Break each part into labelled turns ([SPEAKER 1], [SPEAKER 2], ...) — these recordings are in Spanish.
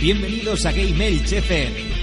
[SPEAKER 1] Bienvenidos a Game Elch FM.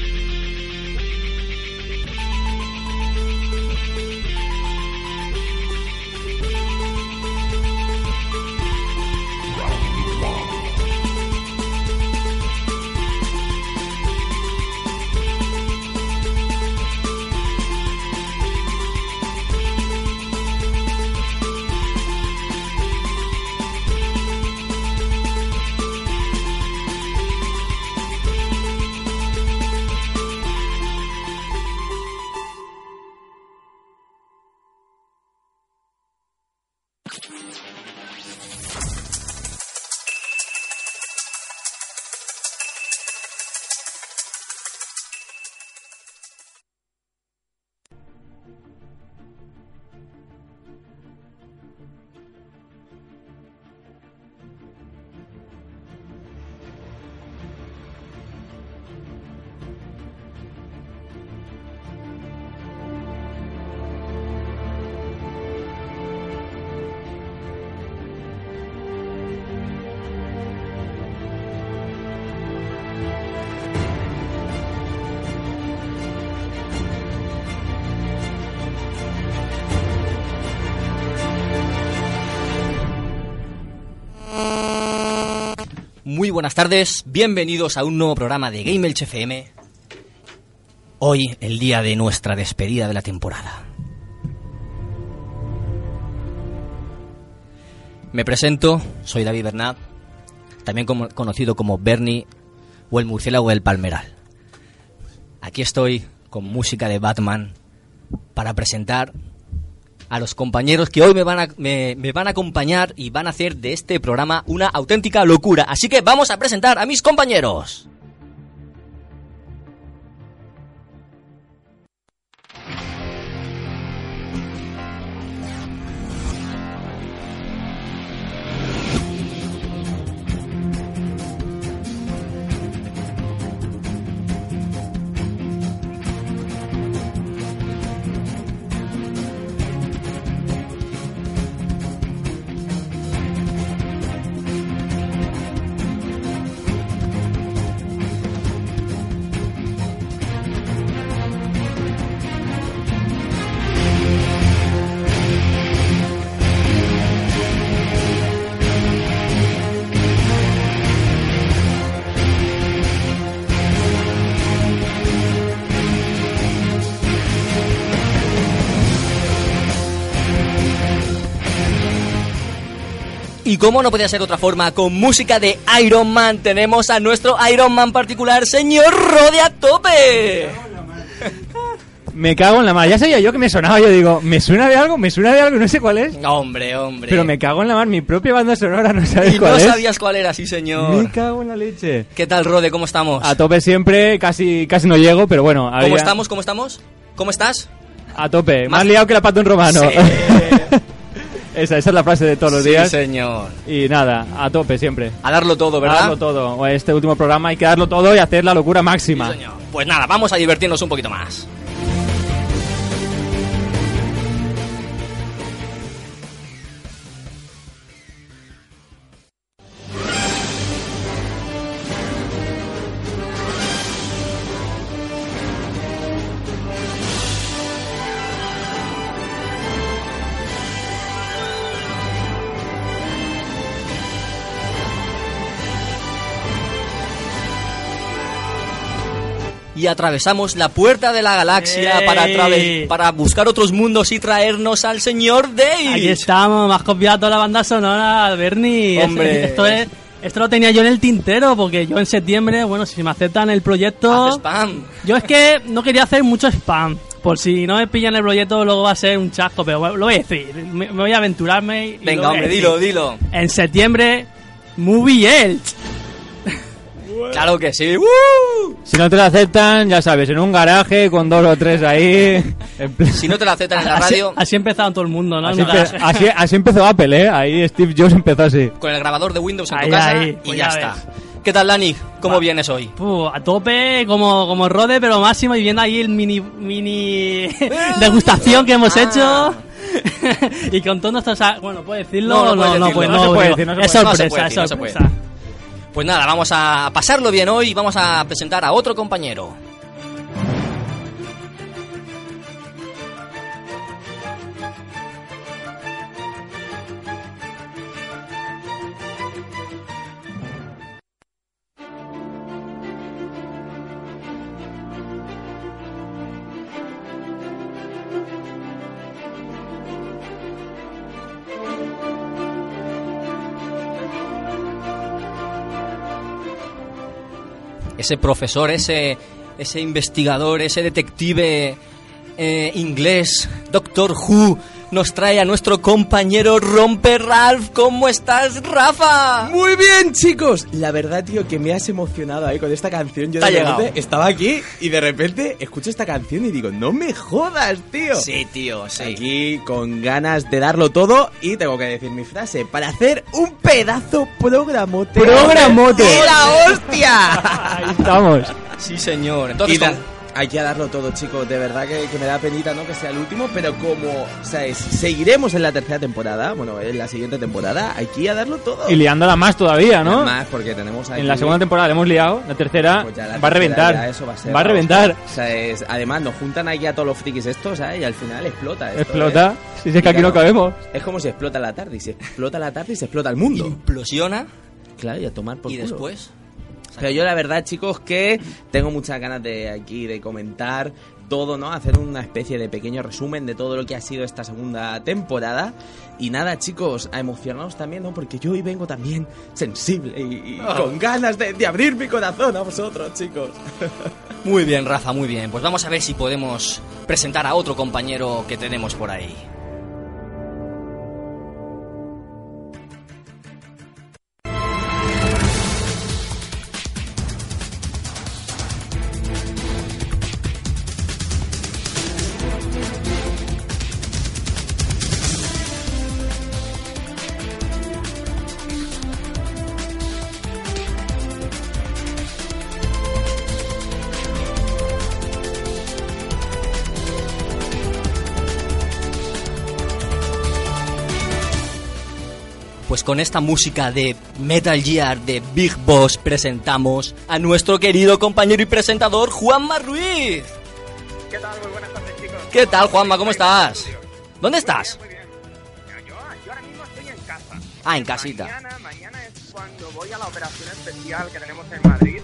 [SPEAKER 2] Muy buenas tardes, bienvenidos a un nuevo programa de Game Elche FM. Hoy, el día de nuestra despedida de la temporada. Me presento, soy David Bernat, también como- conocido como Bernie o el murciélago del Palmeral. Aquí estoy con música de Batman para presentar a los compañeros que hoy me van, a, me, me van a acompañar y van a hacer de este programa una auténtica locura. Así que vamos a presentar a mis compañeros. Y como no podía ser de otra forma, con música de Iron Man tenemos a nuestro Iron Man particular, señor Rode a tope.
[SPEAKER 3] Me cago en la mar. Ya sabía yo que me sonaba. Yo digo, me suena de algo, me suena de algo, no sé cuál es.
[SPEAKER 2] Hombre, hombre.
[SPEAKER 3] Pero me cago en la mar. Mi propia banda sonora no sabes
[SPEAKER 2] y
[SPEAKER 3] cuál
[SPEAKER 2] no
[SPEAKER 3] es.
[SPEAKER 2] sabías cuál era, sí señor.
[SPEAKER 3] Me cago en la leche.
[SPEAKER 2] ¿Qué tal Rode? ¿Cómo estamos?
[SPEAKER 3] A tope siempre, casi, casi no llego, pero bueno.
[SPEAKER 2] ¿Cómo
[SPEAKER 3] había-
[SPEAKER 2] estamos? ¿Cómo estamos? ¿Cómo estás?
[SPEAKER 3] A tope. Más,
[SPEAKER 2] Más-
[SPEAKER 3] liado que la pata de un romano.
[SPEAKER 2] Sí.
[SPEAKER 3] esa, esa es la frase de todos los
[SPEAKER 2] Sí,
[SPEAKER 3] días.
[SPEAKER 2] señor.
[SPEAKER 3] Y nada, a tope siempre.
[SPEAKER 2] A darlo todo, ¿verdad?
[SPEAKER 3] Darlo todo. Este último programa hay que darlo todo y hacer la locura máxima.
[SPEAKER 2] Sí, señor. Pues nada, vamos a divertirnos un poquito más. y atravesamos la puerta de la galaxia
[SPEAKER 4] ¡Ey!
[SPEAKER 2] para, atraves- para buscar otros mundos y traernos al señor Dave.
[SPEAKER 4] Aquí estamos, me has copiado toda la banda sonora, Bernie.
[SPEAKER 2] Hombre.
[SPEAKER 4] Esto, es- esto lo tenía yo en el tintero, porque yo en septiembre, bueno, si me aceptan el proyecto.
[SPEAKER 2] Haz spam.
[SPEAKER 4] Yo es que no quería hacer mucho spam, Por si no me pillan el proyecto, luego va a ser un chasco, pero lo voy a decir. Me, me voy a aventurarme. Y lo voy
[SPEAKER 2] Venga,
[SPEAKER 4] a
[SPEAKER 2] hombre,
[SPEAKER 4] decir.
[SPEAKER 2] dilo, dilo.
[SPEAKER 4] En septiembre, Movie
[SPEAKER 5] eh,
[SPEAKER 4] Elch.
[SPEAKER 2] Claro que sí. ¡Uh!
[SPEAKER 6] Si no te lo aceptan, ya sabes, en un garaje con dos o tres ahí. en plan-
[SPEAKER 2] Si no te la aceptan en la
[SPEAKER 4] Así,
[SPEAKER 2] radio,
[SPEAKER 4] así empezaron todo el mundo, ¿no? En
[SPEAKER 6] Así,
[SPEAKER 4] un
[SPEAKER 6] empe-
[SPEAKER 4] garaje.
[SPEAKER 6] así- así empezó Apple, ¿eh? Ahí Steve Jobs empezó así.
[SPEAKER 2] con el grabador de Windows en tu
[SPEAKER 4] Ahí,
[SPEAKER 2] casa
[SPEAKER 4] ahí,
[SPEAKER 2] y
[SPEAKER 4] pues
[SPEAKER 2] ya,
[SPEAKER 4] ya
[SPEAKER 2] está.
[SPEAKER 4] ves.
[SPEAKER 2] ¿Qué tal, Lani? ¿Cómo vienes hoy?
[SPEAKER 4] Puh, a tope, como, como rode, pero máximo, y viendo ahí el mini, mini degustación que hemos
[SPEAKER 2] Ah.
[SPEAKER 4] hecho. y con todos nuestros... a- Bueno, ¿puedo decirlo?
[SPEAKER 2] No, no
[SPEAKER 4] o
[SPEAKER 2] puedes decirlo,
[SPEAKER 4] pues,
[SPEAKER 6] no se puede
[SPEAKER 4] digo.
[SPEAKER 6] decir, no se
[SPEAKER 4] Es
[SPEAKER 2] puede. No se
[SPEAKER 4] sorpresa,
[SPEAKER 2] puede
[SPEAKER 4] es
[SPEAKER 2] decir, no se puede.
[SPEAKER 4] sorpresa.
[SPEAKER 2] Pues nada, vamos a pasarlo bien hoy y vamos a presentar a otro compañero. Ese profesor, ese, ese investigador, ese detective eh, inglés, Doctor Who, nos trae a nuestro compañero Romper Ralph. ¿Cómo estás, Rafa?
[SPEAKER 5] Muy bien, chicos. La verdad, tío, que me has emocionado ahí con esta canción. Yo
[SPEAKER 2] Te ha
[SPEAKER 5] de
[SPEAKER 2] llegado.
[SPEAKER 5] repente estaba aquí y de repente escucho esta canción y digo, no me jodas, tío.
[SPEAKER 2] Sí, tío, sí.
[SPEAKER 5] Aquí con ganas de darlo todo y tengo que decir mi frase para hacer un pedazo programote.
[SPEAKER 6] ¡Programote!
[SPEAKER 5] ¡De la hostia!
[SPEAKER 6] Ahí estamos.
[SPEAKER 2] Sí, señor.
[SPEAKER 5] Y
[SPEAKER 2] Entonces,
[SPEAKER 5] da-
[SPEAKER 2] con-
[SPEAKER 5] hay que darlo todo, chicos. De verdad que, que me da penita, ¿no? Que sea el último, pero como, ¿sabes? Seguiremos en la tercera temporada, bueno, en la siguiente temporada, aquí a darlo todo.
[SPEAKER 6] Y liándola más todavía, ¿no?
[SPEAKER 5] Más porque tenemos
[SPEAKER 6] En la
[SPEAKER 5] aquí-
[SPEAKER 6] segunda temporada la hemos liado, la tercera
[SPEAKER 5] Pues ya
[SPEAKER 6] va a
[SPEAKER 5] la tercera
[SPEAKER 6] reventar.
[SPEAKER 5] ya eso va a ser la
[SPEAKER 6] reventar.
[SPEAKER 5] hostia. O sea, es- además, nos juntan aquí a todos los frikis estos, ¿sabes? Y al final explota. esto,
[SPEAKER 6] Explota.
[SPEAKER 5] ¿eh?
[SPEAKER 6] Si es que aquí no
[SPEAKER 5] Claro.
[SPEAKER 6] cabemos.
[SPEAKER 5] Es como si explota la tarde y se explota la tarde y se explota el mundo.
[SPEAKER 2] implosiona
[SPEAKER 5] Claro, y a tomar por
[SPEAKER 2] y
[SPEAKER 5] culo.
[SPEAKER 2] después...
[SPEAKER 5] Pero yo la verdad, chicos, que tengo muchas ganas de aquí de comentar todo, ¿no? Hacer una especie de pequeño resumen de todo lo que ha sido esta segunda temporada. Y nada, chicos, a emocionaros también, ¿no? Porque yo hoy vengo también sensible y, y
[SPEAKER 2] Ah.
[SPEAKER 5] con ganas de, de abrir mi corazón a vosotros, chicos.
[SPEAKER 2] Muy bien, Rafa, muy bien. Pues vamos a ver si podemos presentar a otro compañero que tenemos por ahí. Pues con esta música de Metal Gear de Big Boss presentamos a nuestro querido compañero y presentador Juanma Ruiz.
[SPEAKER 7] ¿Qué tal? Muy buenas tardes, chicos.
[SPEAKER 2] ¿Qué tal, Juanma? ¿Cómo estás? ¿Dónde estás?
[SPEAKER 7] Muy bien. Mira, Yo, yo ahora mismo estoy en casa.
[SPEAKER 2] Ah, en casita.
[SPEAKER 7] Mañana, mañana es cuando voy a la operación especial que tenemos en Madrid.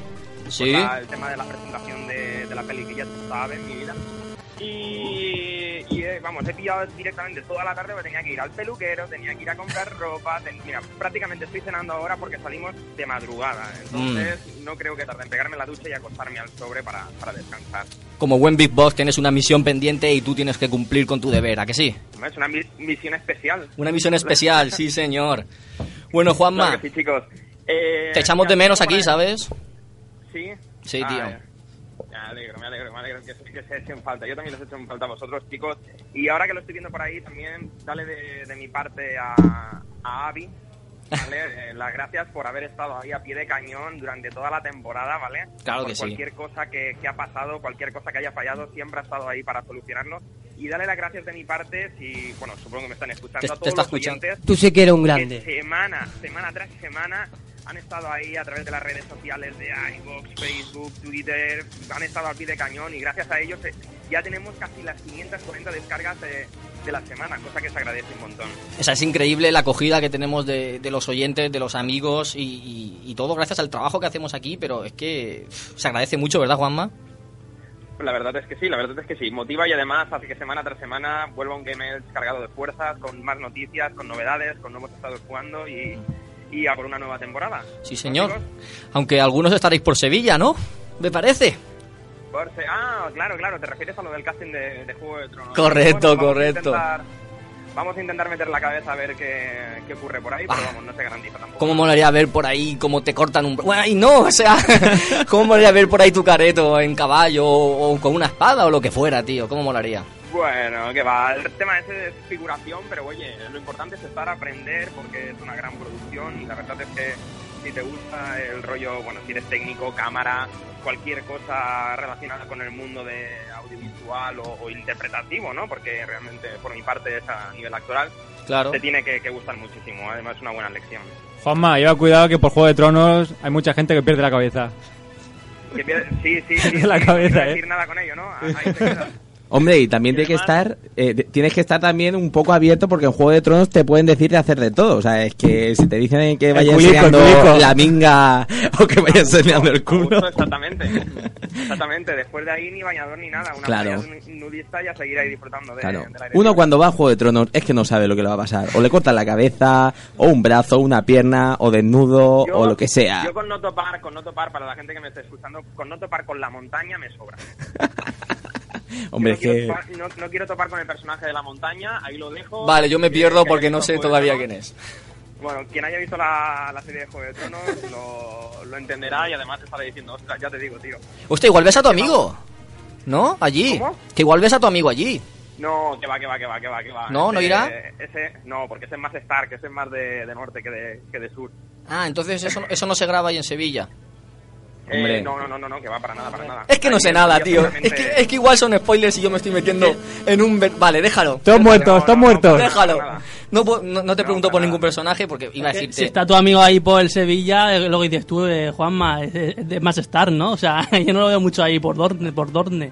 [SPEAKER 2] Sí.
[SPEAKER 7] Para el tema de la presentación de, de la peli que ya tú sabes, mi vida. Y, y, eh, vamos, he pillado directamente toda la tarde porque tenía que ir al peluquero, tenía que ir a comprar ropa. ten- mira, prácticamente estoy cenando ahora porque salimos de madrugada. Entonces,
[SPEAKER 2] Mm.
[SPEAKER 7] no creo que tarde en pegarme la ducha y acostarme al sobre para, para descansar.
[SPEAKER 2] Como buen Big Boss tienes una misión pendiente y tú tienes que cumplir con tu deber, ¿a que sí?
[SPEAKER 7] Es una mi- misión especial.
[SPEAKER 2] Una misión especial, sí, señor. Bueno, Juanma,
[SPEAKER 7] Claro que sí, chicos. Eh,
[SPEAKER 2] te echamos
[SPEAKER 7] mira,
[SPEAKER 2] de menos
[SPEAKER 7] vamos a
[SPEAKER 2] aquí,
[SPEAKER 7] poner-
[SPEAKER 2] ¿sabes?
[SPEAKER 7] Sí.
[SPEAKER 2] Sí,
[SPEAKER 7] Ah,
[SPEAKER 2] tío.
[SPEAKER 7] ya. Me alegro, me alegro, me alegro que, se- que se echen falta. Yo también los he hecho en falta a vosotros, chicos. Y ahora que lo estoy viendo por ahí, también dale de, de mi parte a, a Avi. ¿vale? Eh, Las gracias por haber estado ahí a pie de cañón durante toda la temporada, ¿vale?
[SPEAKER 2] Claro
[SPEAKER 7] Por
[SPEAKER 2] que sí.
[SPEAKER 7] Cualquier cosa que, que ha pasado, cualquier cosa que haya fallado, siempre ha estado ahí para solucionarlo. Y dale las gracias de mi parte, si, bueno, supongo que me están escuchando
[SPEAKER 2] Te-
[SPEAKER 7] a
[SPEAKER 2] te
[SPEAKER 7] todos
[SPEAKER 2] está
[SPEAKER 7] los
[SPEAKER 2] escuchando.
[SPEAKER 7] oyentes
[SPEAKER 8] Tú sí que eres un
[SPEAKER 7] que
[SPEAKER 8] grande.
[SPEAKER 7] semana, semana tras semana han estado ahí a través de las redes sociales de iVoox, Facebook, Twitter, han estado al pie de cañón y gracias a ellos eh, ya tenemos casi las 540 descargas de, de la semana, cosa que se agradece un montón.
[SPEAKER 2] O sea, es increíble la acogida que tenemos de, de los oyentes, de los amigos y, y- y todo gracias al trabajo que hacemos aquí, pero es que pff, se agradece mucho, ¿verdad, Juanma?
[SPEAKER 7] La verdad es que sí, la verdad es que sí, motiva y además hace que semana tras semana vuelva un game cargado de fuerzas, con más noticias, con novedades, con nuevos estados jugando y, y a por una nueva temporada.
[SPEAKER 2] Sí, señor. Aunque algunos estaréis por Sevilla, ¿no? Me parece.
[SPEAKER 7] Por se- Ah, claro, claro, te refieres a lo del casting de, de Juego de Tronos.
[SPEAKER 5] Correcto,
[SPEAKER 7] vamos a
[SPEAKER 5] correcto.
[SPEAKER 7] intentar- vamos a intentar meter la cabeza a ver qué, qué ocurre por ahí,
[SPEAKER 2] Ah.
[SPEAKER 7] pero vamos, no se garantiza tampoco.
[SPEAKER 2] ¿Cómo molaría ver por ahí cómo te cortan un... Bueno, y no, o sea, ¿cómo molaría ver por ahí tu careto en caballo o, o con una espada o lo que fuera, tío? ¿Cómo molaría?
[SPEAKER 7] Bueno, que va, el tema ese es figuración, pero oye, lo importante es estar a aprender porque es una gran producción y la verdad es que si te gusta el rollo, bueno, si eres técnico, cámara, cualquier cosa relacionada con el mundo de audiovisual o, o interpretativo, ¿no? Porque realmente por mi parte es a nivel actoral,
[SPEAKER 2] Claro.
[SPEAKER 7] te tiene que, que gustar muchísimo, además es una buena lección.
[SPEAKER 6] Juanma, lleva cuidado que por Juego de Tronos hay mucha gente que pierde la cabeza.
[SPEAKER 7] Que pierde- Sí, sí, sí,
[SPEAKER 6] La
[SPEAKER 7] sí,
[SPEAKER 6] cabeza,
[SPEAKER 7] no
[SPEAKER 6] ¿eh?
[SPEAKER 7] decir nada con ello, ¿no? Ahí te quedas.
[SPEAKER 5] Hombre, y también tienes que estar, eh, te- tienes que estar también un poco abierto porque en Juego de Tronos te pueden decir de hacer de todo. O sea, es que si te dicen que vayas
[SPEAKER 6] culico, el
[SPEAKER 5] enseñando
[SPEAKER 6] culico.
[SPEAKER 5] la minga o que vayas enseñando el culo.
[SPEAKER 7] Justo, exactamente. Exactamente. Después de ahí ni bañador ni nada. Una
[SPEAKER 5] Claro.
[SPEAKER 7] playa nudista ya seguir ahí disfrutando de,
[SPEAKER 5] Claro.
[SPEAKER 7] del aire
[SPEAKER 5] Uno
[SPEAKER 7] libre.
[SPEAKER 5] cuando va a Juego de Tronos es que no sabe lo que le va a pasar. O le cortan la cabeza, o un brazo, una pierna, o desnudo,
[SPEAKER 7] Yo-
[SPEAKER 5] o lo que sea.
[SPEAKER 7] Yo con no topar, con no topar, para la gente que me esté escuchando, con no topar con la montaña me sobra.
[SPEAKER 5] Hombre, es
[SPEAKER 7] Yo no,
[SPEAKER 5] que...
[SPEAKER 7] quiero topar, no, no quiero topar con el personaje de la montaña, ahí lo dejo.
[SPEAKER 2] Vale, yo me
[SPEAKER 7] Que-
[SPEAKER 2] pierdo
[SPEAKER 7] que
[SPEAKER 2] porque
[SPEAKER 7] haya
[SPEAKER 2] no
[SPEAKER 7] visto
[SPEAKER 2] sé
[SPEAKER 7] Juego de
[SPEAKER 2] todavía
[SPEAKER 7] Tronos.
[SPEAKER 2] quién es.
[SPEAKER 7] Bueno, quien haya visto la, la serie de Juego de Tronos lo, lo entenderá y además estará diciendo, ostras, ya te digo, tío.
[SPEAKER 2] Hostia, igual ves a tu amigo. ¿No? Allí.
[SPEAKER 7] ¿Cómo?
[SPEAKER 2] Que igual ves a tu amigo allí.
[SPEAKER 7] No, que va, que va, que va, que va, que va.
[SPEAKER 2] ¿No? ¿No
[SPEAKER 7] Ese-
[SPEAKER 2] irá?
[SPEAKER 7] Ese, no, porque ese es más Stark, ese es más de, de norte que de, que de sur.
[SPEAKER 2] Ah, entonces eso, eso no se graba ahí en Sevilla.
[SPEAKER 7] Eh,
[SPEAKER 5] Hombre.
[SPEAKER 7] no, no, no, no, no, que va para nada, para nada.
[SPEAKER 2] Es que no
[SPEAKER 7] Ahí
[SPEAKER 2] sé
[SPEAKER 7] es
[SPEAKER 2] nada, tío.
[SPEAKER 7] absolutamente-
[SPEAKER 2] Es que, es que igual son spoilers y yo me estoy metiendo en un... ver- Vale, déjalo.
[SPEAKER 6] Todos muertos,
[SPEAKER 7] no,
[SPEAKER 6] todos
[SPEAKER 7] no,
[SPEAKER 6] muertos.
[SPEAKER 7] no.
[SPEAKER 2] Déjalo.
[SPEAKER 7] nada.
[SPEAKER 2] No, puedo- no, no te
[SPEAKER 7] No,
[SPEAKER 2] pregunto por
[SPEAKER 7] nada.
[SPEAKER 2] ningún personaje porque iba a
[SPEAKER 4] Que Eh, Si
[SPEAKER 2] decirte...
[SPEAKER 4] está tu amigo ahí por el Sevilla, eh, lo que dices tú, eh, Juanma, es de, de más estar, ¿no? O sea, yo no lo veo mucho ahí por Dorne. Por Dorne.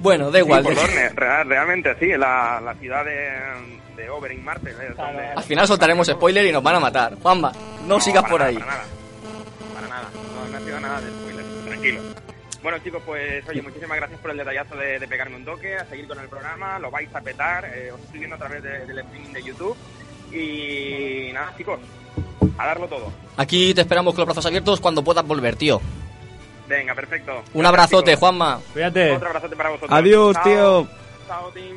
[SPEAKER 2] Bueno, da
[SPEAKER 7] Sí,
[SPEAKER 2] igual.
[SPEAKER 7] por
[SPEAKER 2] déjalo.
[SPEAKER 7] Dorne, real- realmente sí, la, la ciudad de, de Overing Marte. eh, donde-
[SPEAKER 2] Al final soltaremos spoiler y nos van a matar. Juanma, no, sigas
[SPEAKER 7] para
[SPEAKER 2] por
[SPEAKER 7] nada,
[SPEAKER 2] ahí.
[SPEAKER 7] Para nada, para nada. No, no ha sido nada de spoiler, tranquilo. Bueno, chicos, pues oye, muchísimas gracias por el detallazo de, de pegarme un toque, a seguir con el programa, lo vais a petar, eh, os estoy viendo a través de- del streaming de YouTube. Y nada, chicos, a darlo todo.
[SPEAKER 2] Aquí te esperamos con los brazos abiertos cuando puedas volver, tío.
[SPEAKER 7] Venga, perfecto.
[SPEAKER 2] Un abrazote,
[SPEAKER 7] Chicos,
[SPEAKER 2] Juanma.
[SPEAKER 6] Cuídate.
[SPEAKER 7] Otro abrazote para vosotros.
[SPEAKER 5] Adiós,
[SPEAKER 7] Chao.
[SPEAKER 5] tío.
[SPEAKER 7] Chao, team.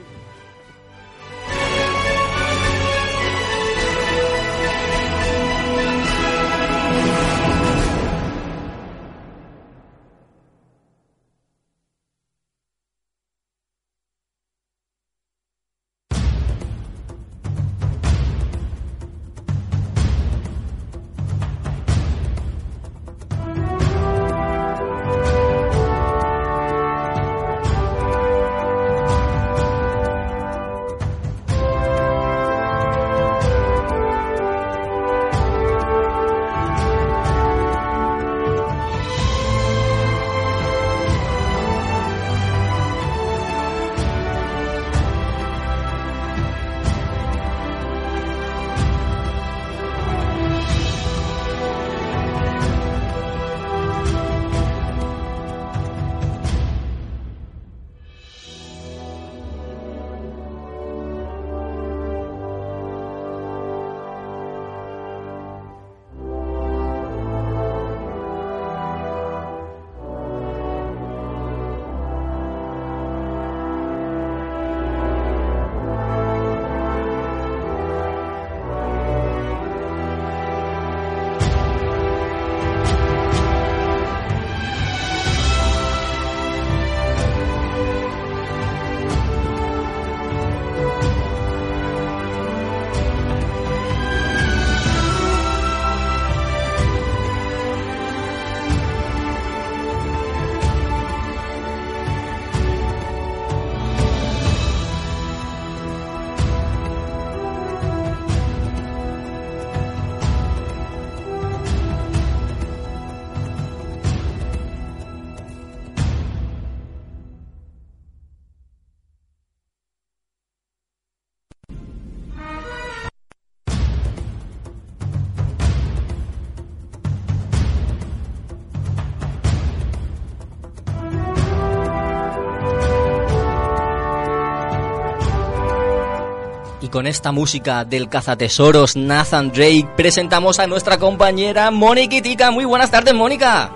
[SPEAKER 2] Y con esta música del cazatesoros Nathan Drake presentamos a nuestra compañera Mónica Muy buenas tardes, Mónica.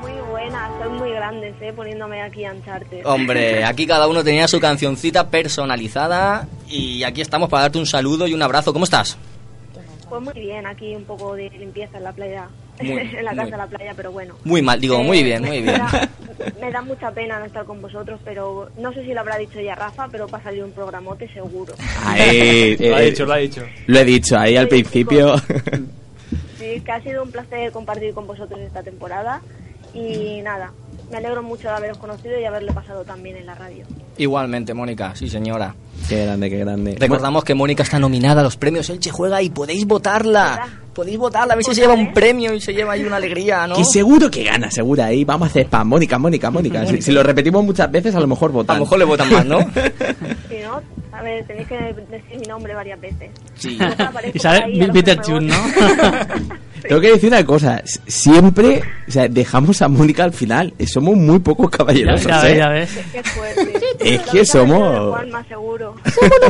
[SPEAKER 8] Muy buenas, son muy grandes. ¿eh? Poniéndome aquí a ancharte.
[SPEAKER 2] Hombre, aquí cada uno tenía su cancioncita personalizada y aquí estamos para darte un saludo y un abrazo. ¿Cómo estás?
[SPEAKER 8] Pues muy bien, aquí un poco de limpieza en la playa.
[SPEAKER 2] Muy,
[SPEAKER 8] en la casa
[SPEAKER 2] muy.
[SPEAKER 8] de la playa, pero bueno.
[SPEAKER 2] Muy mal, digo,
[SPEAKER 8] Eh,
[SPEAKER 2] muy bien,
[SPEAKER 8] Me
[SPEAKER 2] muy bien.
[SPEAKER 8] da, me da mucha pena no estar con vosotros, pero no sé si lo habrá dicho ya Rafa, pero va a salir un programote seguro.
[SPEAKER 5] Ahí,
[SPEAKER 6] Lo ha
[SPEAKER 5] eh,
[SPEAKER 6] dicho, lo ha dicho.
[SPEAKER 5] lo he dicho ahí al
[SPEAKER 8] Sí,
[SPEAKER 5] principio.
[SPEAKER 8] Sí, que ha sido un placer compartir con vosotros esta temporada y nada, me alegro mucho de haberos conocido y haberlo pasado también en la radio.
[SPEAKER 2] Igualmente, Mónica, sí señora.
[SPEAKER 5] qué grande, qué grande.
[SPEAKER 2] Recordamos que Mónica está nominada a los premios Elche Juega y podéis votarla. Podéis votarla, a ver si se lleva
[SPEAKER 8] ¿eh?
[SPEAKER 2] un premio y se lleva ahí una alegría, ¿no?
[SPEAKER 5] Que seguro que gana, segura ahí. Vamos a hacer spam. Mónica, Mónica, Mónica. Si, si lo repetimos muchas veces, a lo mejor
[SPEAKER 2] A
[SPEAKER 5] votan.
[SPEAKER 2] lo mejor le votan más, ¿no?
[SPEAKER 8] Si no, a ver, tenéis que decir mi nombre varias veces.
[SPEAKER 2] Sí.
[SPEAKER 8] Yo aparezco
[SPEAKER 4] Y sale
[SPEAKER 8] por ahí, a lo
[SPEAKER 4] Peter
[SPEAKER 8] mejor
[SPEAKER 4] Chun,
[SPEAKER 8] me
[SPEAKER 4] ¿no?
[SPEAKER 8] votan.
[SPEAKER 5] Tengo que decir una cosa. s- Siempre o sea, dejamos a Mónica al final. Eh, Somos muy pocos
[SPEAKER 4] Ya,
[SPEAKER 5] caballeros.
[SPEAKER 4] ya ves, ya ves.
[SPEAKER 8] Qué fuerte.
[SPEAKER 5] Es
[SPEAKER 8] Pero
[SPEAKER 5] que
[SPEAKER 8] la
[SPEAKER 5] somos-
[SPEAKER 8] vida de Juan, más seguro.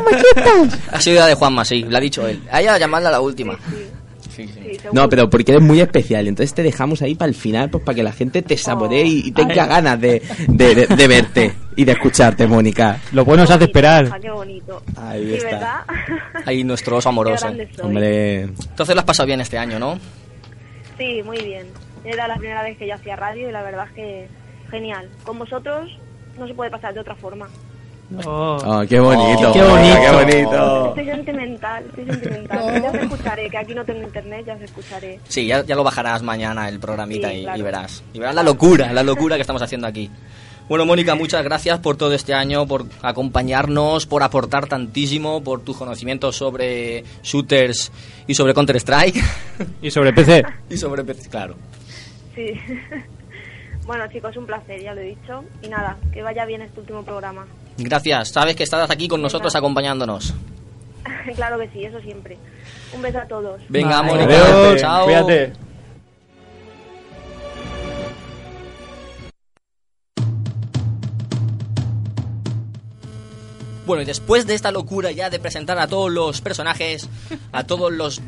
[SPEAKER 2] Ha sido la de Juanma, sí, lo ha dicho él. A ella llamadla la última. Sí, sí.
[SPEAKER 8] Sí, seguro.
[SPEAKER 5] No, pero porque eres muy especial. Entonces te dejamos ahí para el final, pues para que la gente te saboree y,
[SPEAKER 4] Oh.
[SPEAKER 5] y tenga ganas de, de- de- de verte y de escucharte, Mónica.
[SPEAKER 6] Lo bueno se hace
[SPEAKER 8] Ah,
[SPEAKER 6] esperar.
[SPEAKER 8] qué bonito.
[SPEAKER 5] Ahí
[SPEAKER 8] Sí,
[SPEAKER 5] está.
[SPEAKER 8] ¿verdad?
[SPEAKER 2] Ahí nuestro oso
[SPEAKER 8] Qué
[SPEAKER 2] amoroso.
[SPEAKER 8] grande soy.
[SPEAKER 5] Hombre,
[SPEAKER 2] Entonces lo has pasado bien este año, ¿no?
[SPEAKER 8] Sí, muy bien. Era la primera vez que yo hacía radio y la verdad es que genial. Con vosotros no se puede pasar de otra forma.
[SPEAKER 4] Oh.
[SPEAKER 5] oh, qué bonito.
[SPEAKER 4] Oh, qué
[SPEAKER 5] Mónica,
[SPEAKER 4] bonito.
[SPEAKER 5] qué bonito.
[SPEAKER 8] Estoy sentimental, estoy sentimental. Ya os escucharé, que aquí no tengo internet, ya os escucharé.
[SPEAKER 2] Sí, ya, ya lo bajarás mañana el programita
[SPEAKER 8] Sí,
[SPEAKER 2] y,
[SPEAKER 8] claro.
[SPEAKER 2] y verás. Y verás la locura, la locura que estamos haciendo aquí. Bueno, Mónica, muchas gracias por todo este año, por acompañarnos, por aportar tantísimo, por tus conocimientos sobre shooters y sobre Counter-Strike.
[SPEAKER 6] Y sobre PC.
[SPEAKER 2] y sobre PC, claro.
[SPEAKER 8] Sí. Bueno, chicos, un placer, ya lo he dicho. Y nada, que vaya bien este último programa.
[SPEAKER 2] Gracias, sabes que estás aquí con nosotros acompañándonos.
[SPEAKER 8] claro que sí, eso siempre. Un beso a todos.
[SPEAKER 2] Venga,
[SPEAKER 4] Vale.
[SPEAKER 2] Mónica,
[SPEAKER 6] Adiós.
[SPEAKER 5] Oh,
[SPEAKER 2] chao.
[SPEAKER 6] Cuídate.
[SPEAKER 2] Bueno, y después de esta locura ya de presentar a todos los personajes, a todos los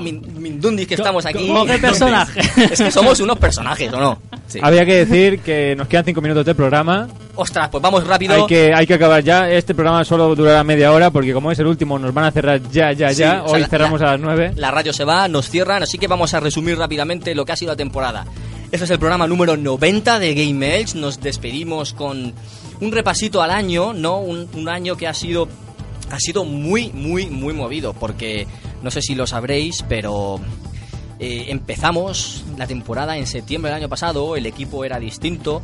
[SPEAKER 2] min- mindundis que
[SPEAKER 4] ¿Cómo-
[SPEAKER 2] estamos aquí.
[SPEAKER 4] cómo qué personaje?
[SPEAKER 2] Es que somos unos personajes, ¿o no?
[SPEAKER 5] Sí.
[SPEAKER 6] Había que decir que nos quedan 5 minutos de programa.
[SPEAKER 2] Ostras, pues vamos rápido.
[SPEAKER 6] Hay que, hay que acabar ya. Este programa solo durará media hora porque como es el último nos van a cerrar ya, ya,
[SPEAKER 2] Sí,
[SPEAKER 6] ya.
[SPEAKER 2] o sea,
[SPEAKER 6] Hoy
[SPEAKER 2] la-
[SPEAKER 6] cerramos
[SPEAKER 2] la-
[SPEAKER 6] a las 9.
[SPEAKER 2] La radio se va, nos cierran, así que vamos a resumir rápidamente lo que ha sido la temporada. Este es el programa número 90 de Game Elch. Nos despedimos con un repasito al año, ¿no? Un, un año que ha sido, ha sido muy, muy, muy movido, porque no sé si lo sabréis, pero eh, empezamos la temporada en septiembre del año pasado, el equipo era distinto,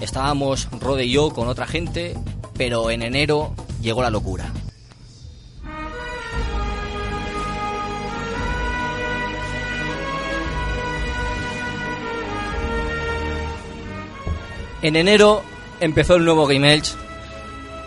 [SPEAKER 2] estábamos Rode y yo con otra gente, pero en enero llegó la locura. En enero empezó el nuevo Game Elch,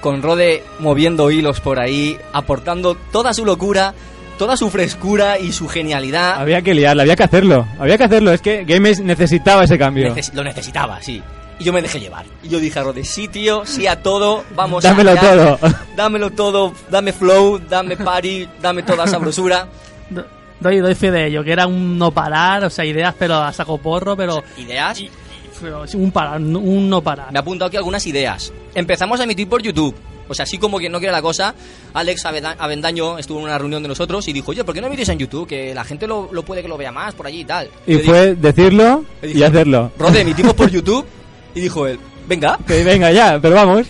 [SPEAKER 2] con Rode moviendo hilos por ahí, aportando toda su locura, toda su frescura y su genialidad.
[SPEAKER 6] Había que liarla, había que hacerlo. Había que hacerlo. Es que Games necesitaba ese cambio.
[SPEAKER 2] Neces- lo necesitaba, sí. Y yo me dejé llevar. Y yo dije a Rode, sí, tío, sí a todo, vamos
[SPEAKER 6] Dámelo
[SPEAKER 2] a...
[SPEAKER 6] todo.
[SPEAKER 2] Dámelo todo, dame flow, dame party, dame toda esa brosura.
[SPEAKER 4] Do- Doy, doy fe de ello, que era un no parar, o sea, ideas, pero a saco porro, pero,
[SPEAKER 2] Ideas.
[SPEAKER 4] pero sí, un parar, no- un no parar.
[SPEAKER 2] Me he apuntado aquí algunas ideas. Empezamos a emitir por YouTube. O sea, así como que no quiere la cosa, Alex Aveda- Avendaño estuvo en una reunión de nosotros y dijo, oye, ¿por qué no emitís en YouTube? Que la gente lo, lo puede que lo vea más por allí y tal.
[SPEAKER 6] Y
[SPEAKER 2] Yo
[SPEAKER 6] fue decirlo
[SPEAKER 2] yo
[SPEAKER 6] y
[SPEAKER 2] dije,
[SPEAKER 6] hacerlo.
[SPEAKER 2] dije, Rode, emitimos por YouTube. Y dijo él, venga.
[SPEAKER 6] Que venga ya, pero vamos.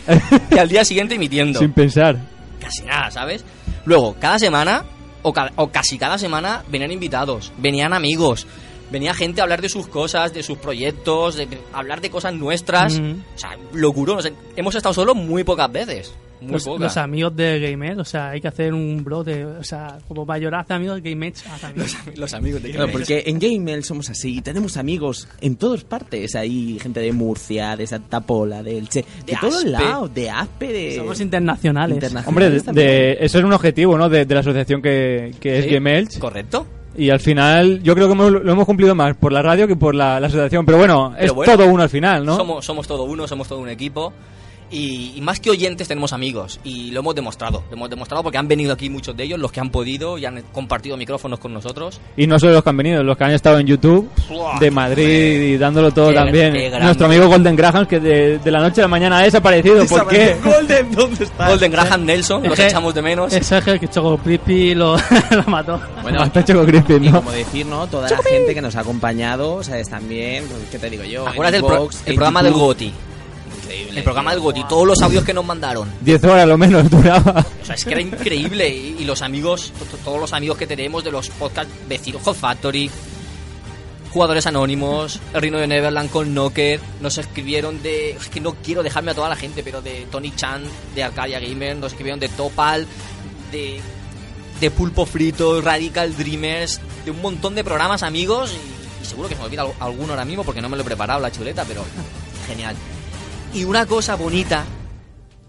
[SPEAKER 2] Y al día siguiente emitiendo.
[SPEAKER 6] Sin pensar.
[SPEAKER 2] Casi nada, ¿sabes? Luego, cada semana, o, ca- o casi cada semana, venían invitados, venían amigos, venía gente a hablar de sus cosas, de sus proyectos, de, de hablar de cosas nuestras.
[SPEAKER 4] Mm.
[SPEAKER 2] O sea, locuro. no sé, hemos estado solos muy pocas veces. Muy
[SPEAKER 4] los,
[SPEAKER 2] pocas.
[SPEAKER 4] los amigos de Gamer, o sea, hay que hacer un blog de, o sea, como mayor hace amigos de Gamer, haz amigos.
[SPEAKER 2] Los amigos de
[SPEAKER 5] Claro, porque en Gamel somos así, tenemos amigos en todas partes. Hay gente de Murcia, de Santa Pola, de Elche, de,
[SPEAKER 2] De
[SPEAKER 5] todos
[SPEAKER 2] Aspe.
[SPEAKER 5] lados, de Aspe, de.
[SPEAKER 4] Somos internacionales.
[SPEAKER 5] internacionales
[SPEAKER 6] Hombre, de,
[SPEAKER 5] también.
[SPEAKER 6] de- eso es un objetivo, ¿no? De, de la asociación que, que es
[SPEAKER 2] Sí,
[SPEAKER 6] Game Elch.
[SPEAKER 2] Correcto.
[SPEAKER 6] Y al final, yo creo que hemos- lo hemos cumplido más por la radio que por la, la asociación. Pero bueno,
[SPEAKER 2] Pero
[SPEAKER 6] es
[SPEAKER 2] bueno.
[SPEAKER 6] todo uno al final, ¿no?
[SPEAKER 2] Somos, somos todo uno, somos todo un equipo. Y, y más que oyentes tenemos amigos y lo hemos demostrado, lo hemos demostrado porque han venido aquí muchos de ellos, los que han podido y han compartido micrófonos con nosotros.
[SPEAKER 3] Y no solo los que han venido, los que han estado en YouTube de Madrid y dándolo todo
[SPEAKER 2] Qué gran-
[SPEAKER 3] también.
[SPEAKER 2] qué grande.
[SPEAKER 3] Nuestro amigo Golden Graham, que de, de la noche a la mañana ha desaparecido. ¿Por qué?
[SPEAKER 5] Golden, ¿dónde está?
[SPEAKER 2] Golden Eh, Graham Nelson, los
[SPEAKER 4] Es que-
[SPEAKER 2] echamos de menos.
[SPEAKER 4] Eso es que el Choco Crispy lo, lo mató.
[SPEAKER 5] Bueno,
[SPEAKER 3] Hasta Choco Crispy,
[SPEAKER 5] y
[SPEAKER 3] ¿no?
[SPEAKER 5] como decir, ¿no? Toda la gente que nos ha acompañado, o sea, es también, pues, ¿qué te digo yo?
[SPEAKER 2] Acuérdate
[SPEAKER 5] En
[SPEAKER 2] del pro-
[SPEAKER 5] Vox,
[SPEAKER 2] el
[SPEAKER 5] en
[SPEAKER 2] programa del
[SPEAKER 5] YouTube.
[SPEAKER 2] Goti.
[SPEAKER 5] Increíble.
[SPEAKER 2] El programa del Goti, todos los audios que nos mandaron.
[SPEAKER 3] 10 horas lo menos duraba.
[SPEAKER 2] O sea, es que era increíble. Y, y los amigos, to- to- todos los amigos que tenemos de los podcasts vecinos, Hot Factory, Jugadores Anónimos, El Reino de Neverland con Knocker, nos escribieron de. Es que no quiero dejarme a toda la gente, pero de Tony Chan, de Arcadia Gamer, nos escribieron de Topal, de. de Pulpo Frito, Radical Dreamers, de un montón de programas, amigos. Y, y seguro que se me olvida al- alguno ahora mismo porque no me lo he preparado la chuleta, pero genial. Y una cosa bonita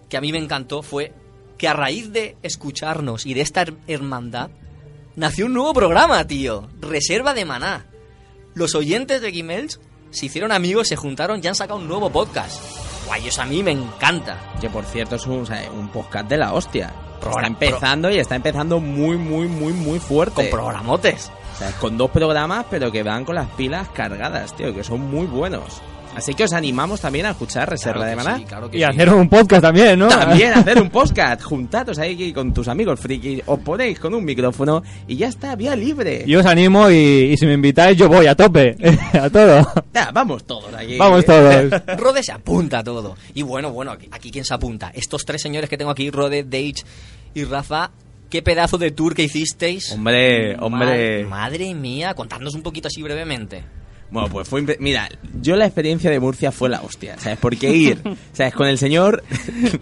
[SPEAKER 2] que a mí me encantó fue que a raíz de escucharnos y de esta her- hermandad, nació un nuevo programa, tío. Reserva de Maná. Los oyentes de Gimels se hicieron amigos, se juntaron y han sacado un nuevo podcast. Guay, eso a mí me encanta.
[SPEAKER 5] Que por cierto es un, o sea, un podcast de la hostia.
[SPEAKER 2] Programa-
[SPEAKER 5] está empezando y está empezando muy, muy, muy, muy fuerte.
[SPEAKER 2] Con programotes.
[SPEAKER 5] O sea, con dos programas, pero que van con las pilas cargadas, tío, que son muy buenos. Así que os animamos también a escuchar Reserva
[SPEAKER 2] Claro
[SPEAKER 5] de
[SPEAKER 2] que
[SPEAKER 5] Maná.
[SPEAKER 2] sí, claro que
[SPEAKER 3] Y
[SPEAKER 2] sí.
[SPEAKER 3] hacer un podcast también, ¿no?
[SPEAKER 5] También hacer un podcast, juntados ahí con tus amigos frikis, os ponéis con un micrófono y ya está, vía libre.
[SPEAKER 3] Yo os animo y, y si me invitáis yo voy a tope, a todo.
[SPEAKER 5] Ya, vamos todos aquí.
[SPEAKER 3] Vamos todos.
[SPEAKER 2] Rode se apunta a todo. Y bueno, bueno, aquí, aquí quién se apunta. Estos tres señores que tengo aquí, Rode, Dage y Rafa, qué pedazo de tour que hicisteis.
[SPEAKER 5] Hombre,
[SPEAKER 2] Ma-
[SPEAKER 5] hombre.
[SPEAKER 2] madre mía, contadnos un poquito así brevemente.
[SPEAKER 5] Bueno, pues fue. impre- Mira, yo la experiencia de Murcia fue la hostia. ¿Sabes por qué ir? ¿Sabes? Con el señor.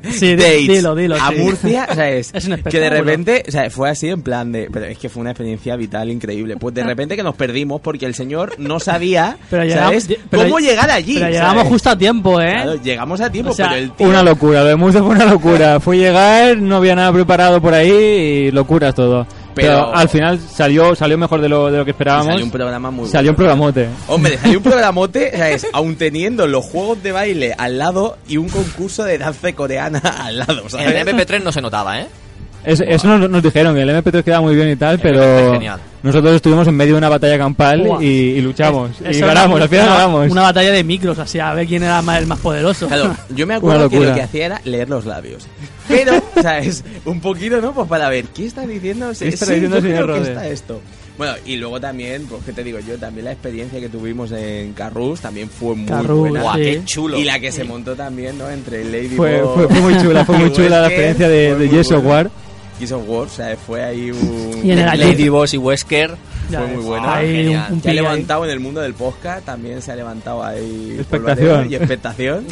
[SPEAKER 4] Sí, di-
[SPEAKER 5] Dates
[SPEAKER 4] dilo, dilo,
[SPEAKER 5] A
[SPEAKER 4] sí.
[SPEAKER 5] Murcia, ¿sabes?
[SPEAKER 4] Es un
[SPEAKER 5] que de
[SPEAKER 4] espectáculo.
[SPEAKER 5] repente. ¿sabes? Fue así en plan de. Pero es que fue una experiencia vital increíble. Pues de repente que nos perdimos porque el señor no sabía.
[SPEAKER 4] Pero llegamos-
[SPEAKER 5] ¿Sabes?
[SPEAKER 4] lle- pero
[SPEAKER 5] ¿Cómo
[SPEAKER 4] lle-
[SPEAKER 5] llegar allí?
[SPEAKER 4] Pero llegamos
[SPEAKER 5] ¿sabes?
[SPEAKER 4] justo a tiempo, ¿eh?
[SPEAKER 5] Claro, llegamos a tiempo,
[SPEAKER 4] O sea,
[SPEAKER 5] pero el tío.
[SPEAKER 3] Una locura, lo de Murcia fue una locura. Fue llegar, no había nada preparado por ahí y locuras todo. Pero,
[SPEAKER 5] Pero-
[SPEAKER 3] al final salió salió mejor de lo, de lo que esperábamos.
[SPEAKER 5] Salió un programa muy
[SPEAKER 3] Salió un
[SPEAKER 5] bueno.
[SPEAKER 3] programote.
[SPEAKER 5] Hombre, hay un programote, ¿sabes? Aún teniendo los juegos de baile al lado y un concurso de danza coreana al lado,
[SPEAKER 2] En
[SPEAKER 5] ¿sabes?
[SPEAKER 2] el MP3 no se notaba, ¿eh?
[SPEAKER 3] Es- Eso nos, nos dijeron, que el MP3 quedaba muy bien y tal,
[SPEAKER 2] MP3
[SPEAKER 3] pero
[SPEAKER 2] genial.
[SPEAKER 3] nosotros estuvimos en medio de una batalla campal
[SPEAKER 4] Buah.
[SPEAKER 3] y, y luchamos.
[SPEAKER 4] Es-
[SPEAKER 3] y
[SPEAKER 4] eso era
[SPEAKER 3] ganamos,
[SPEAKER 4] una-
[SPEAKER 3] al final
[SPEAKER 4] una-
[SPEAKER 3] ganamos.
[SPEAKER 4] Una batalla de micros, así, a ver quién era más- el más poderoso.
[SPEAKER 5] Claro, yo me
[SPEAKER 3] Una
[SPEAKER 5] acuerdo que lo
[SPEAKER 3] locura.
[SPEAKER 5] que hacía era leer los labios. Pero, ¿sabes? Un poquito, ¿no? Pues para ver, ¿qué está diciendo?
[SPEAKER 3] ¿Qué está diciendo
[SPEAKER 5] yo
[SPEAKER 3] el señor
[SPEAKER 5] creo que
[SPEAKER 3] Rode?
[SPEAKER 5] está esto. Bueno, y luego también, pues qué te digo yo, también la experiencia que tuvimos en Carrus también fue muy
[SPEAKER 4] Carrús,
[SPEAKER 5] buena.
[SPEAKER 2] Guau,
[SPEAKER 4] Sí.
[SPEAKER 2] qué chulo.
[SPEAKER 5] Y la que se montó también, ¿no? Entre Lady
[SPEAKER 3] Fue, fue, fue muy chula, fue
[SPEAKER 5] Pues
[SPEAKER 3] muy chula la experiencia de, de Yes of War.
[SPEAKER 5] Gears of War, o sea, fue ahí un...
[SPEAKER 4] Y en el
[SPEAKER 2] Lady Boss y Wesker.
[SPEAKER 4] Ya
[SPEAKER 5] fue
[SPEAKER 4] ves,
[SPEAKER 5] muy bueno.
[SPEAKER 4] Ahí un, un
[SPEAKER 2] Genial.
[SPEAKER 5] Se ha
[SPEAKER 4] pillo ahí.
[SPEAKER 5] levantado en el mundo del podcast, también se ha levantado ahí
[SPEAKER 3] Expectación.
[SPEAKER 5] polvareda y expectación.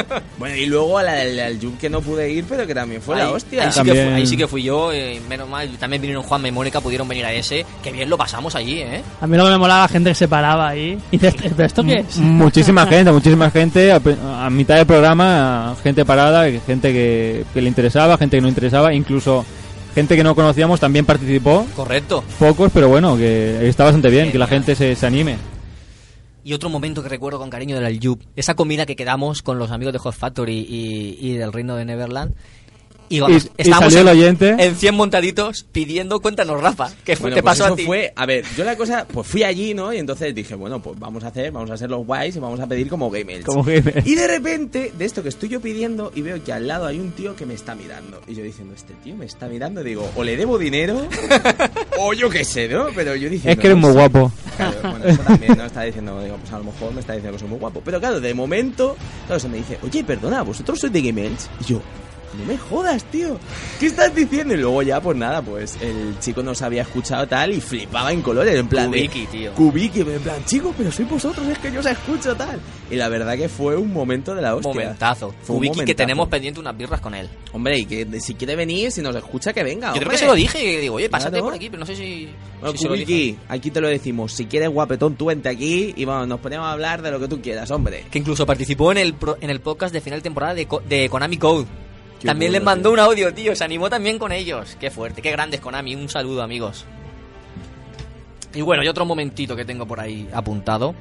[SPEAKER 5] bueno, y luego a la del al Jump que no pude ir, pero que también fue la
[SPEAKER 2] Ahí-
[SPEAKER 5] hostia. ¿eh?
[SPEAKER 2] Ahí sí, que fu- ahí sí que fui,
[SPEAKER 3] También.
[SPEAKER 2] yo, eh, menos mal. También vinieron Juanma y Mónica, pudieron venir a ese. Qué bien lo pasamos allí, ¿eh?
[SPEAKER 4] A mí lo que me molaba la gente que se paraba ahí. Y dices, ¿pero esto qué es?
[SPEAKER 3] mm. Muchísima gente, muchísima gente. A, a mitad del programa, gente parada, gente que, que le interesaba, gente que no interesaba, incluso gente que no conocíamos también participó.
[SPEAKER 2] Correcto.
[SPEAKER 3] Pocos, pero bueno, que está bastante bien, que la
[SPEAKER 2] Genial.
[SPEAKER 3] gente se, se anime.
[SPEAKER 2] Y otro momento que recuerdo con cariño del Aljub. Esa comida que quedamos con los amigos de Hot Factory y, y del Reino de Neverland. Y, vamos,
[SPEAKER 3] Y- y salió el oyente.
[SPEAKER 2] en 100 montaditos pidiendo cuéntanos, Rafa. ¿Qué fue?
[SPEAKER 5] Bueno,
[SPEAKER 2] ¿Qué
[SPEAKER 5] pues
[SPEAKER 2] pasó
[SPEAKER 5] eso
[SPEAKER 2] a ti?
[SPEAKER 5] fue, a ver, yo la cosa, pues fui allí, ¿no? Y entonces dije, bueno, pues vamos a hacer, vamos a hacer los guays y vamos a pedir como gamers.
[SPEAKER 3] Como gamers.
[SPEAKER 5] Y de repente, de esto que estoy yo pidiendo, y veo que al lado hay un tío que me está mirando. Y yo diciendo, este tío me está mirando, digo, o le debo dinero, o yo qué sé, ¿no? Pero yo diciendo...
[SPEAKER 3] Es que eres
[SPEAKER 5] no
[SPEAKER 3] muy
[SPEAKER 5] sé.
[SPEAKER 3] guapo.
[SPEAKER 5] Claro, bueno, eso también no está diciendo, digo, pues a lo mejor me está diciendo que soy muy guapo. Pero claro, de momento, claro, se me dice, oye, perdona, vosotros sois de Game Edge?". Y yo, no me jodas, tío. ¿Qué estás diciendo? Y luego ya, pues nada, pues el chico nos había escuchado tal y flipaba en colores, en plan de-
[SPEAKER 2] Kubiki, tío.
[SPEAKER 5] Kubiki, en plan, chicos, pero sois vosotros, es que yo os escucho tal. Y la verdad que fue un momento de la hostia.
[SPEAKER 2] Momentazo.
[SPEAKER 5] Fue un
[SPEAKER 2] Kubiki que
[SPEAKER 5] momentazo.
[SPEAKER 2] tenemos pendiente unas birras con él.
[SPEAKER 5] Hombre, y que si quiere venir, si nos escucha, que venga.
[SPEAKER 2] Yo creo
[SPEAKER 5] hombre.
[SPEAKER 2] que se lo dije. Digo, oye, pásate
[SPEAKER 5] Claro.
[SPEAKER 2] por aquí, pero no sé si.
[SPEAKER 5] Bueno,
[SPEAKER 2] si se lo dije.
[SPEAKER 5] Kubiki, aquí te lo decimos. Si quieres guapetón, tú vente aquí y vamos, nos ponemos a hablar de lo que tú quieras, hombre.
[SPEAKER 2] que incluso participó en el, pro- en el podcast de final de temporada de, Co- de Konami Code.
[SPEAKER 5] Qué
[SPEAKER 2] también les
[SPEAKER 5] bueno,
[SPEAKER 2] mandó
[SPEAKER 5] tío.
[SPEAKER 2] un audio, tío. Se animó también con ellos. Qué fuerte, qué grandes Konami. Un saludo, amigos. Y bueno, y otro momentito que tengo por ahí Ah, apuntado.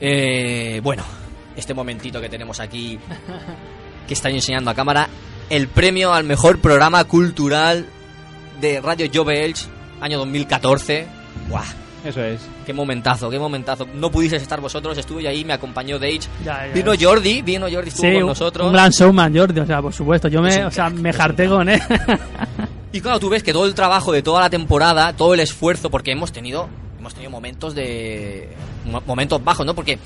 [SPEAKER 2] Eh, bueno, este momentito que tenemos aquí. que está yo enseñando a cámara, el premio al mejor programa cultural de Radio Jove Elch, año 2014. ¡Buah!
[SPEAKER 3] Eso es.
[SPEAKER 2] Qué momentazo, qué momentazo. No pudisteis estar vosotros, estuve ahí, me acompañó Dage.
[SPEAKER 4] Ya, ya.
[SPEAKER 2] Vino Jordi, vino Jordi, estuvo
[SPEAKER 4] Sí,
[SPEAKER 2] con
[SPEAKER 4] un-
[SPEAKER 2] nosotros.
[SPEAKER 4] un gran showman, Jordi, o sea, por supuesto. Yo
[SPEAKER 2] Es
[SPEAKER 4] me,
[SPEAKER 2] un
[SPEAKER 4] o sea,
[SPEAKER 2] crack,
[SPEAKER 4] me
[SPEAKER 2] es un
[SPEAKER 4] jarté
[SPEAKER 2] crack.
[SPEAKER 4] con él.
[SPEAKER 2] Y claro, tú ves que todo el trabajo de toda la temporada, todo el esfuerzo, porque hemos tenido, hemos tenido momentos de mo- momentos bajos, ¿no? Porque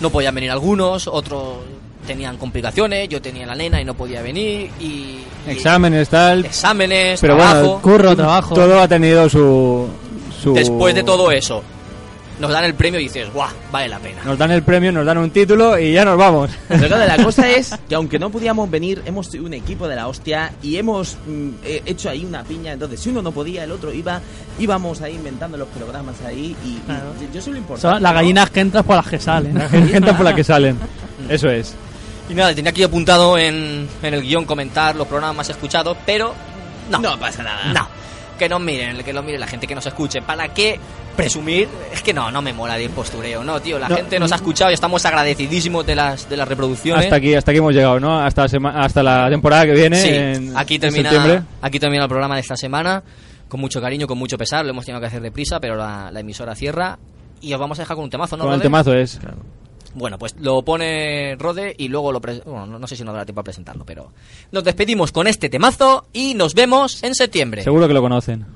[SPEAKER 2] no podían venir algunos, otros tenían complicaciones, yo tenía la nena y no podía venir y, y
[SPEAKER 3] Exámenes, tal.
[SPEAKER 2] exámenes,
[SPEAKER 3] Pero bueno,
[SPEAKER 2] trabajo.
[SPEAKER 4] Curro, trabajo.
[SPEAKER 3] Todo ha tenido su, su-
[SPEAKER 2] Después de todo eso, nos dan el premio y dices, guau, vale la pena.
[SPEAKER 3] Nos dan el premio, nos dan un título y ya nos vamos.
[SPEAKER 5] Pero claro, la cosa es que aunque no podíamos venir, hemos sido un equipo de la hostia y hemos mm, eh, hecho ahí una piña. Entonces, si uno no podía, el otro iba, íbamos ahí inventando los programas ahí y, y
[SPEAKER 4] Claro.
[SPEAKER 5] yo soy lo importante.
[SPEAKER 4] Son las
[SPEAKER 5] ¿no?
[SPEAKER 4] gallinas que entras por las que salen.
[SPEAKER 3] Gente por la que salen. Eso es.
[SPEAKER 2] Y nada, tenía aquí apuntado en, en el guión comentar los programas más escuchados, pero no.
[SPEAKER 5] No pasa nada.
[SPEAKER 2] No. Que nos miren, que nos mire la gente que nos escuche. ¿Para qué presumir? Es que no, no me mola de impostureo, no, tío. La
[SPEAKER 3] No,
[SPEAKER 2] gente nos ha escuchado y estamos agradecidísimos de las, de las reproducciones.
[SPEAKER 3] Hasta aquí, hasta aquí hemos llegado, ¿no? Hasta, la sema- hasta la temporada que viene.
[SPEAKER 2] ¿eh? Sí,
[SPEAKER 3] en-
[SPEAKER 2] aquí,
[SPEAKER 3] en septiembre.
[SPEAKER 2] termina, aquí termina el programa de esta semana. Con mucho cariño, con mucho pesar. Lo hemos tenido que hacer deprisa, pero la, la emisora cierra. Y os vamos a dejar con un temazo, ¿no?
[SPEAKER 3] Con el
[SPEAKER 2] Rode?
[SPEAKER 3] temazo es.
[SPEAKER 2] Bueno, pues lo pone Rode y luego lo... pre- Bueno, no, no sé si nos dará tiempo a presentarlo, pero... Nos despedimos con este temazo y nos vemos en septiembre.
[SPEAKER 3] Seguro que lo conocen.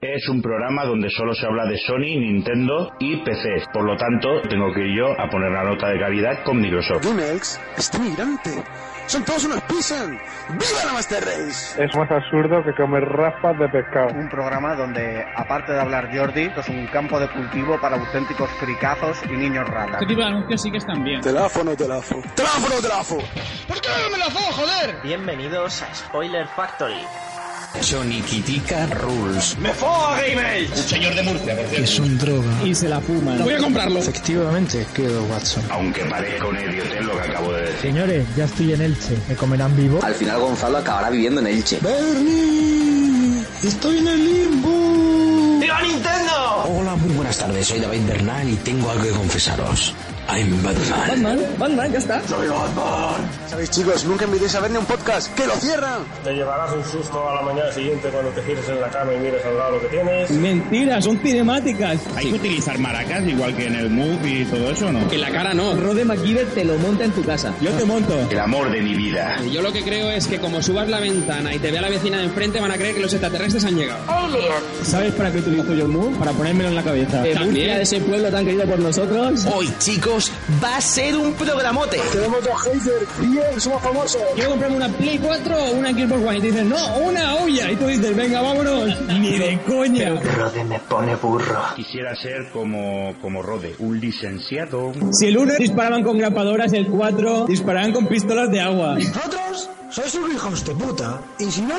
[SPEAKER 9] Es un programa donde solo se habla de Sony, Nintendo y PC. Por lo tanto, tengo que ir yo a poner la nota de calidad con Microsoft.
[SPEAKER 10] Dunex está migrante. Son todos unos pisan. ¡Viva la Master Race!
[SPEAKER 11] Es más absurdo que comer raspas de pescado.
[SPEAKER 10] Un programa donde, aparte de hablar Jordi, esto es un campo de cultivo para auténticos fricazos y niños ratas. Teléfono, teléfono. Teléfono, teléfono. ¿Por qué no me la fo, joder?
[SPEAKER 5] Bienvenidos a Spoiler Factory.
[SPEAKER 10] Soniquitica Rules.
[SPEAKER 9] ¡Me foga, Gamer! Un señor de Murcia, por cierto.
[SPEAKER 10] un droga. Y se la fuman. Voy a comprarlo. Efectivamente, quedo Watson.
[SPEAKER 9] Aunque parezca un idiotez lo que acabo de decir.
[SPEAKER 11] Señores, ya estoy en Elche. ¿Me comerán vivo?
[SPEAKER 10] Al final Gonzalo acabará viviendo en Elche. ¡Bernie! ¡Estoy en el limbo! ¡Viva Nintendo! Hola, muy buenas tardes. Soy David Bernal y tengo algo que confesaros. I'm Batman. Batman, Batman, ya está. Soy Batman. ¿Sabéis, chicos? Nunca invitéis a verme un podcast. ¡Que lo cierran!
[SPEAKER 9] Te llevarás un susto a la mañana siguiente cuando te gires en la cama y mires al lado lo que tienes.
[SPEAKER 12] Mentira, son cinemáticas.
[SPEAKER 9] ¿Hay que utilizar maracas igual que en el MOOC y todo eso no?
[SPEAKER 12] En la cara no. Rode McGibber te lo monta en tu casa. Yo te monto.
[SPEAKER 9] El amor de mi vida.
[SPEAKER 12] Yo lo que creo es que como subas la ventana y te vea la vecina de enfrente van a creer que los extraterrestres han llegado.
[SPEAKER 3] ¿Sabes para qué utilizo yo el move? Para ponérmelo en la cabeza.
[SPEAKER 12] Murcia, de ese pueblo tan querido por nosotros.
[SPEAKER 5] Hoy, chicos, va a ser un programote.
[SPEAKER 10] ¡Tenemos a Heiser! ¡Bien, somos famosos!
[SPEAKER 12] Quiero comprarme una Play 4 o una Xbox One y te dicen, no, una olla. Y tú dices, venga, vámonos. Ni de coña.
[SPEAKER 10] Rode me pone burro.
[SPEAKER 9] Quisiera ser como, como Rode, un licenciado.
[SPEAKER 12] Si el 1 disparaban con grapadoras, el 4 disparaban con pistolas de agua.
[SPEAKER 10] ¿Vosotros? ¿Sois unos hijos de puta? Y si no,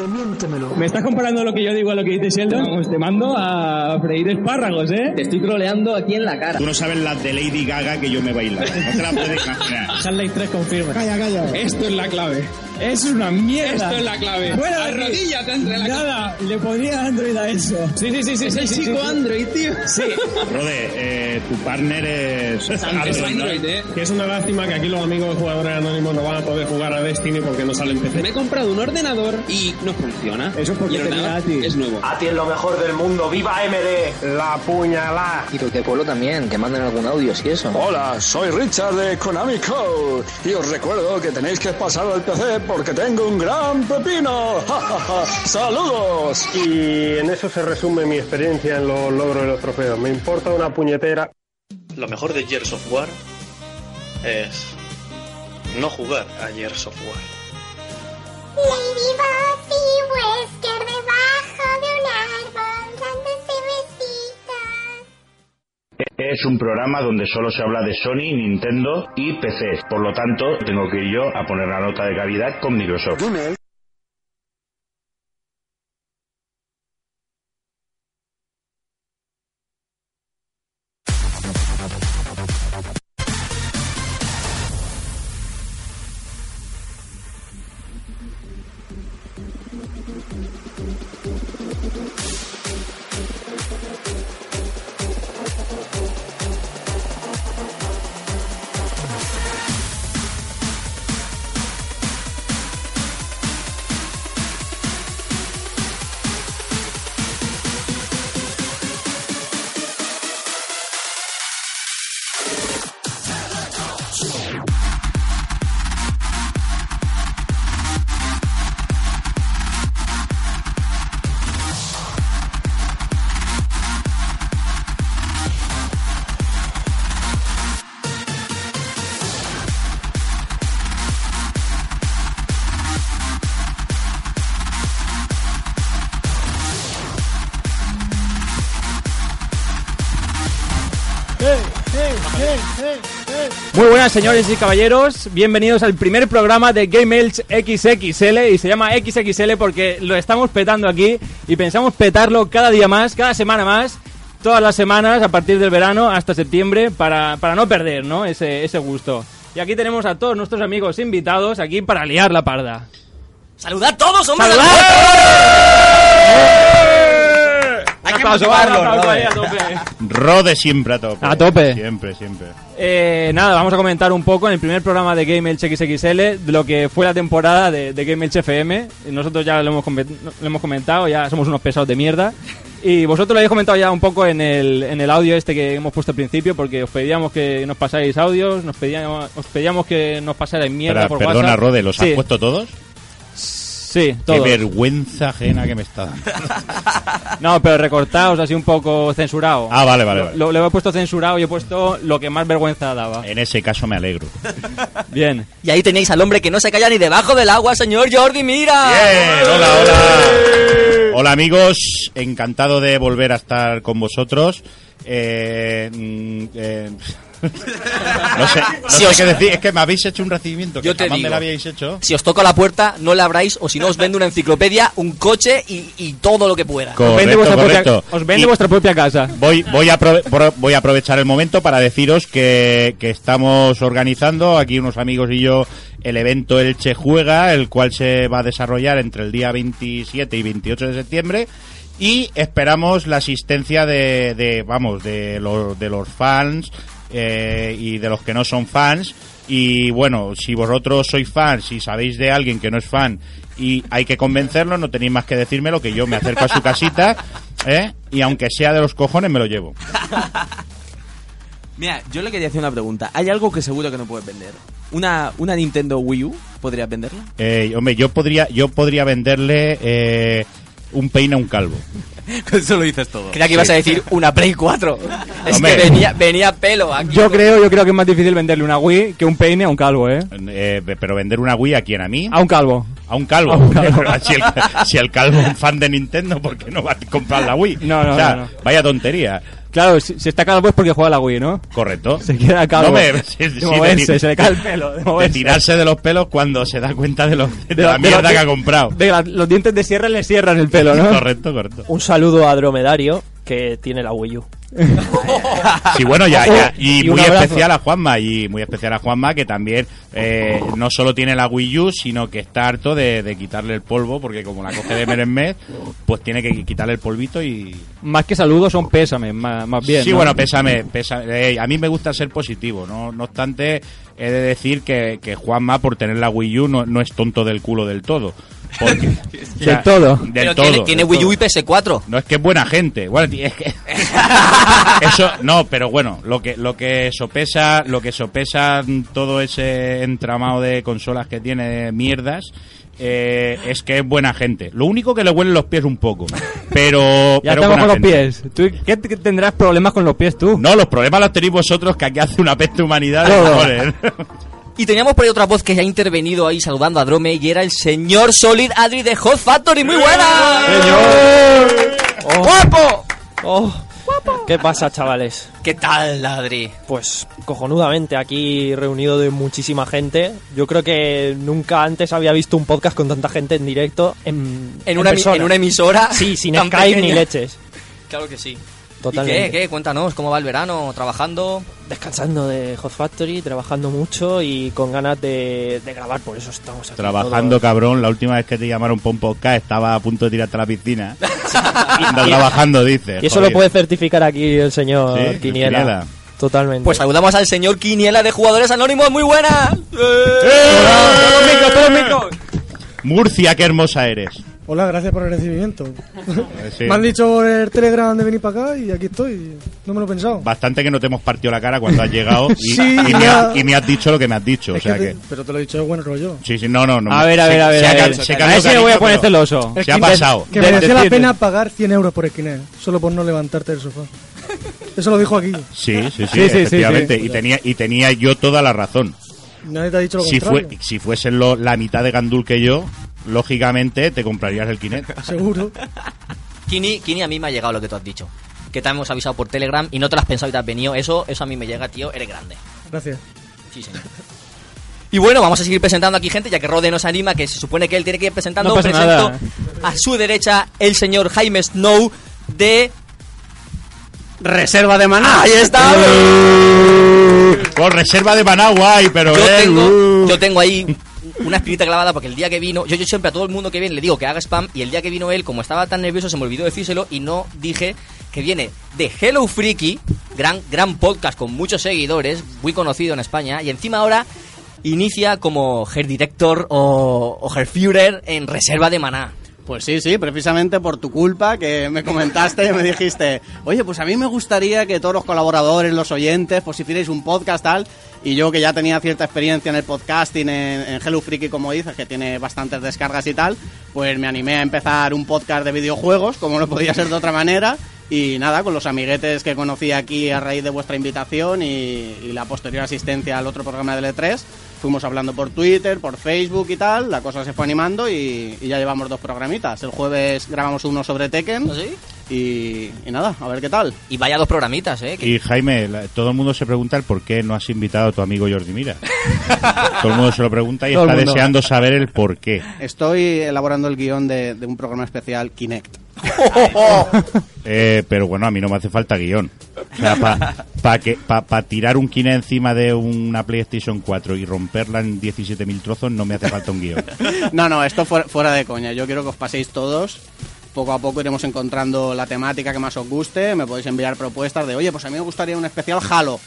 [SPEAKER 10] desmiéntemelo.
[SPEAKER 12] ¿Me estás comparando lo que yo digo a lo que dice Sheldon? Vamos, te mando a freír espárragos, ¿eh? Te estoy troleando aquí en la cara.
[SPEAKER 9] Tú no sabes las de Lady Gaga que yo me baila. No te las puedes imaginar.
[SPEAKER 12] Half-Life 3 confirma. Calla, calla. Esto es la clave. Es una mierda. Esto es la clave. Bueno, la rodilla te entre la Nada, le pondría Android a eso. Sí, sí, sí, sí. Es el chico Android, tío. Sí.
[SPEAKER 9] Rode, eh, tu partner es...
[SPEAKER 12] ¿eh?
[SPEAKER 11] Que es una lástima que aquí los amigos jugadores anónimos no van a poder jugar a Destiny porque no salen PC.
[SPEAKER 12] Me he comprado un ordenador y no funciona. Eso es porque es nuevo.
[SPEAKER 10] ATI es lo mejor del mundo, viva MD.
[SPEAKER 11] La puñalada.
[SPEAKER 10] Y los de pueblo también, que manden algún audio, si eso. Hola, soy Richard de Konami Code y os recuerdo que tenéis que pasar al PC porque tengo un gran pepino. ¡Ja, ja, ja! ¡Saludos!
[SPEAKER 11] Y en eso se resume mi experiencia en los logros y los trofeos. Me importa una puñetera.
[SPEAKER 9] Lo mejor de Gears of War es no jugar a Gears of War.
[SPEAKER 13] Ladybug y Wesker pues, debajo de un árbol dándose besitos.
[SPEAKER 9] Es un programa donde solo se habla de Sony, Nintendo y PC. Por lo tanto, tengo que ir yo a poner la nota de calidad con Microsoft.
[SPEAKER 3] Muy buenas señores y caballeros, bienvenidos al primer programa de Game Elch XXL y se llama XXL porque lo estamos petando aquí y pensamos petarlo cada día más, cada semana más, todas las semanas a partir del verano hasta septiembre para, para no perder ¿no? Ese, ese gusto. Y aquí tenemos a todos nuestros amigos invitados aquí para liar la parda.
[SPEAKER 2] ¡Saludad todos, hombre!
[SPEAKER 3] Hay que
[SPEAKER 10] motivarlos, Rode.
[SPEAKER 2] Eh.
[SPEAKER 9] Rode siempre a tope.
[SPEAKER 3] A tope.
[SPEAKER 9] Siempre, siempre.
[SPEAKER 3] Eh, nada, vamos a comentar un poco en el primer programa de Game Elche XXL de lo que fue la temporada de, de Game Elche FM. Nosotros ya lo hemos, comen- lo hemos comentado, ya somos unos pesados de mierda. Y vosotros lo habéis comentado ya un poco en el, en el audio este que hemos puesto al principio, porque os pedíamos que nos pasáis audios, nos pedíamos, os pedíamos que nos pasarais mierda
[SPEAKER 9] Espera,
[SPEAKER 3] por
[SPEAKER 9] perdona,
[SPEAKER 3] WhatsApp.
[SPEAKER 9] Rode, ¿los has
[SPEAKER 3] Sí.
[SPEAKER 9] puesto todos?
[SPEAKER 3] Sí, todos.
[SPEAKER 9] Qué vergüenza ajena que me está dando.
[SPEAKER 3] No, pero recortados, así un poco censurado.
[SPEAKER 9] Ah, vale, vale, vale.
[SPEAKER 3] Lo, lo he puesto censurado y he puesto lo que más vergüenza daba.
[SPEAKER 9] En ese caso me alegro.
[SPEAKER 3] Bien.
[SPEAKER 2] Y ahí tenéis al hombre que no se calla ni debajo del agua, señor Jordi, mira.
[SPEAKER 9] hola, hola. Hola amigos, encantado de volver a estar con vosotros. Eh, mm, eh, no sé, no
[SPEAKER 2] Si
[SPEAKER 9] sé
[SPEAKER 2] os-
[SPEAKER 9] qué decir, es que me habéis hecho un recibimiento que
[SPEAKER 2] Yo te
[SPEAKER 9] jamás
[SPEAKER 2] digo.
[SPEAKER 9] me lo habíais hecho.
[SPEAKER 2] Si os toca la puerta, no la abráis o si no os vende una enciclopedia, un coche y, y todo lo que pueda.
[SPEAKER 9] Correcto,
[SPEAKER 3] vende vuestra
[SPEAKER 9] correcto.
[SPEAKER 3] propia- os vende
[SPEAKER 9] Y-
[SPEAKER 3] vuestra propia casa.
[SPEAKER 9] Voy, voy, a aprove- pro- voy a aprovechar el momento para deciros que, que estamos organizando aquí unos amigos y yo el evento Elche Juega, el cual se va a desarrollar entre el día 27 y 28 de septiembre y esperamos la asistencia de, de, vamos, de los, de los fans eh, y de los que no son fans. Y bueno, si vosotros sois fans y sabéis de alguien que no es fan y hay que convencerlo, no tenéis más que decírmelo que yo me acerco a su casita ¿eh? y aunque sea de los cojones me lo llevo.
[SPEAKER 5] Mira, yo le quería hacer una pregunta. ¿Hay algo que seguro que no puedes vender? ¿Una, una Nintendo Wii U? ¿Podrías venderla?
[SPEAKER 9] Eh, hombre, yo podría, yo podría venderle eh, un peine a un calvo.
[SPEAKER 5] Eso lo dices todo.
[SPEAKER 2] Creía que ibas a decir una Play 4. Es
[SPEAKER 9] Hombre.
[SPEAKER 2] que venía, venía pelo aquí.
[SPEAKER 3] Yo creo, yo creo que es más difícil venderle una Wii que un peine a un calvo, ¿eh?
[SPEAKER 9] Eh, pero vender una Wii a quién, a mí.
[SPEAKER 3] A un calvo.
[SPEAKER 9] A un calvo.
[SPEAKER 3] A un calvo.
[SPEAKER 9] Pero si, el, si el calvo es un fan de Nintendo, ¿por qué no va a comprar la Wii?
[SPEAKER 3] No, no,
[SPEAKER 9] O sea,
[SPEAKER 3] no, no.
[SPEAKER 9] vaya tontería.
[SPEAKER 3] Claro, si, si está calvo es porque juega a la Wii, ¿no?
[SPEAKER 9] Correcto.
[SPEAKER 3] Se queda calvo.
[SPEAKER 9] No me- sí,
[SPEAKER 3] De
[SPEAKER 9] sí, de
[SPEAKER 3] moverse,
[SPEAKER 9] ti-
[SPEAKER 3] se le cae el pelo, de
[SPEAKER 9] de
[SPEAKER 3] moverse.
[SPEAKER 9] tirarse de los pelos cuando se da cuenta de, los, de
[SPEAKER 3] De
[SPEAKER 9] la,
[SPEAKER 3] la- de
[SPEAKER 9] mierda
[SPEAKER 3] la-
[SPEAKER 9] que ha comprado.
[SPEAKER 3] De la- los dientes de sierra le cierran el pelo, ¿no?
[SPEAKER 9] Correcto, correcto.
[SPEAKER 14] Un saludo a Dromedario, que tiene la Wii U.
[SPEAKER 9] Sí, bueno, ya, ya. Y,
[SPEAKER 14] Y un
[SPEAKER 9] muy
[SPEAKER 14] abrazo.
[SPEAKER 9] especial a Juanma, y muy especial a Juanma, que también eh, no solo tiene la Wii U, sino que está harto de, de quitarle el polvo, porque como la coge de mes en mes, pues tiene que quitarle el polvito y...
[SPEAKER 3] Más que saludos son pésames, más, más bien.
[SPEAKER 9] sí,
[SPEAKER 3] ¿no?
[SPEAKER 9] bueno, pésame, pésame. Eh, a mí me gusta ser positivo, no, no obstante, he de decir que, que Juanma, por tener la Wii U, no, no es tonto del culo del todo. Porque, o sea,
[SPEAKER 3] Del todo.
[SPEAKER 9] Del
[SPEAKER 2] Pero
[SPEAKER 9] todo.
[SPEAKER 2] tiene, tiene
[SPEAKER 9] del
[SPEAKER 2] Wii
[SPEAKER 9] todo.
[SPEAKER 2] U y PS4.
[SPEAKER 9] No, es que es buena gente. Bueno, tí- es que- Eso, no, pero bueno, lo que, lo que sopesa, lo que sopesa todo ese entramado de consolas que tiene mierdas, eh, es que es buena gente. Lo único que le huelen los pies un poco. Pero,
[SPEAKER 3] Ya
[SPEAKER 9] pero
[SPEAKER 3] estamos
[SPEAKER 9] buena
[SPEAKER 3] con los
[SPEAKER 9] gente.
[SPEAKER 3] pies. ¿Tú, ¿Qué qué tendrás problemas con los pies tú?
[SPEAKER 9] No, los problemas los tenéis vosotros, que aquí hace una peste humanidad.
[SPEAKER 3] Todo.
[SPEAKER 9] Joder.
[SPEAKER 2] Y teníamos por ahí otra voz que ya ha intervenido ahí saludando a Drome y era el señor Solid Adri de Hot Factory. ¡Muy buena!
[SPEAKER 14] Oh.
[SPEAKER 2] ¡Guapo!
[SPEAKER 14] ¿Qué pasa, chavales?
[SPEAKER 2] ¿Qué tal, Adri?
[SPEAKER 14] Pues cojonudamente, aquí reunido de muchísima gente. Yo creo que nunca antes había visto un podcast con tanta gente en directo. En,
[SPEAKER 2] En una emi-
[SPEAKER 14] persona.
[SPEAKER 2] en una emisora
[SPEAKER 14] Sí, sin
[SPEAKER 2] tan
[SPEAKER 14] Skype ni
[SPEAKER 2] pequeña.
[SPEAKER 14] leches.
[SPEAKER 2] Claro que sí.
[SPEAKER 14] Totalmente.
[SPEAKER 2] ¿Y qué? ¿Qué? Cuéntanos, ¿cómo va el verano? ¿Trabajando?
[SPEAKER 14] Descansando de Hot Factory, trabajando mucho y con ganas de, de grabar, por eso estamos aquí.
[SPEAKER 9] Trabajando, cabrón. La última vez que te llamaron para un podcast estaba a punto de tirarte a la piscina. Anda
[SPEAKER 14] Y-
[SPEAKER 9] trabajando, dice.
[SPEAKER 14] Y eso
[SPEAKER 9] joder.
[SPEAKER 14] lo puede certificar aquí el señor
[SPEAKER 9] Sí,
[SPEAKER 14] Quiniela.
[SPEAKER 9] Quiniela.
[SPEAKER 14] Totalmente.
[SPEAKER 2] Pues saludamos al señor Quiniela de Jugadores Anónimos. ¡Muy buena!
[SPEAKER 9] Murcia, qué hermosa eres. Eh,
[SPEAKER 15] Hola, gracias por el recibimiento.
[SPEAKER 9] Sí.
[SPEAKER 15] Me han dicho por el Telegram de venir para acá y aquí estoy. No me lo he pensado.
[SPEAKER 9] Bastante que no te hemos partido la cara cuando has llegado y,
[SPEAKER 15] Sí,
[SPEAKER 9] y me,
[SPEAKER 15] ya.
[SPEAKER 9] has, y me has dicho lo que me has dicho. O
[SPEAKER 15] Es que
[SPEAKER 9] sea
[SPEAKER 15] te-
[SPEAKER 9] que.
[SPEAKER 15] Pero te lo he dicho de buen rollo.
[SPEAKER 9] Sí, sí, no, no, no.
[SPEAKER 3] A ver, a
[SPEAKER 9] Se-
[SPEAKER 3] ver, a ver.
[SPEAKER 9] se ha
[SPEAKER 3] a
[SPEAKER 9] ca-
[SPEAKER 3] ver.
[SPEAKER 9] se
[SPEAKER 3] a
[SPEAKER 9] caló
[SPEAKER 3] ver si le voy a
[SPEAKER 9] Canito,
[SPEAKER 3] poner
[SPEAKER 9] pero
[SPEAKER 3] celoso.
[SPEAKER 9] Se ha pasado.
[SPEAKER 15] Que merecía la pena pagar 100 euros por Esquiner, solo por no levantarte del sofá. Eso lo dijo aquí.
[SPEAKER 9] Sí, sí, sí,
[SPEAKER 15] Sí, sí, sí,
[SPEAKER 9] efectivamente.
[SPEAKER 15] sí.
[SPEAKER 9] Y, tenía, y tenía yo toda la razón.
[SPEAKER 15] Nadie te ha dicho lo
[SPEAKER 9] Si, fue,
[SPEAKER 15] contrario.
[SPEAKER 9] si fuesen lo- la mitad de gandul que yo, lógicamente te comprarías el Kinect.
[SPEAKER 15] Seguro.
[SPEAKER 2] Kini, Kini, a mí me ha llegado lo que tú has dicho. que te hemos avisado por Telegram y no te lo has pensado y te has venido. Eso, eso a mí me llega, tío. Eres grande.
[SPEAKER 15] Gracias.
[SPEAKER 2] Sí, señor. Y bueno, vamos a seguir presentando aquí gente, ya que Rode nos anima, que se supone que él tiene que ir presentando.
[SPEAKER 6] No pasa
[SPEAKER 2] Presento
[SPEAKER 6] nada.
[SPEAKER 2] a su derecha el señor Jaime Snow de...
[SPEAKER 10] Reserva de maná.
[SPEAKER 2] ¡Ahí está!
[SPEAKER 9] Con Oh, reserva de Panaguay, pero
[SPEAKER 2] Yo
[SPEAKER 9] eh,
[SPEAKER 2] tengo,
[SPEAKER 9] uh.
[SPEAKER 2] yo tengo ahí una espinita clavada porque el día que vino, yo, yo siempre a todo el mundo que viene le digo que haga spam y el día que vino él, como estaba tan nervioso, se me olvidó decírselo y no dije que viene de Hello Freaky, gran, gran podcast con muchos seguidores, muy conocido en España, y encima ahora
[SPEAKER 10] Ah,
[SPEAKER 2] inicia como Herr Director o, o Herr Führer en Reserva de Maná.
[SPEAKER 10] Pues sí, sí, precisamente por tu culpa que me comentaste y me dijiste, oye, pues a mí me gustaría que todos los colaboradores, los oyentes, pues si hicierais un podcast tal, y yo que ya tenía cierta experiencia en el podcasting, en, en Hello Freaky, como dices, que tiene bastantes descargas y tal, pues me animé a empezar un podcast de videojuegos, como no podía ser de otra manera, y nada, con los amiguetes que conocí aquí a raíz de vuestra invitación y, y la posterior asistencia al otro programa del E3, fuimos hablando por Twitter, por Facebook y tal, la cosa se fue animando y, y ya llevamos dos programitas. El jueves grabamos uno sobre Tekken y, y nada, a ver qué tal.
[SPEAKER 2] ¿Ah, Y vaya dos programitas, ¿eh?
[SPEAKER 9] Y Jaime, la- todo el mundo se pregunta el por qué no has invitado a tu amigo Jordi Mira. todo el mundo se lo pregunta y
[SPEAKER 10] Todo el
[SPEAKER 9] está
[SPEAKER 10] mundo.
[SPEAKER 9] deseando saber el por qué.
[SPEAKER 10] Estoy elaborando el guión de, de un programa especial Kinect.
[SPEAKER 9] Eh, pero bueno, a mí no me hace falta guión. O sea, para que, pa- pa tirar un kine encima de una PlayStation 4 y romperla en 17.000 trozos no me hace falta un guión.
[SPEAKER 10] No, no, esto fuera, fuera de coña. Yo quiero que os paséis todos. Poco a poco iremos encontrando la temática que más os guste. Me podéis enviar propuestas de, oye, pues a mí me gustaría un especial Halo.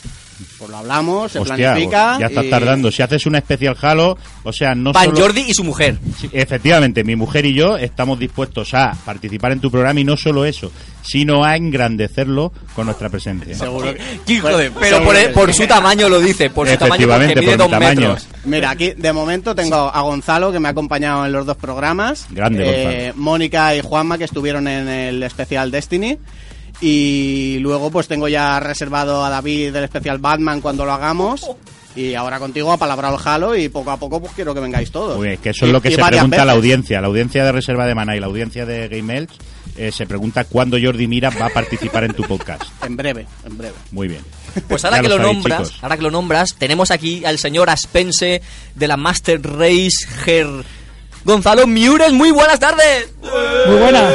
[SPEAKER 10] Pues lo hablamos, se
[SPEAKER 9] Hostia,
[SPEAKER 10] planifica.
[SPEAKER 9] ya estás
[SPEAKER 10] y-
[SPEAKER 9] tardando. Si haces un especial Halo, o sea, no
[SPEAKER 2] Van
[SPEAKER 9] solo-
[SPEAKER 2] Jordi y su mujer.
[SPEAKER 9] Sí, efectivamente, mi mujer y yo estamos dispuestos a participar en tu programa y no solo eso, sino a engrandecerlo con nuestra presencia.
[SPEAKER 10] Seguro
[SPEAKER 2] que-
[SPEAKER 10] Pues,
[SPEAKER 2] Pero por, el- por su tamaño
[SPEAKER 10] ah,
[SPEAKER 2] lo dice, por su tamaño porque
[SPEAKER 9] Efectivamente,
[SPEAKER 2] mide
[SPEAKER 9] por
[SPEAKER 2] dos
[SPEAKER 9] mi tamaño.
[SPEAKER 2] metros.
[SPEAKER 10] Mira, aquí de momento tengo a Gonzalo, que me ha acompañado en los dos programas.
[SPEAKER 9] Grande,
[SPEAKER 10] Eh, Mónica y Juanma, que estuvieron en el especial Destiny. Y luego, pues tengo ya reservado a David del especial Batman cuando lo hagamos. Y ahora contigo a palabra al Halo y poco a poco pues quiero que vengáis todos.
[SPEAKER 9] Muy bien, que eso es
[SPEAKER 10] Y-
[SPEAKER 9] lo que
[SPEAKER 10] y
[SPEAKER 9] se
[SPEAKER 10] varias
[SPEAKER 9] pregunta la
[SPEAKER 10] veces.
[SPEAKER 9] audiencia. La audiencia de Reserva de Maná y la audiencia de Game Elch, eh, se pregunta cuándo Jordi Mira va a participar en tu podcast.
[SPEAKER 10] En breve, en breve.
[SPEAKER 9] Muy bien.
[SPEAKER 2] Pues ahora
[SPEAKER 9] Ya
[SPEAKER 2] que lo
[SPEAKER 9] sabéis,
[SPEAKER 2] nombras,
[SPEAKER 9] chicos.
[SPEAKER 2] ahora que lo nombras, tenemos aquí al señor Aspense de la Master Race Ger Gonzalo Miures, muy buenas tardes.
[SPEAKER 16] Muy buenas.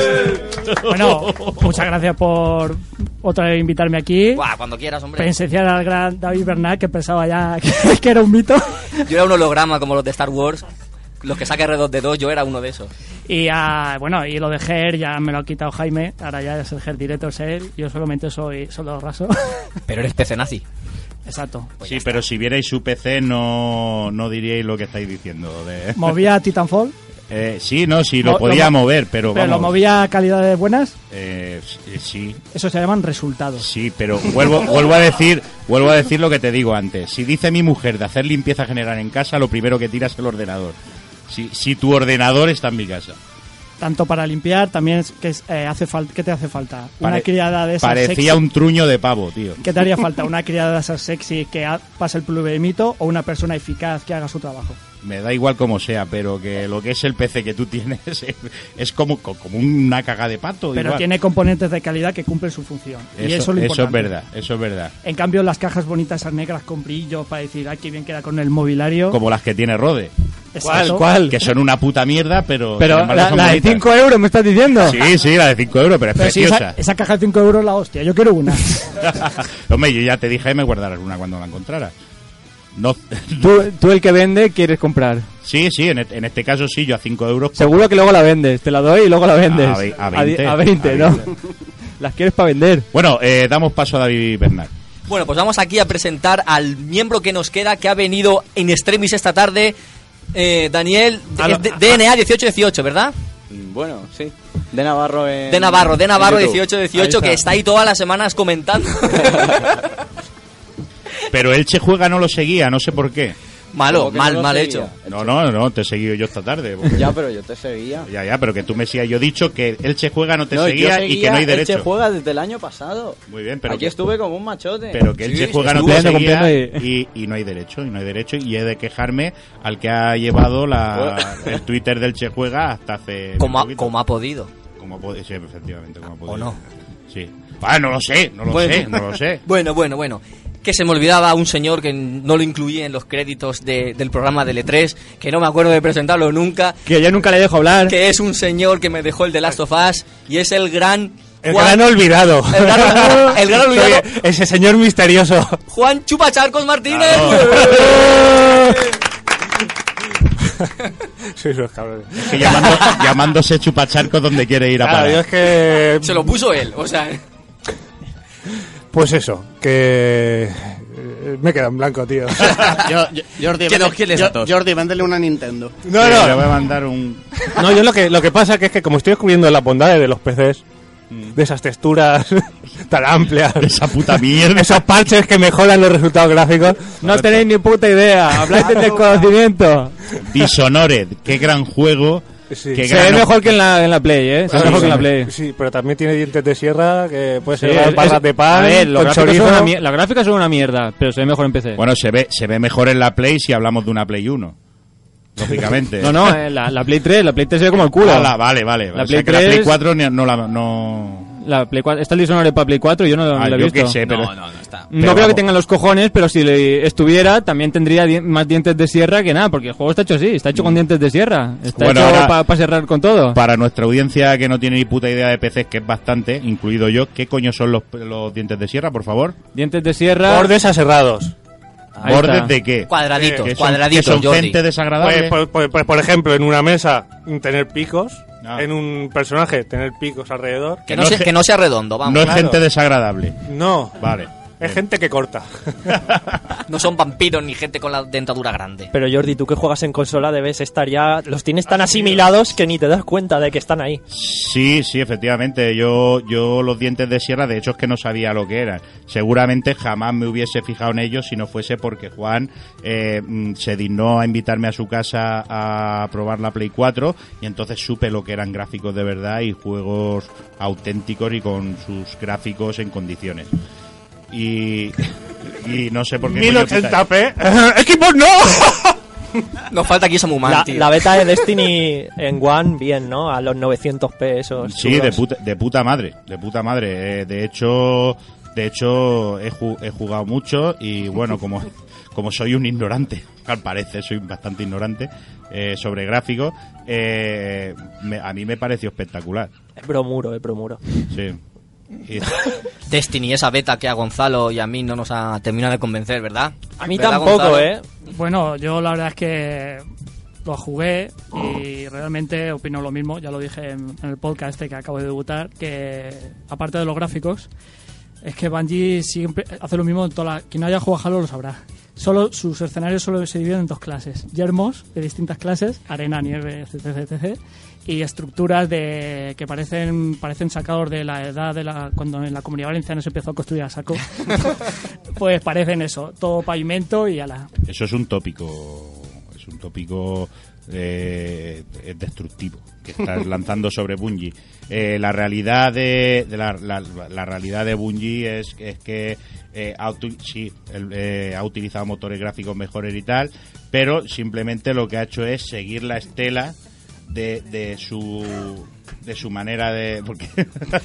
[SPEAKER 16] Bueno, muchas gracias por otra vez invitarme aquí.
[SPEAKER 2] Buah, cuando quieras, hombre.
[SPEAKER 16] Presenciar al gran David Bernal, que pensaba ya que, que era un mito.
[SPEAKER 2] Yo era un holograma como los de Star Wars, los que saca R2D2, yo era uno de esos.
[SPEAKER 16] Y ah, bueno, y lo de Ger ya me lo ha quitado Jaime. Ahora ya es el Ger directo, es él. Yo solamente soy solo raso.
[SPEAKER 2] Pero eres PC nazi. Pues
[SPEAKER 16] Exacto.
[SPEAKER 9] sí, pero si vierais su PC no, no diríais lo que estáis diciendo. de-
[SPEAKER 16] Movía Titanfall.
[SPEAKER 9] Eh, sí, no, sí, lo
[SPEAKER 16] Mo-
[SPEAKER 9] podía
[SPEAKER 16] mo-
[SPEAKER 9] mover, pero,
[SPEAKER 16] lo
[SPEAKER 9] vamos.
[SPEAKER 16] movía a calidades buenas.
[SPEAKER 9] eh, sí, sí,
[SPEAKER 16] Eso se llaman resultados.
[SPEAKER 9] Sí, pero vuelvo, vuelvo a decir, vuelvo a decir lo que te digo antes. Si dice mi mujer de hacer limpieza general en casa, lo primero que tiras es el ordenador. Si, si tu ordenador está en mi casa.
[SPEAKER 16] Tanto para limpiar, también es que es, eh, hace falta. ¿Qué te hace falta? Una
[SPEAKER 9] Pare-
[SPEAKER 16] criada de esas
[SPEAKER 9] Parecía
[SPEAKER 16] sexy.
[SPEAKER 9] un truño de pavo, tío.
[SPEAKER 16] ¿Qué te haría falta? ¿Una criada de esas sexy que ha- pase el pluvemito o una persona eficaz que haga su trabajo?
[SPEAKER 9] Me da igual como sea, pero que lo que es el PC que tú tienes es, es como, co- como una caga de pato.
[SPEAKER 16] Pero
[SPEAKER 9] Oh, igual.
[SPEAKER 16] tiene componentes de calidad que cumplen su función. y eso es lo
[SPEAKER 9] eso es
[SPEAKER 16] importante.
[SPEAKER 9] verdad, eso es verdad.
[SPEAKER 16] En cambio, las cajas bonitas esas negras con brillo para decir, ay, qué bien queda con el mobiliario.
[SPEAKER 9] Como las que tiene Rode.
[SPEAKER 16] Exacto. ¿Cuál, cuál?
[SPEAKER 9] Que son una puta mierda, pero.
[SPEAKER 16] Pero
[SPEAKER 9] sin embargo
[SPEAKER 16] la-
[SPEAKER 9] son
[SPEAKER 16] la de
[SPEAKER 9] bonitas.
[SPEAKER 16] cinco euros, ¿me estás diciendo?
[SPEAKER 9] Sí, sí, la de 5 euros, pero es
[SPEAKER 16] Pero si esa,
[SPEAKER 9] preciosa.
[SPEAKER 16] esa caja de 5 euros la hostia, yo quiero una.
[SPEAKER 9] Hombre, yo ya te dije que me guardaras una cuando la encontrara. No,
[SPEAKER 3] Tú, tú el que vende quieres comprar.
[SPEAKER 9] sí, sí, en, e- en este caso sí, yo a 5 euros.
[SPEAKER 3] Seguro que luego la vendes. Te la doy y luego la vendes.
[SPEAKER 9] A ve- a 20.
[SPEAKER 3] di- a 20,
[SPEAKER 9] A
[SPEAKER 3] ¿no? Las quieres para vender.
[SPEAKER 9] Bueno, eh, damos paso a David Bernal.
[SPEAKER 2] Bueno, pues vamos aquí a presentar al miembro que nos queda, que ha venido en extremis esta tarde, eh, Daniel,
[SPEAKER 17] A lo-
[SPEAKER 2] es D- DNA 1818, ¿verdad?
[SPEAKER 17] Mm, Bueno, sí. De Navarro en-
[SPEAKER 2] De Navarro, de Navarro
[SPEAKER 17] Eh, en YouTube.
[SPEAKER 2] 1818,
[SPEAKER 17] Ahí
[SPEAKER 2] que está ahí todas las semanas comentando.
[SPEAKER 9] Pero Elche juega no lo seguía, no sé por qué.
[SPEAKER 2] Malo, mal, mal hecho.
[SPEAKER 9] No, no, no, te he seguido yo esta tarde. porque-
[SPEAKER 17] Ya, pero yo te seguía.
[SPEAKER 9] ya, ya, pero que tú me sigas. Yo he dicho que Elche juega no te
[SPEAKER 17] No, yo
[SPEAKER 9] seguía, y que no hay
[SPEAKER 17] seguía Elche
[SPEAKER 9] derecho.
[SPEAKER 17] juega desde el año pasado.
[SPEAKER 9] Muy bien, pero
[SPEAKER 17] Aquí
[SPEAKER 9] que-
[SPEAKER 17] estuve como un machote.
[SPEAKER 9] Pero que Elche
[SPEAKER 17] Sí,
[SPEAKER 9] juega no te
[SPEAKER 17] estuve.
[SPEAKER 9] seguía y, y no hay derecho, y no hay derecho. Y he de quejarme al que ha llevado la, el Twitter del Che juega hasta hace.
[SPEAKER 2] Como ha, como ha podido.
[SPEAKER 9] Como ha podido, sí, efectivamente, como ha podido.
[SPEAKER 2] no.
[SPEAKER 9] Sí. Ah, no lo sé, no lo
[SPEAKER 2] Bueno.
[SPEAKER 9] sé, no lo sé.
[SPEAKER 2] Bueno, bueno, bueno. Que se me olvidaba un señor que no lo incluí en los créditos de- del programa de L3, que no me acuerdo de presentarlo nunca,
[SPEAKER 3] Que yo nunca le dejo hablar.
[SPEAKER 2] que es un señor que me dejó el de Last of Us y es el gran...
[SPEAKER 9] El
[SPEAKER 2] Juan,
[SPEAKER 9] gran olvidado.
[SPEAKER 2] El gran- el gran olvidado.
[SPEAKER 9] Soy Ese señor misterioso.
[SPEAKER 2] Juan Chupacharcos Martínez.
[SPEAKER 9] Sois los cabrones. Es que llamando- llamándose chupacharco donde quiere ir a
[SPEAKER 12] Claro,
[SPEAKER 9] parar.
[SPEAKER 12] yo es que-
[SPEAKER 2] Se lo puso él, o sea...
[SPEAKER 12] Pues eso, que eh, me queda en blanco, tío.
[SPEAKER 10] Yo- yo- Jordi,
[SPEAKER 12] Que
[SPEAKER 10] vende-
[SPEAKER 12] nos quieres
[SPEAKER 10] yo-
[SPEAKER 12] a todos.
[SPEAKER 10] Jordi, véndele una Nintendo.
[SPEAKER 12] No, no.
[SPEAKER 9] Le voy a mandar un...
[SPEAKER 12] No, yo lo que, lo que pasa que es que como estoy descubriendo las bondades de los PCs, de esas texturas tan amplias,
[SPEAKER 9] esa puta mierda,
[SPEAKER 12] esos parches que mejoran los resultados gráficos,
[SPEAKER 3] No tenéis ni puta idea. Habláis de desconocimiento.
[SPEAKER 9] Dishonored, qué gran juego. Qué
[SPEAKER 3] Se
[SPEAKER 9] gran-
[SPEAKER 3] ve mejor que en la, en la Play, ¿eh? Se ve
[SPEAKER 12] Sí,
[SPEAKER 3] mejor que en la
[SPEAKER 12] sí.
[SPEAKER 3] Play.
[SPEAKER 12] Sí, pero también tiene dientes de sierra que puede
[SPEAKER 3] Sí,
[SPEAKER 12] ser
[SPEAKER 3] es-
[SPEAKER 12] barras de pan,
[SPEAKER 3] a ver, los
[SPEAKER 12] con
[SPEAKER 3] gráficos son
[SPEAKER 12] chorizo.
[SPEAKER 3] una mier- las gráficas son una mierda, pero se ve mejor en PC.
[SPEAKER 9] Bueno, se ve, se ve mejor en la Play si hablamos de una Play 1. Lógicamente.
[SPEAKER 3] No, no, eh, la, la Play 3, la Play 3 se ve como el culo.
[SPEAKER 9] Ah, la- vale, vale.
[SPEAKER 3] La
[SPEAKER 9] O sea
[SPEAKER 3] Play
[SPEAKER 9] que la
[SPEAKER 3] 3,
[SPEAKER 9] Play 4 ni- no la... No...
[SPEAKER 3] la Play 4 está el Dishonored para Play 4 yo no
[SPEAKER 9] Ah,
[SPEAKER 3] no lo he
[SPEAKER 9] yo
[SPEAKER 3] visto.
[SPEAKER 9] qué sé, pero-
[SPEAKER 3] no,
[SPEAKER 9] No, no, no está.
[SPEAKER 3] No
[SPEAKER 9] Pero
[SPEAKER 3] creo que
[SPEAKER 9] vamos.
[SPEAKER 3] tenga los cojones, pero si le- estuviera también tendría di- más dientes de sierra que nada, porque el juego está hecho así, está hecho con dientes de sierra. Está
[SPEAKER 9] Mm. Bueno,
[SPEAKER 3] hecho
[SPEAKER 9] ahora-
[SPEAKER 3] para cerrar con todo.
[SPEAKER 9] Para nuestra audiencia que no tiene ni puta idea de PCs, que es bastante, incluido yo, ¿qué coño son los, los dientes de sierra, por favor?
[SPEAKER 3] Dientes de sierra.
[SPEAKER 12] Bordes aserrados.
[SPEAKER 9] Ahí ¿Bordes está. de qué? Cuadraditos,
[SPEAKER 12] Eh,
[SPEAKER 9] cuadraditos, Jordi.
[SPEAKER 12] Pues,
[SPEAKER 9] desagradable.
[SPEAKER 12] pues- pues- pues, por ejemplo, en una mesa mm, tener picos,
[SPEAKER 9] Ah.
[SPEAKER 12] en un personaje tener picos alrededor.
[SPEAKER 2] Que no Que no sea- se- que no sea redondo, vamos.
[SPEAKER 9] No es
[SPEAKER 12] pues, Claro.
[SPEAKER 9] gente desagradable.
[SPEAKER 12] No.
[SPEAKER 9] Vale.
[SPEAKER 12] Es gente que corta.
[SPEAKER 2] No son vampiros ni gente con la dentadura grande.
[SPEAKER 14] Pero Jordi, tú que juegas en consola debes estar ya... Los tienes tan asimilados que ni te das cuenta de que están ahí.
[SPEAKER 9] Sí, sí, efectivamente. Yo, yo los dientes de sierra, de hecho, es que no sabía lo que eran. Seguramente jamás me hubiese fijado en ellos si no fuese porque Juan eh, mm, se dignó a invitarme a su casa a probar la Play 4 y entonces supe lo que eran gráficos de verdad y juegos auténticos y con sus gráficos en condiciones. Y, y no sé por qué. coño quita-
[SPEAKER 12] 1080p. ¡Equipo no!
[SPEAKER 2] Nos falta aquí Samuman,
[SPEAKER 14] La,
[SPEAKER 2] tío.
[SPEAKER 14] la beta de Destiny en One, bien, ¿no? A los 900 pesos.
[SPEAKER 9] Sí, de puta, de puta madre, de puta madre. Eh, de hecho, de hecho he, ju- he jugado mucho y bueno, como, como soy un ignorante, al parecer soy bastante ignorante eh, sobre gráficos, eh, me- a mí me pareció espectacular.
[SPEAKER 14] Es bromuro, es bromuro.
[SPEAKER 9] Sí. Y-
[SPEAKER 2] Destiny, esa beta que a Gonzalo y a mí no nos ha terminado de convencer, ¿verdad?
[SPEAKER 14] A mí
[SPEAKER 2] ¿Verdad,
[SPEAKER 14] tampoco,
[SPEAKER 2] Gonzalo?
[SPEAKER 14] ¿eh?
[SPEAKER 16] Bueno, yo la verdad es que lo jugué y realmente opino lo mismo, ya lo dije en, en el podcast este que acabo de debutar, que aparte de los gráficos, es que Bungie siempre hace lo mismo en toda la... Quien no haya jugado a Halo lo sabrá. Solo, sus escenarios solo se dividen en dos clases, yermos de distintas clases, arena, nieve, etc, etc, etc, y estructuras de que parecen parecen sacados de la edad de la cuando en la comunidad valenciana se empezó a construir a saco. pues parecen eso, todo pavimento y ala.
[SPEAKER 9] Eso es un tópico, es un tópico eh, destructivo que estás lanzando sobre Bungie. Eh, la realidad de, de la, la- la realidad de Bungie es, es que eh, ha, utu- sí, el- eh, ha utilizado motores gráficos mejores y tal, pero simplemente lo que ha hecho es seguir la estela de, de su de su manera de porque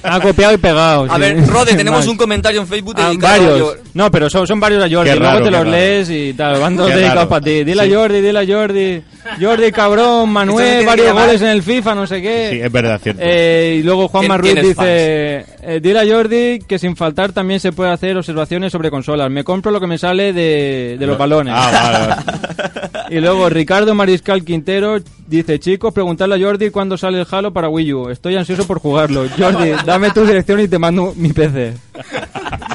[SPEAKER 3] Ha copiado y pegado.
[SPEAKER 2] A
[SPEAKER 3] sí.
[SPEAKER 2] ver, Rode, tenemos
[SPEAKER 3] Mal.
[SPEAKER 2] un comentario en Facebook
[SPEAKER 3] Ah,
[SPEAKER 2] dedicado
[SPEAKER 3] varios. No, pero son, son varios a Jordi.
[SPEAKER 9] Qué raro,
[SPEAKER 3] Luego te
[SPEAKER 9] qué
[SPEAKER 3] los
[SPEAKER 9] raro.
[SPEAKER 3] lees y tal. Van todos
[SPEAKER 9] Qué
[SPEAKER 3] dedicados
[SPEAKER 9] raro.
[SPEAKER 3] para ti. Dile a Jordi, dile a Jordi. Jordi, cabrón, Manuel,
[SPEAKER 9] tiene
[SPEAKER 3] varios
[SPEAKER 9] que llamar.
[SPEAKER 3] goles en el FIFA, no sé qué.
[SPEAKER 9] sí es verdad cierto
[SPEAKER 3] Eh, y luego Juan
[SPEAKER 9] ¿Quién
[SPEAKER 3] Marruiz
[SPEAKER 9] tienes
[SPEAKER 3] dice, eh, dile a Jordi que sin faltar también se puede hacer observaciones sobre consolas. Me compro lo que me sale de, de los
[SPEAKER 9] Lo-
[SPEAKER 3] balones.
[SPEAKER 9] Ah,
[SPEAKER 3] y luego Ricardo Mariscal Quintero dice, chicos, preguntarle a Jordi cuándo sale el Halo para Wii U. Estoy ansioso por jugarlo. Jordi, dame tu dirección y te mando mi PC.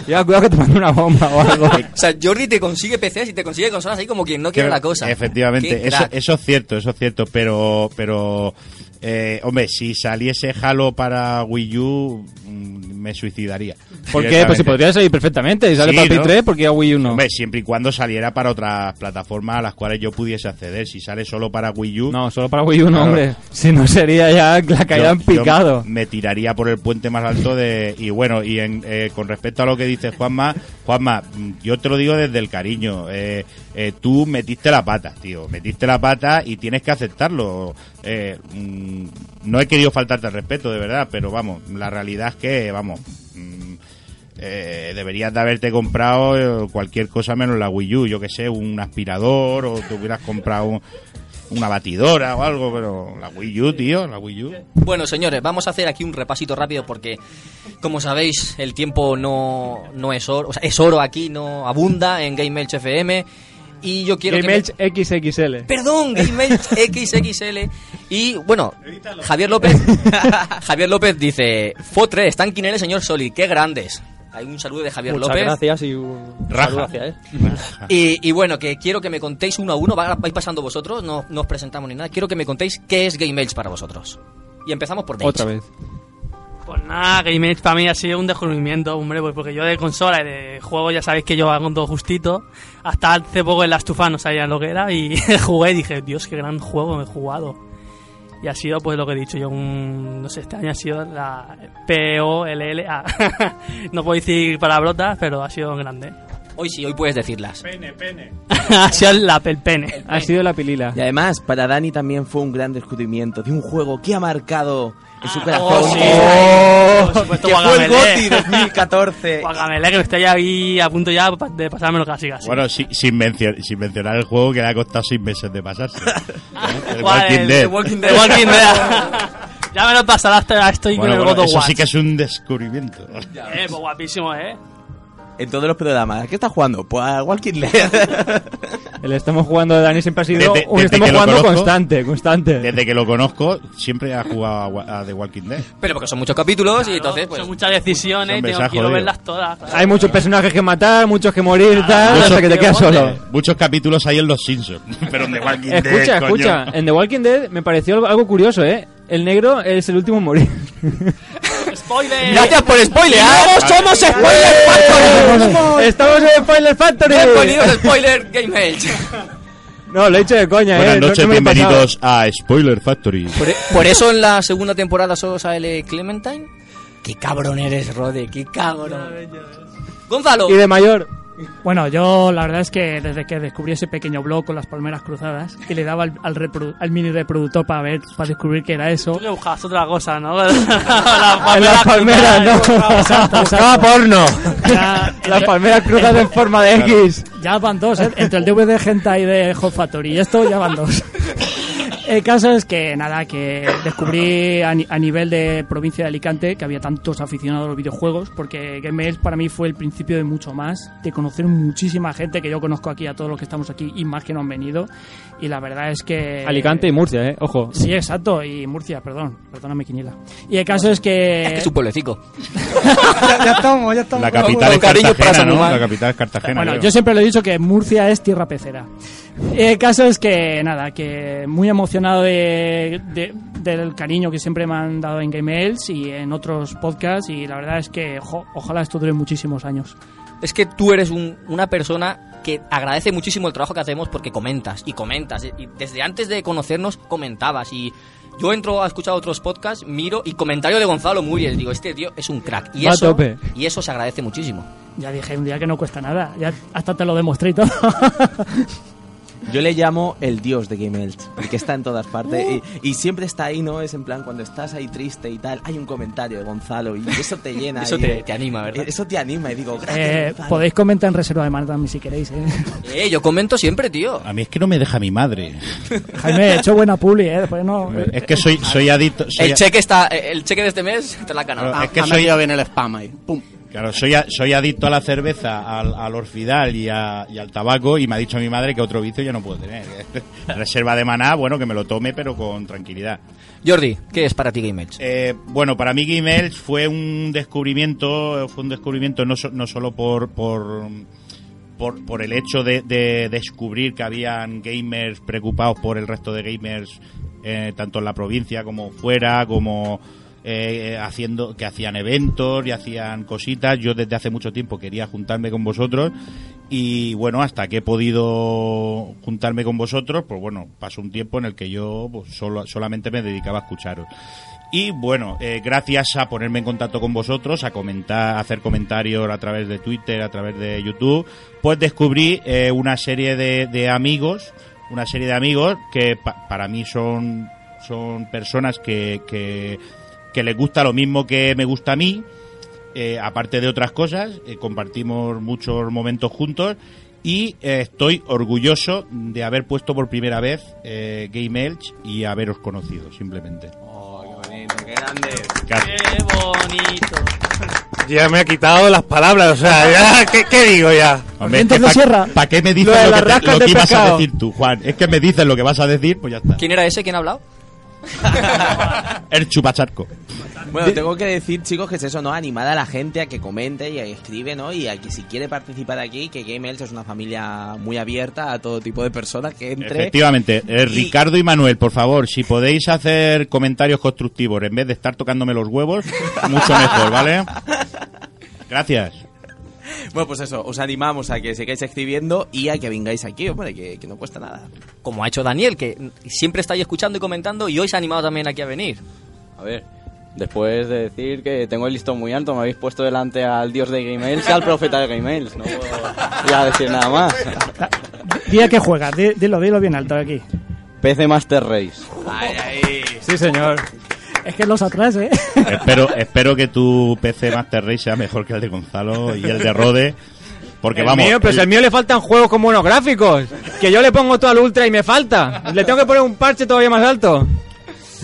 [SPEAKER 3] Ya, cuidado que te mando una bomba o algo.
[SPEAKER 2] O sea, Jordi te consigue PCs y te consigue consolas ahí como quien no quiere
[SPEAKER 9] Creo-
[SPEAKER 2] la cosa.
[SPEAKER 9] Efectivamente,
[SPEAKER 2] Qué
[SPEAKER 9] eso,
[SPEAKER 2] crack.
[SPEAKER 9] eso es cierto, eso es cierto, pero, pero eh, hombre, si saliese Halo para Wii U, mm, me suicidaría.
[SPEAKER 3] ¿Por qué? Pues si podría salir perfectamente. Y sale
[SPEAKER 9] Sí,
[SPEAKER 3] para Play
[SPEAKER 9] ¿no?
[SPEAKER 3] 3, ¿por qué a Wii U no?
[SPEAKER 9] Hombre, siempre y cuando saliera para otras plataformas a las cuales yo pudiese acceder. Si sale solo para Wii U...
[SPEAKER 3] No, solo para Wii U no,
[SPEAKER 9] Claro.
[SPEAKER 3] hombre. Si no sería ya la caída
[SPEAKER 9] Yo-
[SPEAKER 3] en
[SPEAKER 9] yo
[SPEAKER 3] picado.
[SPEAKER 9] me tiraría por el puente más alto de y bueno y en, eh, con respecto a lo que dice Juanma Juanma mm, yo te lo digo desde el cariño eh, eh, tú metiste la pata tío metiste la pata y tienes que aceptarlo Eh, mm, no he querido faltarte al respeto de verdad pero vamos la realidad es que vamos mm, eh, deberías de haberte comprado eh, cualquier cosa menos la Wii U, yo que sé, un aspirador o te hubieras comprado un- una batidora o algo, pero la Wii U, tío, la Wii U.
[SPEAKER 2] Bueno, señores, vamos a hacer aquí un repasito rápido porque, como sabéis, el tiempo no, no es oro. O sea, es oro aquí, no abunda en Game Elch FM. Y yo quiero que... me-
[SPEAKER 3] GameEdge XXL.
[SPEAKER 2] Perdón, Game Elch XXL. Y, bueno, Javier López Javier López dice... Fotre, están en el señor Soli. ¡Qué grandes! Hay un saludo de Javier
[SPEAKER 14] Muchas
[SPEAKER 2] López.
[SPEAKER 14] gracias y un
[SPEAKER 2] Raja.
[SPEAKER 14] saludo hacia él.
[SPEAKER 2] Y, y bueno, que quiero que me contéis uno a uno, va- vais pasando vosotros, no, no os presentamos ni nada. Quiero que me contéis qué es Game Elch para vosotros. Y empezamos por Dage.
[SPEAKER 3] Otra vez.
[SPEAKER 4] Pues nada, Game Edge para mí ha sido un descubrimiento, hombre, pues porque yo de consola y de juego ya sabéis que yo hago todo justito. Hasta hace poco en la estufa no sabía lo que era y jugué y dije, Dios, qué gran juego me he jugado. Y ha sido, pues lo que he dicho yo, un, no sé, este año ha sido la P-O-L-L-A. ah, no puedo decir palabrotas, pero ha sido grande.
[SPEAKER 2] Hoy sí, hoy puedes decirlas.
[SPEAKER 4] Pene, pene. ha sido la, el pene.
[SPEAKER 3] Ha sido la pilila.
[SPEAKER 5] Y además, para Dani también fue un gran descubrimiento de un juego que ha marcado en
[SPEAKER 2] Ah,
[SPEAKER 5] su corazón.
[SPEAKER 4] oh, sí.
[SPEAKER 5] ¡Oh!
[SPEAKER 4] Por supuesto,
[SPEAKER 5] que fue el
[SPEAKER 4] Guacamelee.
[SPEAKER 5] GOTY 2014.
[SPEAKER 4] Guacamelee, que estoy ahí a punto ya de pasármelo casi casi.
[SPEAKER 9] Bueno, si- sin, mencio- sin mencionar el juego que le ha costado seis meses de pasarse. ¿Eh? el
[SPEAKER 4] ¿Cuál?
[SPEAKER 9] Walking
[SPEAKER 4] El
[SPEAKER 9] Dead.
[SPEAKER 4] de Walking Dead. Walking Dead. ya me lo pasarás, te- estoy
[SPEAKER 9] Bueno,
[SPEAKER 4] con el
[SPEAKER 9] bueno,
[SPEAKER 4] voto
[SPEAKER 9] eso sí
[SPEAKER 4] guay.
[SPEAKER 9] que es un descubrimiento.
[SPEAKER 4] Eh, pues guapísimo, eh.
[SPEAKER 5] En todos los programas. ¿A ¿Qué estás jugando? Pues a Walking Dead.
[SPEAKER 3] El estamos jugando de Dani siempre ha sido
[SPEAKER 9] Desde-
[SPEAKER 3] un
[SPEAKER 9] desde
[SPEAKER 3] estamos
[SPEAKER 9] que lo
[SPEAKER 3] jugando
[SPEAKER 9] conozco.
[SPEAKER 3] constante, constante.
[SPEAKER 9] Desde que lo conozco, siempre ha jugado a, Wa- a The Walking Dead.
[SPEAKER 2] Pero porque son muchos capítulos y entonces pues...
[SPEAKER 4] Son muchas decisiones,
[SPEAKER 9] Hombre,
[SPEAKER 4] tengo,
[SPEAKER 9] se ha
[SPEAKER 4] quiero
[SPEAKER 9] jodido.
[SPEAKER 4] verlas todas.
[SPEAKER 3] Hay muchos personajes que matar, muchos que morir,
[SPEAKER 9] Ah,
[SPEAKER 3] tal, hasta que te quedas solo.
[SPEAKER 9] Muchos capítulos hay en Los Simpsons, pero en The Walking Dead,
[SPEAKER 3] Escucha,
[SPEAKER 9] coño.
[SPEAKER 3] escucha, en The Walking Dead me pareció algo curioso, ¿eh? El negro es el último en morir.
[SPEAKER 4] ¡Spoiler!
[SPEAKER 3] Gracias por ¿eh? spoilear.
[SPEAKER 2] ¡Todos somos
[SPEAKER 3] Spoiler Factory! ¡Estamos en Spoiler Factory!
[SPEAKER 2] Bienvenidos a Spoiler Game Elch.
[SPEAKER 3] No, lo he hecho de coña,
[SPEAKER 9] Buenas
[SPEAKER 3] ¿eh? No-
[SPEAKER 9] noches,
[SPEAKER 3] no me he
[SPEAKER 9] bienvenidos a Spoiler Factory.
[SPEAKER 2] Por, e- por eso en la segunda temporada solo sale Clementine. ¡Qué cabrón eres, Rode! ¡Qué cabrón! ¡Gonzalo!
[SPEAKER 3] mayor?
[SPEAKER 16] Bueno, yo la verdad es que desde que descubrí ese pequeño blog con las palmeras cruzadas, que le daba al, al reprodu- al mini reproductor para ver, para descubrir qué era eso.
[SPEAKER 4] Tú que buscabas otra cosa, ¿no? la
[SPEAKER 3] las palmeras, no.
[SPEAKER 16] Exacto,
[SPEAKER 3] Buscaba
[SPEAKER 16] exacto.
[SPEAKER 3] porno.
[SPEAKER 16] Ya-
[SPEAKER 3] Las palmeras cruzadas en forma de X.
[SPEAKER 16] Ya van dos, ¿eh? entre el DVD Hentai de Hot Factory y esto ya van dos. El caso es que nada, que descubrí a, ni- a nivel de provincia de Alicante que había tantos aficionados a los videojuegos, porque GameMail para mí fue el principio de mucho más, de conocer muchísima gente que yo conozco aquí, a todos los que estamos aquí y más que no han venido. Y la verdad es que...
[SPEAKER 3] Alicante y Murcia, ¿eh? Ojo.
[SPEAKER 16] Sí, exacto, y Murcia, perdón, perdóname Quiniela. Y el caso es que...
[SPEAKER 2] Es que es un pueblecico.
[SPEAKER 15] ya estamos, ya estamos.
[SPEAKER 9] La capital es Cartagena, ¿no? La capital es Cartagena.
[SPEAKER 16] Bueno,
[SPEAKER 9] creo.
[SPEAKER 16] yo siempre lo he dicho que Murcia es tierra pecera. Eh, El caso es que, nada, que muy emocionado de, de- del cariño que siempre me han dado en GameEls y en otros podcasts y la verdad es que jo, ojalá esto dure muchísimos años.
[SPEAKER 2] Es que tú eres un- una persona que agradece muchísimo el trabajo que hacemos porque comentas y comentas. Y y desde antes de conocernos comentabas. Y yo entro a escuchar otros podcasts, miro y comentario de Gonzalo Muriel. Digo, este tío es un crack. Y,
[SPEAKER 16] Va a
[SPEAKER 2] eso,
[SPEAKER 16] tope.
[SPEAKER 2] y eso se agradece muchísimo.
[SPEAKER 16] Ya dije un día que no cuesta nada, ya hasta te lo demostré y todo.
[SPEAKER 5] Yo le llamo el dios de Game Elch, porque está en todas partes
[SPEAKER 2] Uh.
[SPEAKER 5] y, y siempre está ahí, ¿no? Es en plan, cuando estás ahí triste y tal, hay un comentario de Gonzalo y eso te llena.
[SPEAKER 2] Eso
[SPEAKER 5] y-
[SPEAKER 2] te- te anima, ¿verdad?
[SPEAKER 5] Eso te anima y digo, gracias,
[SPEAKER 16] Eh,
[SPEAKER 5] Gonzalo.
[SPEAKER 16] podéis comentar en reserva de mano también si queréis. ¿eh?
[SPEAKER 2] Eh, yo comento siempre, tío.
[SPEAKER 9] A mí es que no me deja mi madre.
[SPEAKER 16] Jaime, he hecho buena publi, ¿eh? Después no...
[SPEAKER 9] Es que soy, soy adicto. soy
[SPEAKER 2] El
[SPEAKER 9] a-
[SPEAKER 2] cheque está, el cheque de este mes te la han ganado.
[SPEAKER 9] Claro, es que soy,
[SPEAKER 10] bien el spam ahí.
[SPEAKER 9] Claro, soy, a- soy adicto a la cerveza, al, al orfidal y, a- y al tabaco y me ha dicho mi madre que otro vicio ya no puedo tener. Reserva de maná, bueno, que me lo tome pero con tranquilidad.
[SPEAKER 2] Jordi, ¿qué es para ti Game Edge?
[SPEAKER 9] Eh, bueno, para mí Game Elch fue un descubrimiento, fue un descubrimiento no, so- no solo por, por, por, por el hecho de, de descubrir que habían gamers preocupados por el resto de gamers, eh, tanto en la provincia como fuera, como eh, haciendo que hacían eventos y hacían cositas. Yo desde hace mucho tiempo quería juntarme con vosotros y bueno, hasta que he podido juntarme con vosotros, pues bueno, pasó un tiempo en el que yo pues, solo, solamente me dedicaba a escucharos. Y bueno, eh, gracias a ponerme en contacto con vosotros, a comentar, a hacer comentarios a través de Twitter, a través de YouTube, pues descubrí eh, una serie de, de amigos, una serie de amigos que pa- para mí son, son personas que, que, que les gusta lo mismo que me gusta a mí, eh, aparte de otras cosas, eh, compartimos muchos momentos juntos y eh, estoy orgulloso de haber puesto por primera vez eh, Game Elch y haberos conocido, simplemente.
[SPEAKER 5] Qué grande.
[SPEAKER 9] Gracias.
[SPEAKER 4] Qué bonito.
[SPEAKER 12] Ya me ha quitado las palabras, o sea, ya, ¿qué, qué digo ya?
[SPEAKER 9] ¿Para qué me dices
[SPEAKER 12] Lo de
[SPEAKER 9] lo,
[SPEAKER 12] las
[SPEAKER 9] que, te-
[SPEAKER 12] rascas
[SPEAKER 9] lo
[SPEAKER 12] de
[SPEAKER 9] que ibas a
[SPEAKER 12] pescado.
[SPEAKER 9] decir tú, Juan? Es que me dices lo que vas a decir, pues ya está.
[SPEAKER 2] ¿Quién era ese? ¿Quién ha hablado?
[SPEAKER 9] El chupacharco.
[SPEAKER 5] Bueno, tengo que decir, chicos, que es eso, ¿no? Animar a la gente a que comente y a que escribe, ¿no? Y a que si quiere participar aquí, que Game Elch es una familia muy abierta a todo tipo de personas que entre.
[SPEAKER 9] Efectivamente. Eh, Ricardo y Manuel, por favor, si podéis hacer comentarios constructivos en vez de estar tocándome los huevos, mucho mejor, ¿vale? Gracias.
[SPEAKER 5] Bueno, pues eso, os animamos a que sigáis escribiendo y a que vengáis aquí, hombre, que, que no cuesta nada.
[SPEAKER 2] Como ha hecho Daniel, que siempre está ahí escuchando y comentando y hoy se ha animado también aquí a venir.
[SPEAKER 17] A ver, después de decir que tengo el listón muy alto, me habéis puesto delante al dios de Gmails y al profeta de Gmails. No puedo ya decir nada más.
[SPEAKER 18] Día que juegas, di- dilo, dilo bien alto aquí.
[SPEAKER 17] PC Master Race.
[SPEAKER 3] Sí, señor.
[SPEAKER 18] Es que los atrás, ¿eh?
[SPEAKER 9] Espero, espero que tu PC Master Race sea mejor que el de Gonzalo y el de Rode. Porque
[SPEAKER 3] el
[SPEAKER 9] vamos.
[SPEAKER 3] mío, pero si al mío le faltan juegos con buenos gráficos. Que yo le pongo todo al ultra y me falta. Le tengo que poner un parche todavía más alto.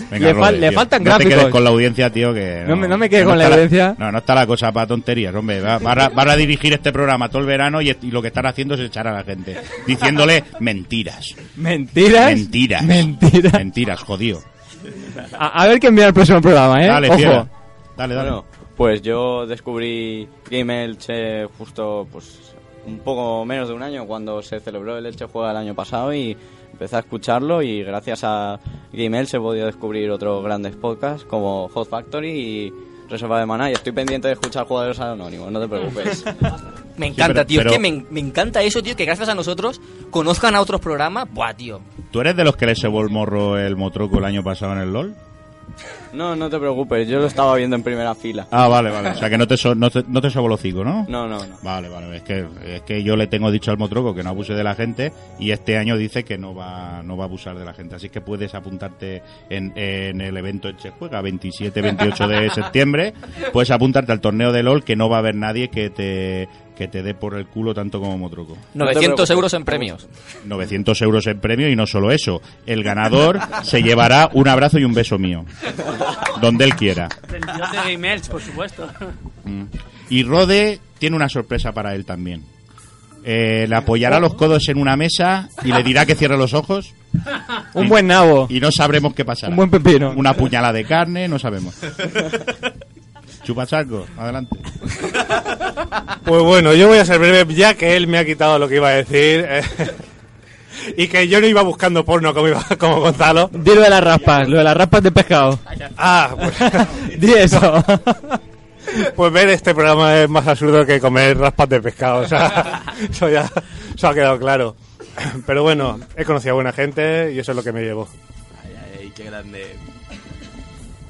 [SPEAKER 9] Venga,
[SPEAKER 3] le fal-
[SPEAKER 9] Rode,
[SPEAKER 3] le
[SPEAKER 9] tío,
[SPEAKER 3] faltan
[SPEAKER 9] no te
[SPEAKER 3] gráficos.
[SPEAKER 9] quedes con la audiencia, tío. Que
[SPEAKER 3] No me- no me quedes
[SPEAKER 9] que
[SPEAKER 3] con la
[SPEAKER 9] está
[SPEAKER 3] audiencia.
[SPEAKER 9] No, no está la cosa para tonterías, hombre. Va- Van a, van a dirigir este programa todo el verano y, y lo que están haciendo es echar a la gente. Diciéndole mentiras.
[SPEAKER 3] ¿Mentiras?
[SPEAKER 9] Mentiras.
[SPEAKER 3] Mentiras.
[SPEAKER 9] Mentiras, jodido.
[SPEAKER 3] A, a ver qué envía el próximo programa, ¿eh?
[SPEAKER 9] Dale,
[SPEAKER 3] Ojo.
[SPEAKER 9] fiera. Dale, dale.
[SPEAKER 17] Bueno, pues yo descubrí Game Elche justo pues un poco menos de un año cuando se celebró el Elche Juega el año pasado y empecé a escucharlo y gracias a Game Elche he podido descubrir otros grandes podcasts como Hot Factory y Reserva de Maná y estoy pendiente de escuchar Jugadores Anónimos, no te preocupes.
[SPEAKER 2] Me encanta,
[SPEAKER 17] Sí, pero-
[SPEAKER 2] tío. Es
[SPEAKER 17] pero-
[SPEAKER 2] que me, me encanta eso, tío, que gracias a nosotros conozcan a otros programas. Buah, tío.
[SPEAKER 9] ¿Tú eres de los que le cebó el morro el motroco el año pasado en el LOL?
[SPEAKER 17] No, no te preocupes, yo lo estaba viendo en primera fila.
[SPEAKER 9] Ah, vale, vale. O sea, que no te, so- no te, no te sobó el hocico, ¿no?
[SPEAKER 17] No, no, no.
[SPEAKER 9] Vale, vale. Es que, es que yo le tengo dicho al Motroco que no abuse de la gente y este año dice que no va, no va a abusar de la gente. Así que puedes apuntarte en, en el evento en Chejuega, 27-28 de septiembre. Puedes apuntarte al torneo de LOL que no va a haber nadie que te, que te dé por el culo tanto como Motroco.
[SPEAKER 2] 900 euros en premios.
[SPEAKER 9] 900 euros en premio y no solo eso. El ganador se llevará un abrazo y un beso mío. Donde él quiera.
[SPEAKER 4] Del dios de Game Elch, por supuesto.
[SPEAKER 9] Mm. Y Rode tiene una sorpresa para él también. Eh, le apoyará los codos en una mesa y le dirá que cierre los ojos.
[SPEAKER 5] Ah.
[SPEAKER 3] Un buen nabo.
[SPEAKER 9] Y no sabremos qué pasará.
[SPEAKER 3] Un buen pepino.
[SPEAKER 9] Una puñalada de carne, no sabemos. Chupacharco, adelante.
[SPEAKER 12] Pues bueno, yo voy a ser breve ya que él me ha quitado lo que iba a decir. eh, y que yo no iba buscando porno como, iba- como Gonzalo.
[SPEAKER 3] Dilo de las raspas, lo de las raspas de pescado.
[SPEAKER 12] Ah, pues...
[SPEAKER 3] Di eso.
[SPEAKER 12] Pues ver este programa es más absurdo que comer raspas de pescado. O sea, eso ya eso ha quedado claro. Pero bueno, he conocido a buena gente y eso es lo que me llevo.
[SPEAKER 5] Ay, qué grande.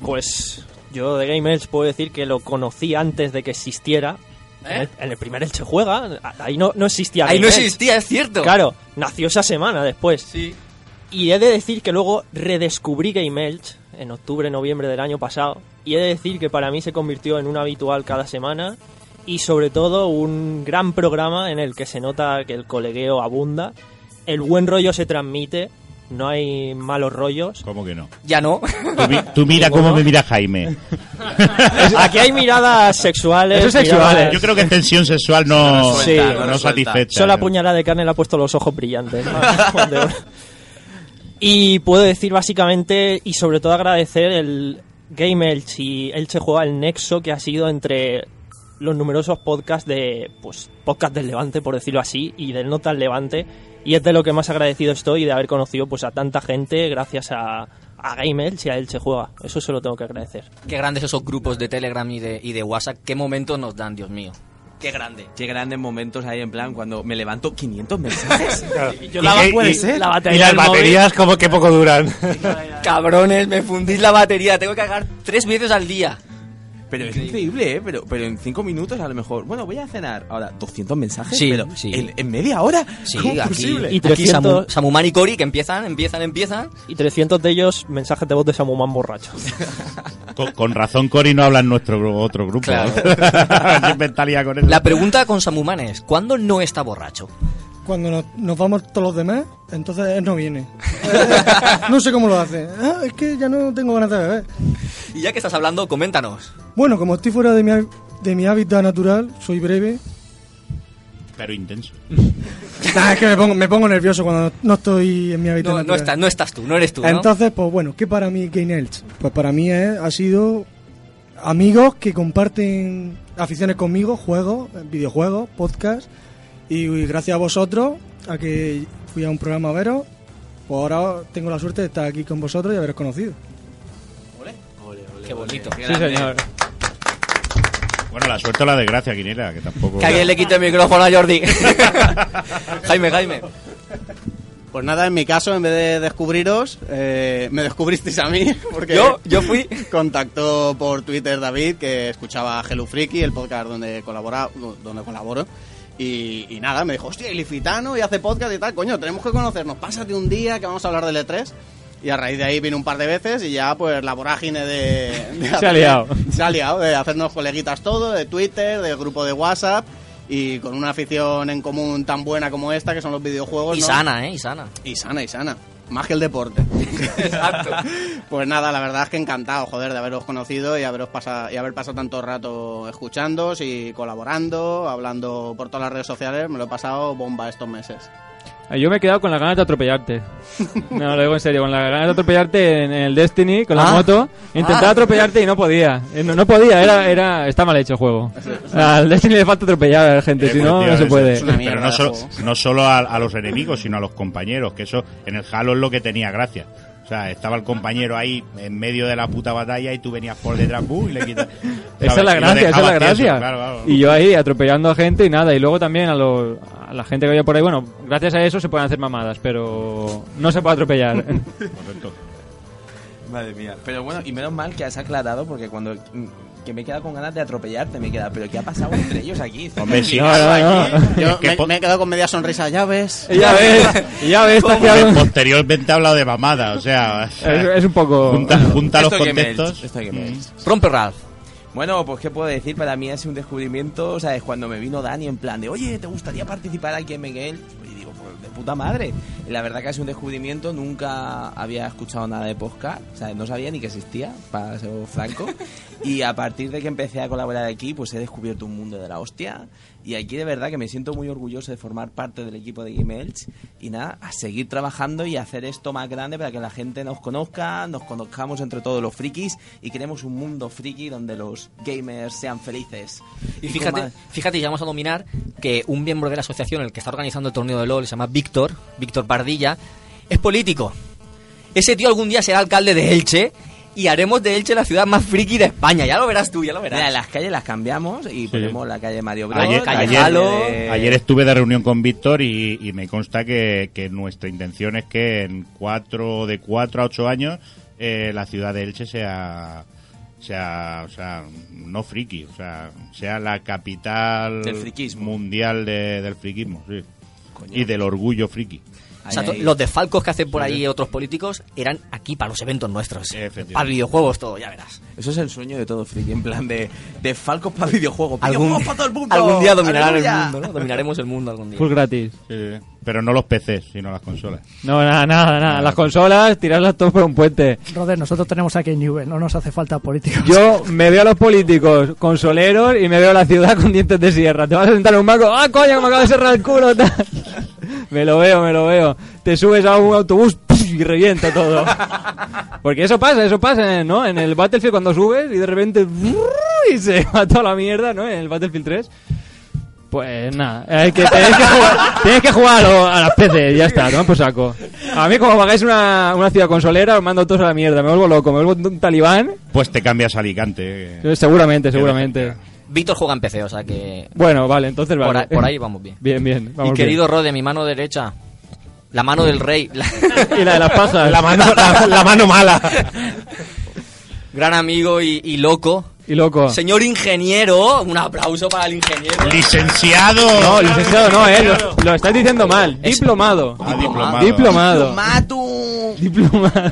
[SPEAKER 14] Pues yo de Game Elch puedo decir que lo conocí antes de que existiera. En, el, en el primer Elche Juega, ahí no, no existía.
[SPEAKER 2] ¿Eh? Ahí
[SPEAKER 14] Game
[SPEAKER 2] no
[SPEAKER 14] Elch.
[SPEAKER 2] existía, es cierto.
[SPEAKER 14] Claro, nació esa semana después. Y he de decir que luego redescubrí Game Elch en octubre, noviembre del año pasado. Y he de decir que para mí se convirtió en un habitual cada semana. Y sobre todo un gran programa en el que se nota que el colegueo abunda. El buen rollo se transmite. No hay malos rollos.
[SPEAKER 9] ¿Cómo que no?
[SPEAKER 2] Ya no.
[SPEAKER 9] Tú, mi- tú mira
[SPEAKER 14] Digo,
[SPEAKER 9] cómo
[SPEAKER 14] ¿no?
[SPEAKER 9] me mira Jaime.
[SPEAKER 14] Es- Aquí hay miradas sexuales. miradas-
[SPEAKER 9] ¿eh? Yo creo que en tensión sexual no,
[SPEAKER 14] Sí.
[SPEAKER 9] no satisfecha.
[SPEAKER 14] Solo la puñalada de carne le ha puesto los ojos brillantes. ¿no? De oro. y puedo decir básicamente y sobre todo agradecer el Game Elch y Elche Juega el nexo que ha sido entre los numerosos podcasts de pues podcast del Levante por decirlo así y del Nota al Levante y es de lo que más agradecido estoy de haber conocido pues a tanta gente gracias a a Game Elch y a Elche Juega. Eso se lo tengo que agradecer.
[SPEAKER 2] Qué grandes esos grupos de Telegram y de, y de WhatsApp. Qué momentos nos dan, Ah, Dios mío.
[SPEAKER 5] Qué grande. Qué grandes momentos hay en plan cuando me levanto 500 mensajes.
[SPEAKER 4] Yo la-
[SPEAKER 12] que-
[SPEAKER 4] puede
[SPEAKER 12] y-
[SPEAKER 4] ser,
[SPEAKER 2] la
[SPEAKER 12] y
[SPEAKER 2] batería
[SPEAKER 12] las
[SPEAKER 2] del móvil.
[SPEAKER 12] baterías como que poco duran.
[SPEAKER 2] Cabrones, me fundís la batería. Tengo que cagar tres veces al día.
[SPEAKER 5] Pero es increíble, ¿eh? Pero, pero en 5 minutos a lo mejor. Bueno, voy a cenar. Ahora, 200 mensajes.
[SPEAKER 2] Sí,
[SPEAKER 5] pero
[SPEAKER 2] sí.
[SPEAKER 5] En, en media hora.
[SPEAKER 2] Sí,
[SPEAKER 5] ¿Cómo es
[SPEAKER 2] aquí,
[SPEAKER 5] posible?
[SPEAKER 2] y aquí Samu, Samuman y Cori que empiezan, empiezan, empiezan.
[SPEAKER 14] Y 300 de ellos mensajes de voz de Samuman borracho.
[SPEAKER 9] Con, con razón, Cori no habla en nuestro gru- otro grupo. ¿eh?
[SPEAKER 2] Claro.
[SPEAKER 9] Yo inventaría con eso.
[SPEAKER 2] La pregunta con Samuman es, ¿cuándo no está borracho?
[SPEAKER 15] Cuando nos, nos vamos todos los demás, entonces él no viene. no sé cómo lo hace. Ah, es que ya no tengo ganas de beber.
[SPEAKER 2] Y ya que estás hablando, coméntanos.
[SPEAKER 15] Bueno, como estoy fuera de mi, hab- de mi hábitat natural, soy breve.
[SPEAKER 9] Pero intenso.
[SPEAKER 15] Nah, Ah, es que me pongo, me pongo nervioso cuando no estoy en mi hábitat
[SPEAKER 2] No,
[SPEAKER 15] natural.
[SPEAKER 2] no, estás, no estás tú, no eres tú, ¿no?
[SPEAKER 15] Entonces, pues bueno, ¿qué para mí Game Elch? Pues para mí es- ha sido amigos que comparten aficiones conmigo, juegos, eh, videojuegos, podcast. Y, y gracias a vosotros, a que fui a un programa a veros, pues ahora tengo la suerte de estar aquí con vosotros y haberos conocido.
[SPEAKER 2] Qué bonito.
[SPEAKER 9] Sí, señor. Bueno, la suerte o la desgracia, Quinera, que tampoco.
[SPEAKER 2] Que alguien le quite el micrófono a Jordi. Jaime, Jaime.
[SPEAKER 9] Eh,
[SPEAKER 10] Pues nada, en mi caso, en vez de descubriros, eh, me descubristeis a mí. Porque
[SPEAKER 2] Yo- yo fui.
[SPEAKER 10] Contactó por Twitter David, que escuchaba Hello Freaky, el podcast donde, colabora, donde colaboro. Y, y nada, me dijo, hostia, el y hace podcast y tal. Coño, tenemos que conocernos. Pásate un día que vamos a hablar del E3. Y a raíz de ahí vino un par de veces y ya, pues, la vorágine de... de
[SPEAKER 3] Se ha liado.
[SPEAKER 10] Se ha liado, de hacernos coleguitas todo, de Twitter, del grupo de WhatsApp. Y con una afición en común tan buena como esta, que son los videojuegos.
[SPEAKER 2] Y
[SPEAKER 10] ¿no?
[SPEAKER 2] sana, ¿eh? Y sana.
[SPEAKER 10] Y sana, y sana. Más que el deporte. Exacto. pues nada, la verdad es que encantado, joder, de haberos conocido y, haberos pasado, y haber pasado tanto rato escuchándoos y colaborando, hablando por todas las redes sociales. Me lo he pasado bomba estos meses.
[SPEAKER 3] Eh, Yo me he quedado con las ganas de atropellarte. No, lo digo en serio, con las ganas de atropellarte en el Destiny, con la
[SPEAKER 10] Ah.
[SPEAKER 3] moto. Intentaba
[SPEAKER 10] Ah.
[SPEAKER 3] atropellarte y no podía. Eh, No, no podía, era, era, está mal hecho el juego. Ah, Al Destiny le falta atropellar a la gente, si
[SPEAKER 9] pues,
[SPEAKER 3] no, no se puede.
[SPEAKER 9] Pero no solo, no solo a, a los enemigos, sino a los compañeros, que eso en el Halo es lo que tenía gracia. O sea, estaba el compañero ahí en medio de la puta batalla y tú venías por detrás ¡bu! y le quitas.
[SPEAKER 3] Esa es
[SPEAKER 9] ¿sabes?
[SPEAKER 3] la
[SPEAKER 9] Y lo
[SPEAKER 3] gracia, esa es la
[SPEAKER 9] dejabas tieso,
[SPEAKER 3] gracia.
[SPEAKER 9] claro, claro.
[SPEAKER 3] Y yo ahí atropellando a gente y nada. Y luego también a, los- a la gente que había por ahí. Bueno, gracias a eso se pueden hacer mamadas, pero no se puede atropellar.
[SPEAKER 9] Correcto.
[SPEAKER 5] Madre mía. Pero bueno, y menos mal que has aclarado porque cuando mm, que me he quedado con ganas de atropellarte, me queda, pero ¿qué ha pasado entre ellos aquí?
[SPEAKER 9] Hombre, sí.
[SPEAKER 5] ¿Qué ha
[SPEAKER 9] No, no,
[SPEAKER 5] pasado
[SPEAKER 9] no.
[SPEAKER 5] aquí?
[SPEAKER 10] Yo me, me he quedado con media sonrisa, ya ves.
[SPEAKER 3] ya ves,
[SPEAKER 9] Porque Posteriormente ha hablado de mamada, o sea.
[SPEAKER 3] es un poco.
[SPEAKER 9] Junta, junta los
[SPEAKER 5] Esto que me-
[SPEAKER 9] contextos.
[SPEAKER 5] esto que me-
[SPEAKER 9] Mm.
[SPEAKER 2] Rompe Ralph.
[SPEAKER 5] Bueno, pues qué puedo decir, para mí es un descubrimiento, ¿sabes? Cuando me vino Dani en plan de, oye, ¿te gustaría participar aquí en Miguel? Y digo, pues de puta madre. Y la verdad que es un descubrimiento, nunca había escuchado nada de podcast, ¿sabes? No sabía ni que existía, para ser franco. y a partir de que empecé a colaborar aquí, pues he descubierto un mundo de la hostia. Y aquí de verdad que me siento muy orgulloso de formar parte del equipo de Game Elch. Y nada, a seguir trabajando y hacer esto más grande para que la gente nos conozca, nos conozcamos entre todos los frikis y creemos un mundo friki donde los gamers sean felices.
[SPEAKER 2] Y
[SPEAKER 5] con
[SPEAKER 2] fíjate,
[SPEAKER 5] más-
[SPEAKER 2] fíjate, llegamos a dominar que un miembro de la asociación, el que está organizando el torneo de LOL, se llama Víctor, Víctor Pardilla, es político. Ese tío algún día será alcalde de Elche y haremos de Elche la ciudad más friki de España. Ya lo verás tú, ya lo verás.
[SPEAKER 5] Mira, las calles las cambiamos y ponemos la calle Mario Bros,
[SPEAKER 9] Ayer,
[SPEAKER 5] calle
[SPEAKER 9] ayer-
[SPEAKER 5] Halo,
[SPEAKER 9] ayer estuve de reunión con Víctor y, y me consta que, que nuestra intención es que en cuatro, de 4 a 8 años eh, la ciudad de Elche sea, sea, o sea, no friki, o sea, sea la capital
[SPEAKER 5] Del friquismo.
[SPEAKER 9] mundial de- del friquismo, sí. Y del orgullo friki.
[SPEAKER 2] O sea, to- los desfalcos que hacen por ahí otros políticos eran aquí para los eventos nuestros. Para videojuegos, todo, ya verás.
[SPEAKER 5] Eso es el sueño de todo friki, en plan de, de falcos para videojuegos.
[SPEAKER 2] Algún-
[SPEAKER 5] videojuegos para todo el mundo.
[SPEAKER 2] algún día dominarán el
[SPEAKER 5] ¡Aleluya!
[SPEAKER 2] mundo, ¿no? Dominaremos el mundo algún día.
[SPEAKER 3] Full gratis.
[SPEAKER 9] Pero no los PCs, sino las consolas.
[SPEAKER 3] No, nada, nada, nada. Las consolas, tirarlas todas por un puente.
[SPEAKER 18] Roder, nosotros tenemos aquí Newell, no nos hace falta políticos.
[SPEAKER 3] Yo me veo a los políticos consoleros y me veo a la ciudad con dientes de sierra. Te vas a sentar en un banco, ¡ah, coño, que me acabo de cerrar el culo! tal. Me lo veo, me lo veo. Te subes a un autobús ¡puf! y revienta todo. Porque eso pasa, eso pasa, ¿eh? ¿no? En el Battlefield cuando subes y de repente ¡brrr! y se va toda la mierda, ¿no? En el Battlefield 3. Pues nada, eh, que tenéis que jugar, tenéis que jugar a, lo- a las PC, ya está, toma por saco. A mí como pagáis una, una ciudad consolera, os mando todos a la mierda, me vuelvo loco, me vuelvo un talibán
[SPEAKER 9] Pues te cambias a Alicante. eh.
[SPEAKER 3] eh, Seguramente, seguramente.
[SPEAKER 2] Víctor juega en PC, o sea que.
[SPEAKER 3] Bueno, vale, entonces vale.
[SPEAKER 2] Por, ahí- por ahí vamos bien.
[SPEAKER 3] Bien, bien. vamos
[SPEAKER 2] y
[SPEAKER 3] bien.
[SPEAKER 2] querido Rode, mi mano derecha. La mano del rey. La...
[SPEAKER 3] Y la de las pajas. La mano- la- la mano mala.
[SPEAKER 2] Gran amigo y, y loco.
[SPEAKER 3] Y loco.
[SPEAKER 2] Señor ingeniero, un aplauso para el ingeniero.
[SPEAKER 9] ¡Licenciado!
[SPEAKER 3] No, licenciado no, eh. Lo, lo estás diciendo mal. Diplomado.
[SPEAKER 9] Ah, diplomado.
[SPEAKER 3] Diplomado.
[SPEAKER 5] Matu.
[SPEAKER 3] Diplomado.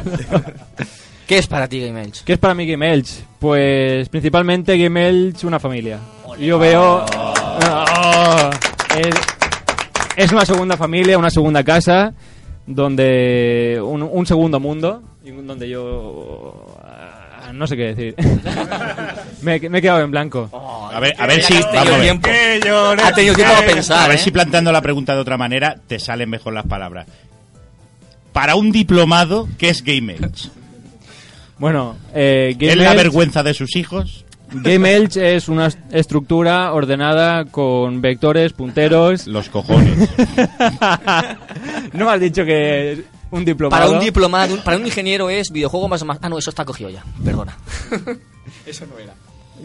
[SPEAKER 2] ¿Qué es para ti Game Elch?
[SPEAKER 3] ¿Qué es para mí Game Elch? Pues principalmente Game Elch una familia. Yo veo... Oh, es, es una segunda familia, una segunda casa, donde un, un segundo mundo, y donde yo... ah, No sé qué decir.
[SPEAKER 9] eh.
[SPEAKER 3] me, me he quedado en blanco.
[SPEAKER 9] A ver, a ver si. vamos a ver. A ver si planteando la pregunta de otra manera te salen mejor las palabras. Para un diplomado, ¿qué es Game Edge?
[SPEAKER 3] Bueno, eh, Game
[SPEAKER 9] ¿Es la
[SPEAKER 3] Edge-
[SPEAKER 9] vergüenza de sus hijos?
[SPEAKER 3] Game Elch es una est- estructura ordenada con vectores, punteros.
[SPEAKER 9] Los cojones.
[SPEAKER 3] no me has dicho que es un diplomado.
[SPEAKER 2] Para un diplomado, un- para un ingeniero es videojuego más o más. Ah, no, eso está cogido ya. Perdona.
[SPEAKER 19] Eso no era.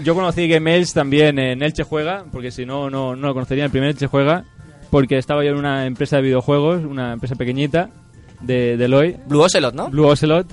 [SPEAKER 3] Yo conocí Game Elch también en Elche Juega, porque si no, no, no lo conocería. El primer Elche Juega, porque estaba yo en una empresa de videojuegos, una empresa pequeñita de Deloitte.
[SPEAKER 2] Blue Ocelot, ¿no?
[SPEAKER 3] Blue Ocelot,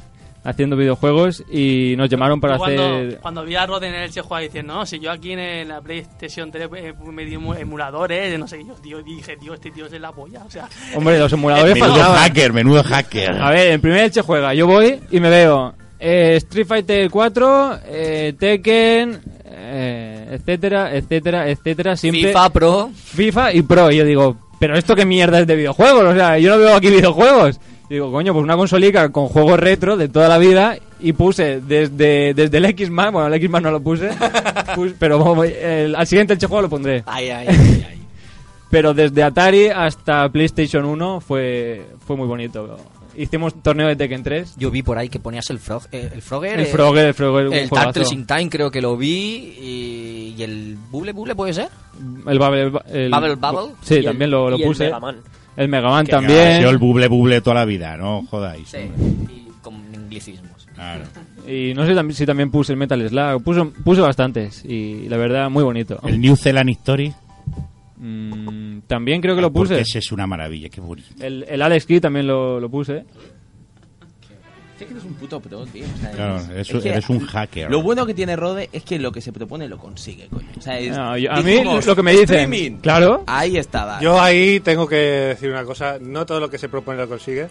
[SPEAKER 3] haciendo videojuegos y nos llamaron para
[SPEAKER 4] Cuando,
[SPEAKER 3] hacer.
[SPEAKER 4] cuando vi a Roden en el Che Juárez diciendo, no, si yo aquí en, el- la PlayStation 3 eh, me di emu- emuladores, de no sé, qué, yo tío, dije, tío, este tío es la polla, o sea...
[SPEAKER 3] Hombre, los emuladores
[SPEAKER 9] menudo
[SPEAKER 3] faltaban.
[SPEAKER 9] hacker, menudo hacker.
[SPEAKER 3] A ver, en primer Elche juega. Yo voy y me veo eh, Street Fighter 4, eh, Tekken, eh, etcétera, etcétera, etcétera. Siempre
[SPEAKER 2] FIFA Pro.
[SPEAKER 3] FIFA y Pro. Y yo digo, pero esto qué mierda es de videojuegos. O sea, yo no veo aquí videojuegos. Y digo, coño, pues una consolica con juegos retro de toda la vida. Y puse desde, desde el X-Man, bueno, el X-Man no lo puse, pus- pero vamos, el- al siguiente Elche juego lo pondré.
[SPEAKER 2] Ay, ay, ay,
[SPEAKER 3] ay. Pero desde Atari hasta PlayStation 1 fue, fue muy bonito. Hicimos torneo de Tekken 3.
[SPEAKER 2] Yo vi por ahí que ponías el, frog, eh, el Frogger.
[SPEAKER 3] El
[SPEAKER 2] eh,
[SPEAKER 3] Frogger, el Frogger, un
[SPEAKER 2] El
[SPEAKER 3] juegazo.
[SPEAKER 2] Tactiles in Time creo que lo vi. Y, y el Bubble Bubble puede ser.
[SPEAKER 3] El Bubble, el-
[SPEAKER 2] Bubble Bubble.
[SPEAKER 3] Sí,
[SPEAKER 2] Y el-
[SPEAKER 3] también lo, lo
[SPEAKER 2] y el
[SPEAKER 3] puse.
[SPEAKER 2] Mega Man.
[SPEAKER 3] El Mega Man
[SPEAKER 2] Que-
[SPEAKER 3] también.
[SPEAKER 9] Yo el buble buble toda la vida, no jodáis.
[SPEAKER 2] Y con anglicismos.
[SPEAKER 9] Claro.
[SPEAKER 3] Y no sé tam- si también puse el Metal Slug. Puse, puse bastantes. Y la verdad, muy bonito.
[SPEAKER 9] El New Zealand History.
[SPEAKER 3] Mm, también creo que lo
[SPEAKER 9] Porque
[SPEAKER 3] puse.
[SPEAKER 9] ese es una maravilla, qué bonito.
[SPEAKER 3] El, el Alex Kidd también lo, lo puse.
[SPEAKER 5] Es que eres un puto pro, tío. O sea,
[SPEAKER 9] Claro,
[SPEAKER 5] es-
[SPEAKER 9] eres-
[SPEAKER 5] es que
[SPEAKER 9] eres un hacker.
[SPEAKER 5] Lo bueno que tiene Rode es que lo que se propone lo consigue, coño. O sea, es-
[SPEAKER 3] No, yo- a mí
[SPEAKER 5] dijimos,
[SPEAKER 3] lo que me dicen,
[SPEAKER 5] streaming.
[SPEAKER 3] claro.
[SPEAKER 5] Ahí estaba.
[SPEAKER 12] Yo ahí tengo que decir una cosa, no todo lo que se propone lo consigue.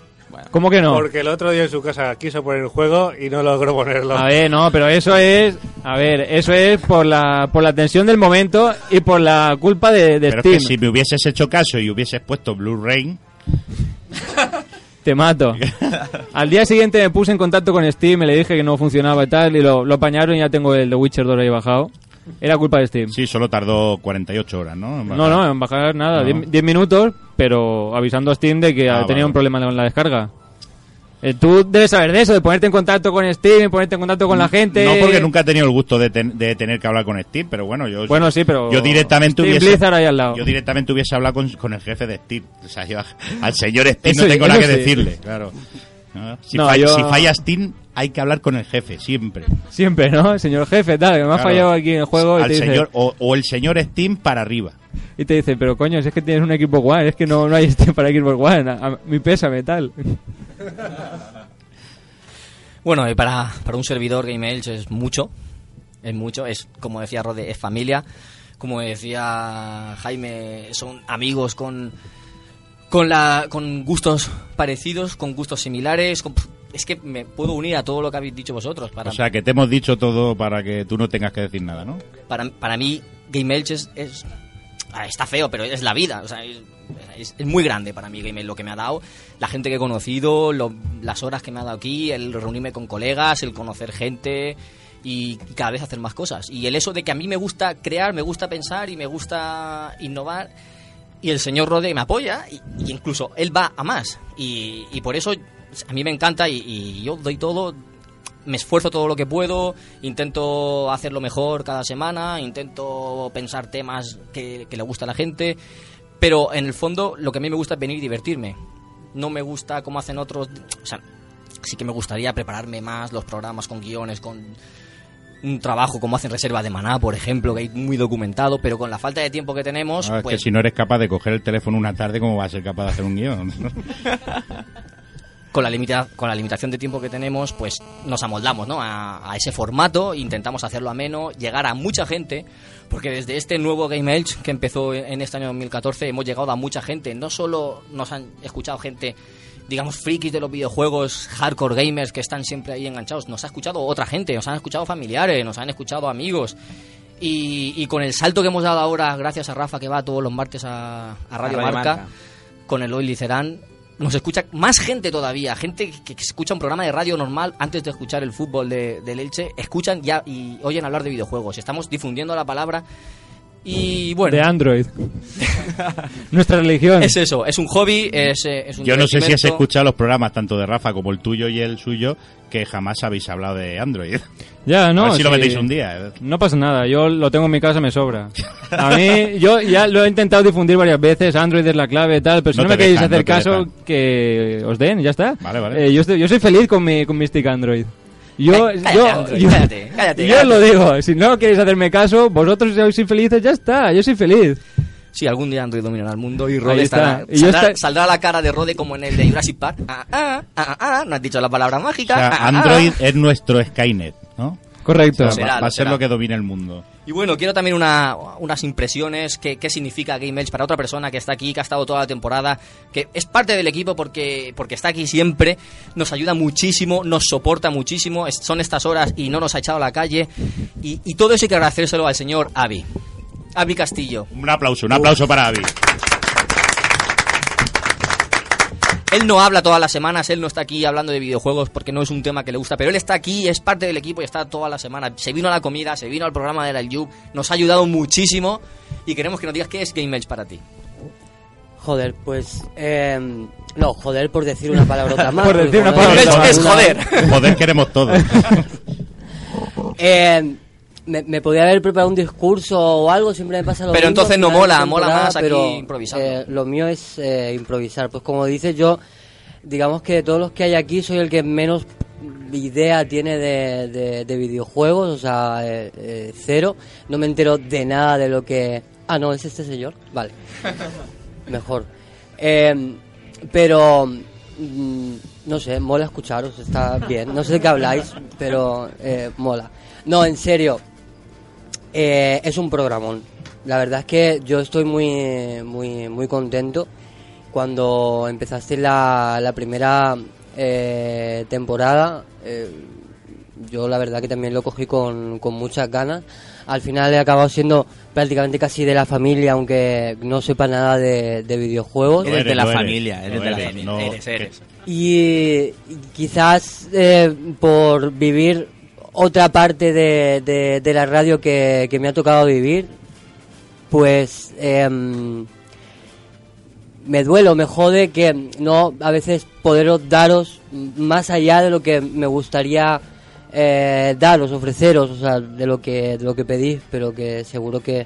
[SPEAKER 3] ¿Cómo que no?
[SPEAKER 12] Porque el otro día en su casa quiso poner el juego y no logró ponerlo.
[SPEAKER 3] A ver, no, pero eso es. A ver, eso es por la, por la tensión del momento y por la culpa de, de
[SPEAKER 9] Pero es
[SPEAKER 3] Steam.
[SPEAKER 9] que si me hubieses hecho caso y hubieses puesto Blue Rain,
[SPEAKER 3] Te mato. Al día siguiente me puse en contacto con Steam, me le dije que no funcionaba y tal, y lo, lo apañaron y ya tengo el The Witcher 2 ahí bajado. Era culpa de Steam.
[SPEAKER 9] Sí, solo tardó 48 horas, ¿no?
[SPEAKER 3] No, no, en bajar nada,
[SPEAKER 9] No.
[SPEAKER 3] 10 10 minutos, pero avisando a Steam de que
[SPEAKER 9] Ah,
[SPEAKER 3] tenía
[SPEAKER 9] vale.
[SPEAKER 3] un problema con la descarga. Eh, tú debes saber de eso, de ponerte en contacto con Steam, ponerte en contacto con la gente.
[SPEAKER 9] No, porque nunca he tenido el gusto de, ten- de tener que hablar con Steve, pero bueno, yo.
[SPEAKER 3] Bueno, sí, pero
[SPEAKER 9] Yo directamente
[SPEAKER 3] Steve
[SPEAKER 9] hubiese.
[SPEAKER 3] Blizzard ahí al lado.
[SPEAKER 9] Yo directamente hubiese hablado con, con el jefe de Steve. O sea, yo al señor Steve
[SPEAKER 3] Eso-
[SPEAKER 9] no tengo nada que
[SPEAKER 3] eso sí.
[SPEAKER 9] decirle, claro. ¿No? Si,
[SPEAKER 3] No,
[SPEAKER 9] fa-
[SPEAKER 3] yo-
[SPEAKER 9] si falla Steve, hay que hablar con el jefe, siempre.
[SPEAKER 3] Siempre, ¿no? Señor jefe, tal, que me ha
[SPEAKER 9] Claro.
[SPEAKER 3] fallado aquí en el juego. y
[SPEAKER 9] Al
[SPEAKER 3] te dice-
[SPEAKER 9] señor, o, o el señor Steam para arriba.
[SPEAKER 3] Y te dice, pero coño, si es que tienes un equipo One, es que no, no hay este para equipo One, a- a- mi pésame, tal.
[SPEAKER 2] Bueno, y para, para un servidor Game Elch es mucho. Es mucho. Es, como decía Rode, es familia. Como decía Jaime, son amigos con, con, la, con gustos parecidos, con gustos similares. con- es que me puedo unir a todo lo que habéis dicho vosotros. Para,
[SPEAKER 9] O sea, que te hemos dicho todo para que tú no tengas que decir nada, ¿no? Ah,
[SPEAKER 2] para, para mí, Game Elch es, es- ah, está feo, pero es la vida. O sea, es, es- es muy grande para mí Game Elch lo que me ha dado. La gente que he conocido, lo- las horas que me ha dado aquí, el reunirme con colegas, el conocer gente y cada vez hacer más cosas. Y el eso de que a mí me gusta crear, me gusta pensar y me gusta innovar. Y el señor Rode me apoya y, y incluso él va a más. Y, y por eso a mí me encanta y- y yo doy todo me esfuerzo todo lo que puedo, intento hacerlo mejor cada semana, intento pensar temas que, que le gusta a la gente, pero en el fondo lo que a mí me gusta es venir y divertirme. No me gusta como hacen otros, o sea, sí que me gustaría prepararme más los programas con guiones, con un trabajo como hacen Reserva de Maná, por ejemplo, que hay muy documentado, pero con la falta de tiempo que tenemos,
[SPEAKER 9] Ah, es
[SPEAKER 2] pues
[SPEAKER 9] que si no eres capaz de coger el teléfono una tarde, ¿cómo vas a ser capaz de hacer un guión?
[SPEAKER 2] con la, limita- con la limitación de tiempo que tenemos, pues nos amoldamos ¿no? a, a ese formato, intentamos hacerlo ameno, llegar a mucha gente, porque desde este nuevo Game Edge que empezó en este año 2014 hemos llegado a mucha gente. No solo nos han escuchado gente, digamos, frikis de los videojuegos, hardcore gamers que están siempre ahí enganchados, nos ha escuchado otra gente, nos han escuchado familiares, nos han escuchado amigos. Y, y con el salto que hemos dado ahora, gracias a Rafa que va todos los martes a, a Radio,
[SPEAKER 5] Radio
[SPEAKER 2] Marca,
[SPEAKER 5] Marca.
[SPEAKER 2] con Eloy Licerán, nos escucha más gente todavía, gente que, que escucha un programa de radio normal antes de escuchar el fútbol de, del Elche, escuchan ya y oyen hablar de videojuegos. Estamos difundiendo la palabra y bueno,
[SPEAKER 3] De Android. Nuestra religión.
[SPEAKER 2] es eso, es un hobby, es, eh, es un
[SPEAKER 9] Yo no sé si has
[SPEAKER 2] divertimento.
[SPEAKER 9] escuchado los programas tanto de Rafa como el tuyo y el suyo, que jamás habéis hablado de Android.
[SPEAKER 3] Ya, no.
[SPEAKER 9] A ver si lo
[SPEAKER 3] sí.
[SPEAKER 9] metéis un día. eh.
[SPEAKER 3] No pasa nada, yo lo tengo en mi casa, me sobra. A mí, yo ya lo he intentado difundir varias veces, Android es la clave y tal, pero si
[SPEAKER 9] No
[SPEAKER 3] no,
[SPEAKER 9] te
[SPEAKER 3] me queréis
[SPEAKER 9] dejan, no
[SPEAKER 3] hacer
[SPEAKER 9] te
[SPEAKER 3] caso,
[SPEAKER 9] dejan.
[SPEAKER 3] que os den, ya está.
[SPEAKER 9] Vale, vale.
[SPEAKER 3] Eh, yo, estoy- yo soy feliz con mi, con mi stick Android. Yo,
[SPEAKER 2] Cállate,
[SPEAKER 3] yo,
[SPEAKER 2] Android,
[SPEAKER 3] yo-
[SPEAKER 2] cállate, cállate,
[SPEAKER 3] yo
[SPEAKER 2] cállate.
[SPEAKER 3] lo digo, si no queréis hacerme caso, vosotros sois felices, ya está, yo soy feliz.
[SPEAKER 2] Sí, algún día Android dominará el mundo y
[SPEAKER 3] Ahí
[SPEAKER 2] Rode
[SPEAKER 3] está.
[SPEAKER 2] estará-
[SPEAKER 3] Y yo
[SPEAKER 2] saldrá,
[SPEAKER 3] esta-
[SPEAKER 2] saldrá la cara de Rode como en el de Jurassic Park. Ah, ah, ah, ah, ah, no has dicho la palabra mágica.
[SPEAKER 9] O
[SPEAKER 2] ah,
[SPEAKER 9] sea,
[SPEAKER 2] ah,
[SPEAKER 9] Android
[SPEAKER 2] ah.
[SPEAKER 9] es nuestro Skynet, ¿no?
[SPEAKER 3] Correcto.
[SPEAKER 9] O sea,
[SPEAKER 2] Será,
[SPEAKER 9] va, va a
[SPEAKER 2] será.
[SPEAKER 9] ser lo que domine el mundo.
[SPEAKER 2] Y bueno, quiero también una- unas impresiones, qué, qué significa Game Edge para otra persona que está aquí, que ha estado toda la temporada, que es parte del equipo porque, porque está aquí siempre, nos ayuda muchísimo, nos soporta muchísimo, es- son estas horas y no nos ha echado a la calle. Y, y todo eso hay que agradecérselo al señor Avi. Avi Castillo.
[SPEAKER 9] Un aplauso, un aplauso para Avi.
[SPEAKER 2] Él no habla todas las semanas, él no está aquí hablando de videojuegos porque no es un tema que le gusta, pero él está aquí, es parte del equipo y está toda la semana. Se vino a la comida, se vino al programa de la Yub, nos ha ayudado muchísimo y queremos que nos digas qué es Game Edge para ti.
[SPEAKER 20] Joder, pues. eh, no, joder, por decir una palabrota más.
[SPEAKER 9] Por decir una palabrota más. Joder, queremos todo.
[SPEAKER 20] Eh, me, me podía haber preparado un discurso o algo, siempre me pasa lo
[SPEAKER 2] Pero
[SPEAKER 20] mismo,
[SPEAKER 2] entonces no
[SPEAKER 20] final de
[SPEAKER 2] mola, mola
[SPEAKER 20] temporada,
[SPEAKER 2] más aquí
[SPEAKER 20] pero,
[SPEAKER 2] improvisando.
[SPEAKER 20] eh, lo mío es eh, improvisar. Pues como dices, yo, digamos que de todos los que hay aquí, soy el que menos idea tiene de, de- de videojuegos, o sea, eh, eh, cero. No me entero de nada de lo que. Ah, no, es este señor. Vale. Mejor. Eh, pero. mm, no sé, mola escucharos, está bien. No sé de qué habláis, pero eh, mola. No, en serio. eh, es un programón. La verdad es que yo estoy muy, muy, muy contento. Cuando empezaste la, la primera eh, temporada, eh, yo la verdad que también lo cogí con, con muchas ganas. Al final he acabado siendo prácticamente casi de la familia, aunque no sepa nada de, de videojuegos.
[SPEAKER 5] Eres Lo de eres, la lo eres, familia, lo eres de la eres, familia. no-
[SPEAKER 2] Eres, eres.
[SPEAKER 20] Y quizás eh, por vivir otra parte de, de- de la radio que, que me ha tocado vivir, pues em, me duelo, me jode que no a veces poderos daros más allá de lo que me gustaría eh, daros, ofreceros, o sea, de lo que de lo que pedís, pero que seguro que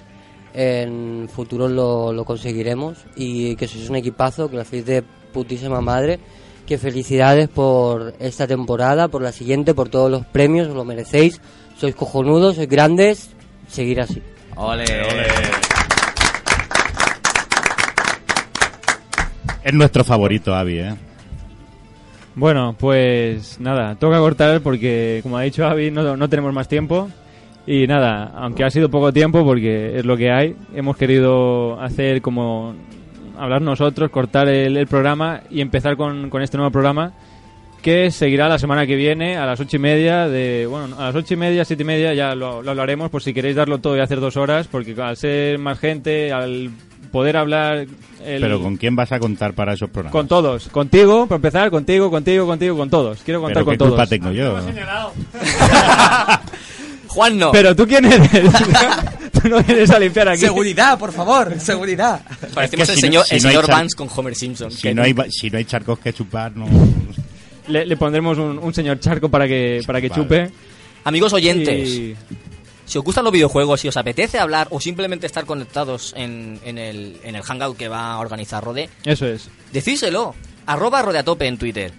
[SPEAKER 20] en futuro lo, lo conseguiremos y que sois un equipazo, que lo hacéis de putísima madre, que felicidades por esta temporada, por la siguiente, por todos los premios, os lo merecéis, sois cojonudos, sois grandes, seguir así.
[SPEAKER 5] Ole,
[SPEAKER 9] Es nuestro favorito, Avi, ¿eh?
[SPEAKER 3] Bueno, pues nada, toca cortar porque, como ha dicho Avi, no, no tenemos más tiempo. Y nada, aunque ha sido poco tiempo, porque es lo que hay, hemos querido hacer como hablar nosotros, cortar el, el programa y empezar con, con este nuevo programa que seguirá la semana que viene a las ocho y media de bueno a las ocho y media siete y media ya lo, lo hablaremos por si queréis darlo todo y hacer dos horas porque al ser más gente al poder hablar el-
[SPEAKER 9] Pero ¿con quién vas a contar para esos programas?
[SPEAKER 3] con todos. Contigo, para empezar, contigo, contigo, contigo, con todos. Quiero contar
[SPEAKER 9] Pero
[SPEAKER 3] con
[SPEAKER 9] ¿qué culpa
[SPEAKER 3] todos.
[SPEAKER 9] tengo yo?
[SPEAKER 2] Juan no.
[SPEAKER 3] Pero tú quién eres. tú no vienes a limpiar aquí.
[SPEAKER 5] Seguridad, Ah, por favor, seguridad.
[SPEAKER 2] Parecemos
[SPEAKER 9] Es que
[SPEAKER 2] el
[SPEAKER 9] si no-
[SPEAKER 2] señor,
[SPEAKER 9] si
[SPEAKER 2] el
[SPEAKER 9] no hay
[SPEAKER 2] señor
[SPEAKER 9] chan-
[SPEAKER 2] Vance con Homer Simpson.
[SPEAKER 9] Si
[SPEAKER 2] que
[SPEAKER 9] no, hay,
[SPEAKER 2] nunca-
[SPEAKER 9] ba- si no hay charcos que chupar, no...
[SPEAKER 3] Le, le pondremos un, un señor charco para que, para que
[SPEAKER 9] Vale.
[SPEAKER 3] chupe.
[SPEAKER 2] Amigos oyentes,
[SPEAKER 3] Y-
[SPEAKER 2] si os gustan los videojuegos, si os apetece hablar o simplemente estar conectados en, en el, en el hangout que va a organizar Rode,
[SPEAKER 3] Eso es.
[SPEAKER 2] decíselo. Arroba rodeatope en Twitter.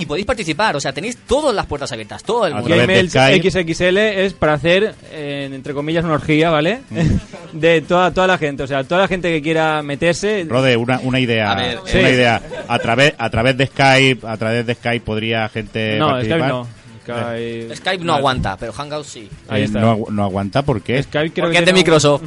[SPEAKER 2] Y podéis participar, o sea, tenéis todas las puertas abiertas, todo el mundo.
[SPEAKER 3] Game Elch XXL es para hacer, eh, entre comillas, una orgía, ¿vale?
[SPEAKER 9] Mm.
[SPEAKER 3] de toda, toda la gente. O sea, toda la gente que quiera meterse.
[SPEAKER 9] Rode, una, una idea.
[SPEAKER 3] A ver,
[SPEAKER 9] una
[SPEAKER 3] sí.
[SPEAKER 2] eh,
[SPEAKER 9] idea. A través, a través de Skype, a través de Skype podría gente
[SPEAKER 3] No,
[SPEAKER 9] Eh, participar.
[SPEAKER 3] Skype no.
[SPEAKER 2] Skype, no aguanta, pero Hangout sí.
[SPEAKER 9] Eh, No, agu- no aguanta, ¿por qué?
[SPEAKER 3] Skype creo
[SPEAKER 2] Porque
[SPEAKER 3] que
[SPEAKER 2] es de
[SPEAKER 3] no-
[SPEAKER 2] Microsoft.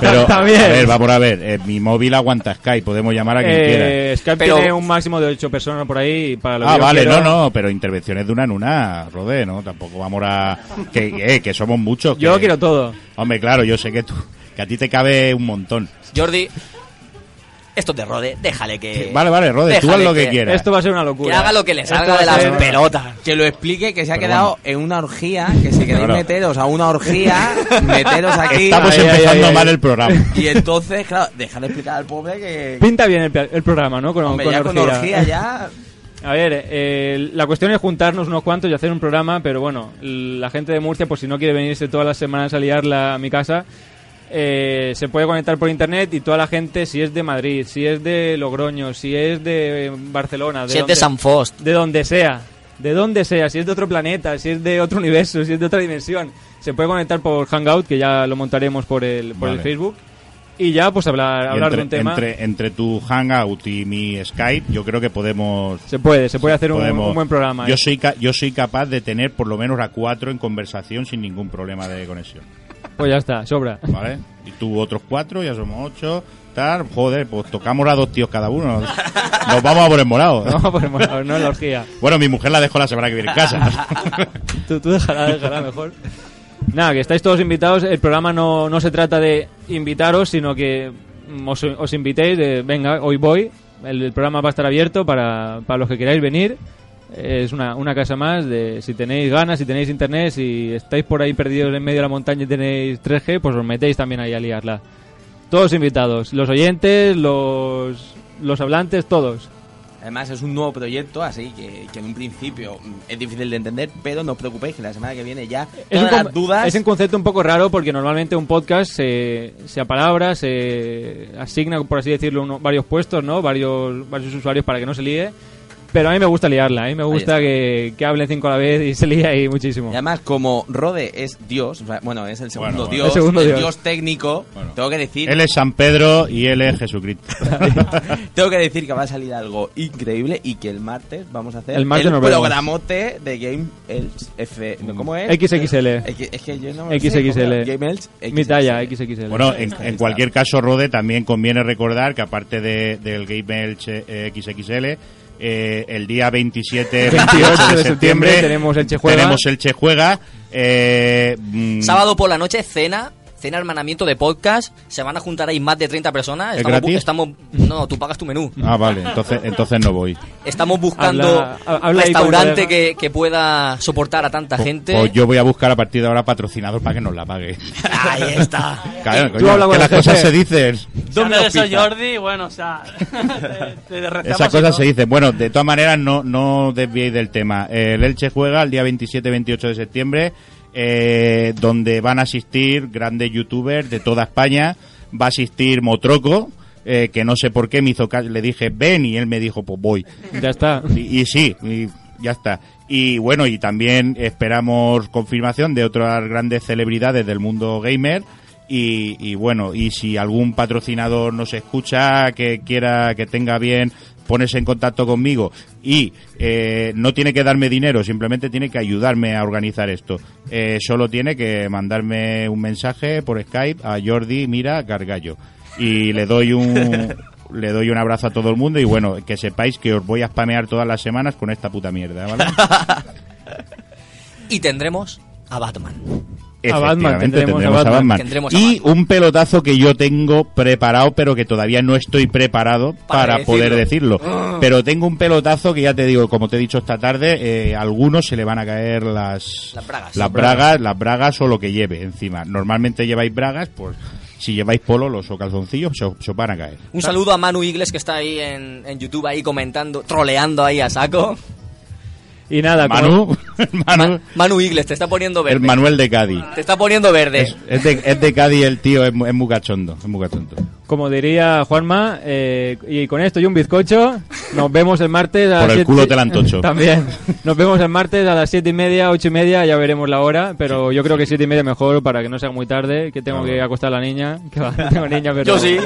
[SPEAKER 9] Pero,
[SPEAKER 3] También.
[SPEAKER 9] a ver, vamos a ver. eh, mi móvil aguanta Skype, podemos llamar a quien
[SPEAKER 3] Eh,
[SPEAKER 9] quiera.
[SPEAKER 3] Skype
[SPEAKER 2] Pero-
[SPEAKER 3] tiene un máximo de 8 personas por ahí. y Para lo que
[SPEAKER 9] Ah,
[SPEAKER 3] yo
[SPEAKER 9] vale,
[SPEAKER 3] quiero-
[SPEAKER 9] no, no, pero intervenciones de una en una, Rode, ¿no? Tampoco vamos a... Que, eh, que somos muchos.
[SPEAKER 3] Yo lo quiero todo.
[SPEAKER 9] Hombre, claro, yo sé que tú... Que a ti te cabe un montón.
[SPEAKER 2] Jordi, esto te rode, déjale que.
[SPEAKER 9] Vale, vale, Rode, tú haz
[SPEAKER 2] déjale
[SPEAKER 9] lo que quieras.
[SPEAKER 3] Esto va a ser una locura.
[SPEAKER 2] Que haga lo que le
[SPEAKER 5] Esto
[SPEAKER 2] salga
[SPEAKER 5] va
[SPEAKER 2] de
[SPEAKER 5] a
[SPEAKER 2] las
[SPEAKER 5] ser-
[SPEAKER 2] pelotas.
[SPEAKER 5] Que lo explique, que se ha
[SPEAKER 2] Pero
[SPEAKER 5] quedado en una orgía, que si queréis
[SPEAKER 2] Claro.
[SPEAKER 5] meteros a una orgía, meteros aquí.
[SPEAKER 9] Estamos
[SPEAKER 3] Ay, ay,
[SPEAKER 9] empezando
[SPEAKER 3] ay, ay.
[SPEAKER 9] mal el programa.
[SPEAKER 5] Y entonces, claro, dejar de explicar al pobre que...
[SPEAKER 3] Pinta bien el, pla- el programa, ¿no? Con,
[SPEAKER 5] Hombre, ya con orgía ya...
[SPEAKER 3] A ver, eh, la cuestión es juntarnos unos cuantos y hacer un programa, pero bueno, la gente de Murcia, por si no quiere venirse todas las semanas a liarla a mi casa, eh, se puede conectar por internet y toda la gente, si es de Madrid, si es de Logroño, si es de eh, Barcelona, de
[SPEAKER 2] Si es
[SPEAKER 3] donde-
[SPEAKER 2] de San Fost.
[SPEAKER 3] de donde sea, de donde sea, si es de otro planeta, si es de otro universo, si es de otra dimensión, se puede conectar por Hangout, que ya lo montaremos por el, por el
[SPEAKER 9] Vale.
[SPEAKER 3] Facebook, y ya pues hablar,
[SPEAKER 9] Y
[SPEAKER 3] hablar
[SPEAKER 9] entre,
[SPEAKER 3] de un tema.
[SPEAKER 9] Entre, entre tu Hangout y mi Skype, yo creo que podemos.
[SPEAKER 3] Se puede, se puede hacer un- un buen programa,
[SPEAKER 9] Yo
[SPEAKER 3] ¿eh?
[SPEAKER 9] soy, ca- yo soy capaz de tener por lo menos a cuatro en conversación sin ningún problema de conexión.
[SPEAKER 3] Pues ya está, sobra.
[SPEAKER 9] ¿Vale? Y tú otros cuatro, ya somos ocho. Tal, joder, pues tocamos a dos tíos cada uno. Nos vamos a por el morado.
[SPEAKER 3] Nos vamos a por el morado, no en la orgía.
[SPEAKER 9] Bueno, mi mujer la dejo la semana que viene en casa.
[SPEAKER 3] Tú, tú déjala, déjala mejor. Nada, que estáis todos invitados. El programa no, no se trata de invitaros, sino que mm, os, os invitéis de, venga, hoy voy. El, el programa va a estar abierto para, para los que queráis venir. Es una, una casa más de si tenéis ganas, si tenéis internet, si estáis por ahí perdidos en medio de la montaña y tenéis 3G, pues os metéis también ahí a liarla. Todos invitados, los oyentes, los, los hablantes, todos.
[SPEAKER 5] Además es un nuevo proyecto, así que, que en un principio mm, es difícil de entender, pero no os preocupéis que la semana que viene ya
[SPEAKER 3] Es un,
[SPEAKER 5] todas
[SPEAKER 3] con-
[SPEAKER 5] las dudas...
[SPEAKER 3] es un concepto un poco raro porque normalmente un podcast se, se apalabra, se asigna, por así decirlo, uno- varios puestos, ¿no? Varios, varios usuarios para que no se líe. Pero a mí me gusta liarla, a mí me gusta
[SPEAKER 5] está.
[SPEAKER 3] que, que hablen cinco a la vez y se líe ahí muchísimo.
[SPEAKER 5] Y además, como Rode es Dios, o sea, bueno, es el segundo
[SPEAKER 3] bueno.
[SPEAKER 5] Dios,
[SPEAKER 3] El segundo
[SPEAKER 5] el
[SPEAKER 3] Dios.
[SPEAKER 5] Dios, técnico, tengo que decir...
[SPEAKER 9] él es San Pedro y él es Jesucristo.
[SPEAKER 5] Tengo que decir que va a salir algo increíble y que el martes vamos a hacer
[SPEAKER 3] El martes nos vemos.
[SPEAKER 5] programote de Game Elch F. no, ¿Cómo es?
[SPEAKER 3] XXL.
[SPEAKER 5] X- Es que yo no me lo sé,
[SPEAKER 3] XXL.
[SPEAKER 5] ¿cómo era? Game Elch
[SPEAKER 3] Mi talla, XXL.
[SPEAKER 9] Bueno, en, en cualquier caso, Rode, también conviene recordar que aparte de- del Game Elch eh, XXL, eh, el día 27 28
[SPEAKER 3] 28
[SPEAKER 9] de septiembre
[SPEAKER 3] tenemos Elche Juega.
[SPEAKER 9] tenemos Elche Juega, eh, mm,
[SPEAKER 2] Sábado por la noche, cena. Cena hermanamiento de podcast. Se van a juntar ahí más de 30
[SPEAKER 9] ¿Es
[SPEAKER 2] personas. Estamos, bu-
[SPEAKER 9] gratis?
[SPEAKER 2] estamos- No, tú pagas tu menú.
[SPEAKER 9] Ah, vale, entonces, entonces no voy.
[SPEAKER 2] Estamos buscando
[SPEAKER 3] Habla- ha- habla ahí con el
[SPEAKER 2] restaurante
[SPEAKER 3] colega.
[SPEAKER 2] que, que pueda soportar a tanta gente.
[SPEAKER 9] Pues yo voy a buscar a partir de ahora patrocinador para que nos la pague.
[SPEAKER 2] Ahí está.
[SPEAKER 9] Claro,
[SPEAKER 3] Tú
[SPEAKER 9] coño,
[SPEAKER 3] habla con
[SPEAKER 9] que
[SPEAKER 3] la
[SPEAKER 9] las cosas
[SPEAKER 3] gente.
[SPEAKER 9] se dicen.
[SPEAKER 4] ¿Dónde eso,
[SPEAKER 9] pita?
[SPEAKER 4] Jordi? Bueno, o sea. te- te rezamos
[SPEAKER 9] Esas
[SPEAKER 4] y todo.
[SPEAKER 9] cosas se dicen. Bueno, de todas maneras, no, no desviéis del tema. El Elche juega el día 27-28 de septiembre, eh, donde van a asistir grandes youtubers de toda España. Va a asistir Motroco, eh, que no sé por qué me hizo caso. Le dije, ven, y él me dijo, pues voy.
[SPEAKER 3] Ya está.
[SPEAKER 9] Y, y sí, y ya está. Y bueno, y también esperamos confirmación de otras grandes celebridades del mundo gamer. Y, y bueno, y si algún patrocinador nos escucha, que quiera, que tenga bien ponerse en contacto conmigo y eh, no tiene que darme dinero, simplemente tiene que ayudarme a organizar esto. Eh, solo tiene que mandarme un mensaje por Skype a Jordi Mira Gargallo y le doy un le doy un abrazo a todo el mundo y bueno, que sepáis que os voy a spamear todas las semanas con esta puta mierda, ¿vale?
[SPEAKER 2] Y tendremos a Batman.
[SPEAKER 9] Efectivamente,
[SPEAKER 3] Batman, tendremos a
[SPEAKER 9] tendremos
[SPEAKER 3] Batman.
[SPEAKER 2] Tendremos a
[SPEAKER 9] Y un pelotazo que yo tengo preparado, pero que todavía no estoy preparado para,
[SPEAKER 2] Para
[SPEAKER 9] poder
[SPEAKER 2] decirlo.
[SPEAKER 9] decirlo.
[SPEAKER 2] Ah.
[SPEAKER 9] Pero tengo un pelotazo que ya te digo, como te he dicho esta tarde, eh, a algunos se le van a caer las,
[SPEAKER 2] Las bragas.
[SPEAKER 9] las bragas, las bragas o lo que lleve encima. Normalmente lleváis bragas, pues si lleváis polos o calzoncillos, se, os- se os van a caer.
[SPEAKER 2] Un saludo a Manu Igles que está ahí en, en YouTube ahí comentando, troleando ahí a saco.
[SPEAKER 3] Y nada,
[SPEAKER 9] Manu.
[SPEAKER 3] como,
[SPEAKER 2] Ma- Manu Igles, te está poniendo verde.
[SPEAKER 9] El Manuel de Cádiz.
[SPEAKER 2] Te está poniendo verde.
[SPEAKER 9] Es de, es de Cádiz el tío, es, mu- es muy cachondo, es muy cachondo.
[SPEAKER 3] Como diría Juanma, eh, y con esto y un bizcocho, nos vemos el martes a
[SPEAKER 9] Por el
[SPEAKER 3] siete-
[SPEAKER 9] culo te la antocho.
[SPEAKER 3] También. Nos vemos el martes a las siete y media, ocho y media, ya veremos la hora, pero yo creo que siete y media mejor para que no sea muy tarde, que tengo que acostar a la niña. Que va, no tengo niña, pero...
[SPEAKER 2] Yo sí,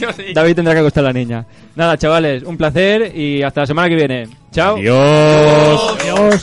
[SPEAKER 2] yo sí.
[SPEAKER 3] David tendrá que acostar a la niña. Nada, chavales, un placer y hasta la semana que viene. Chao.
[SPEAKER 9] Adiós.
[SPEAKER 3] Adiós.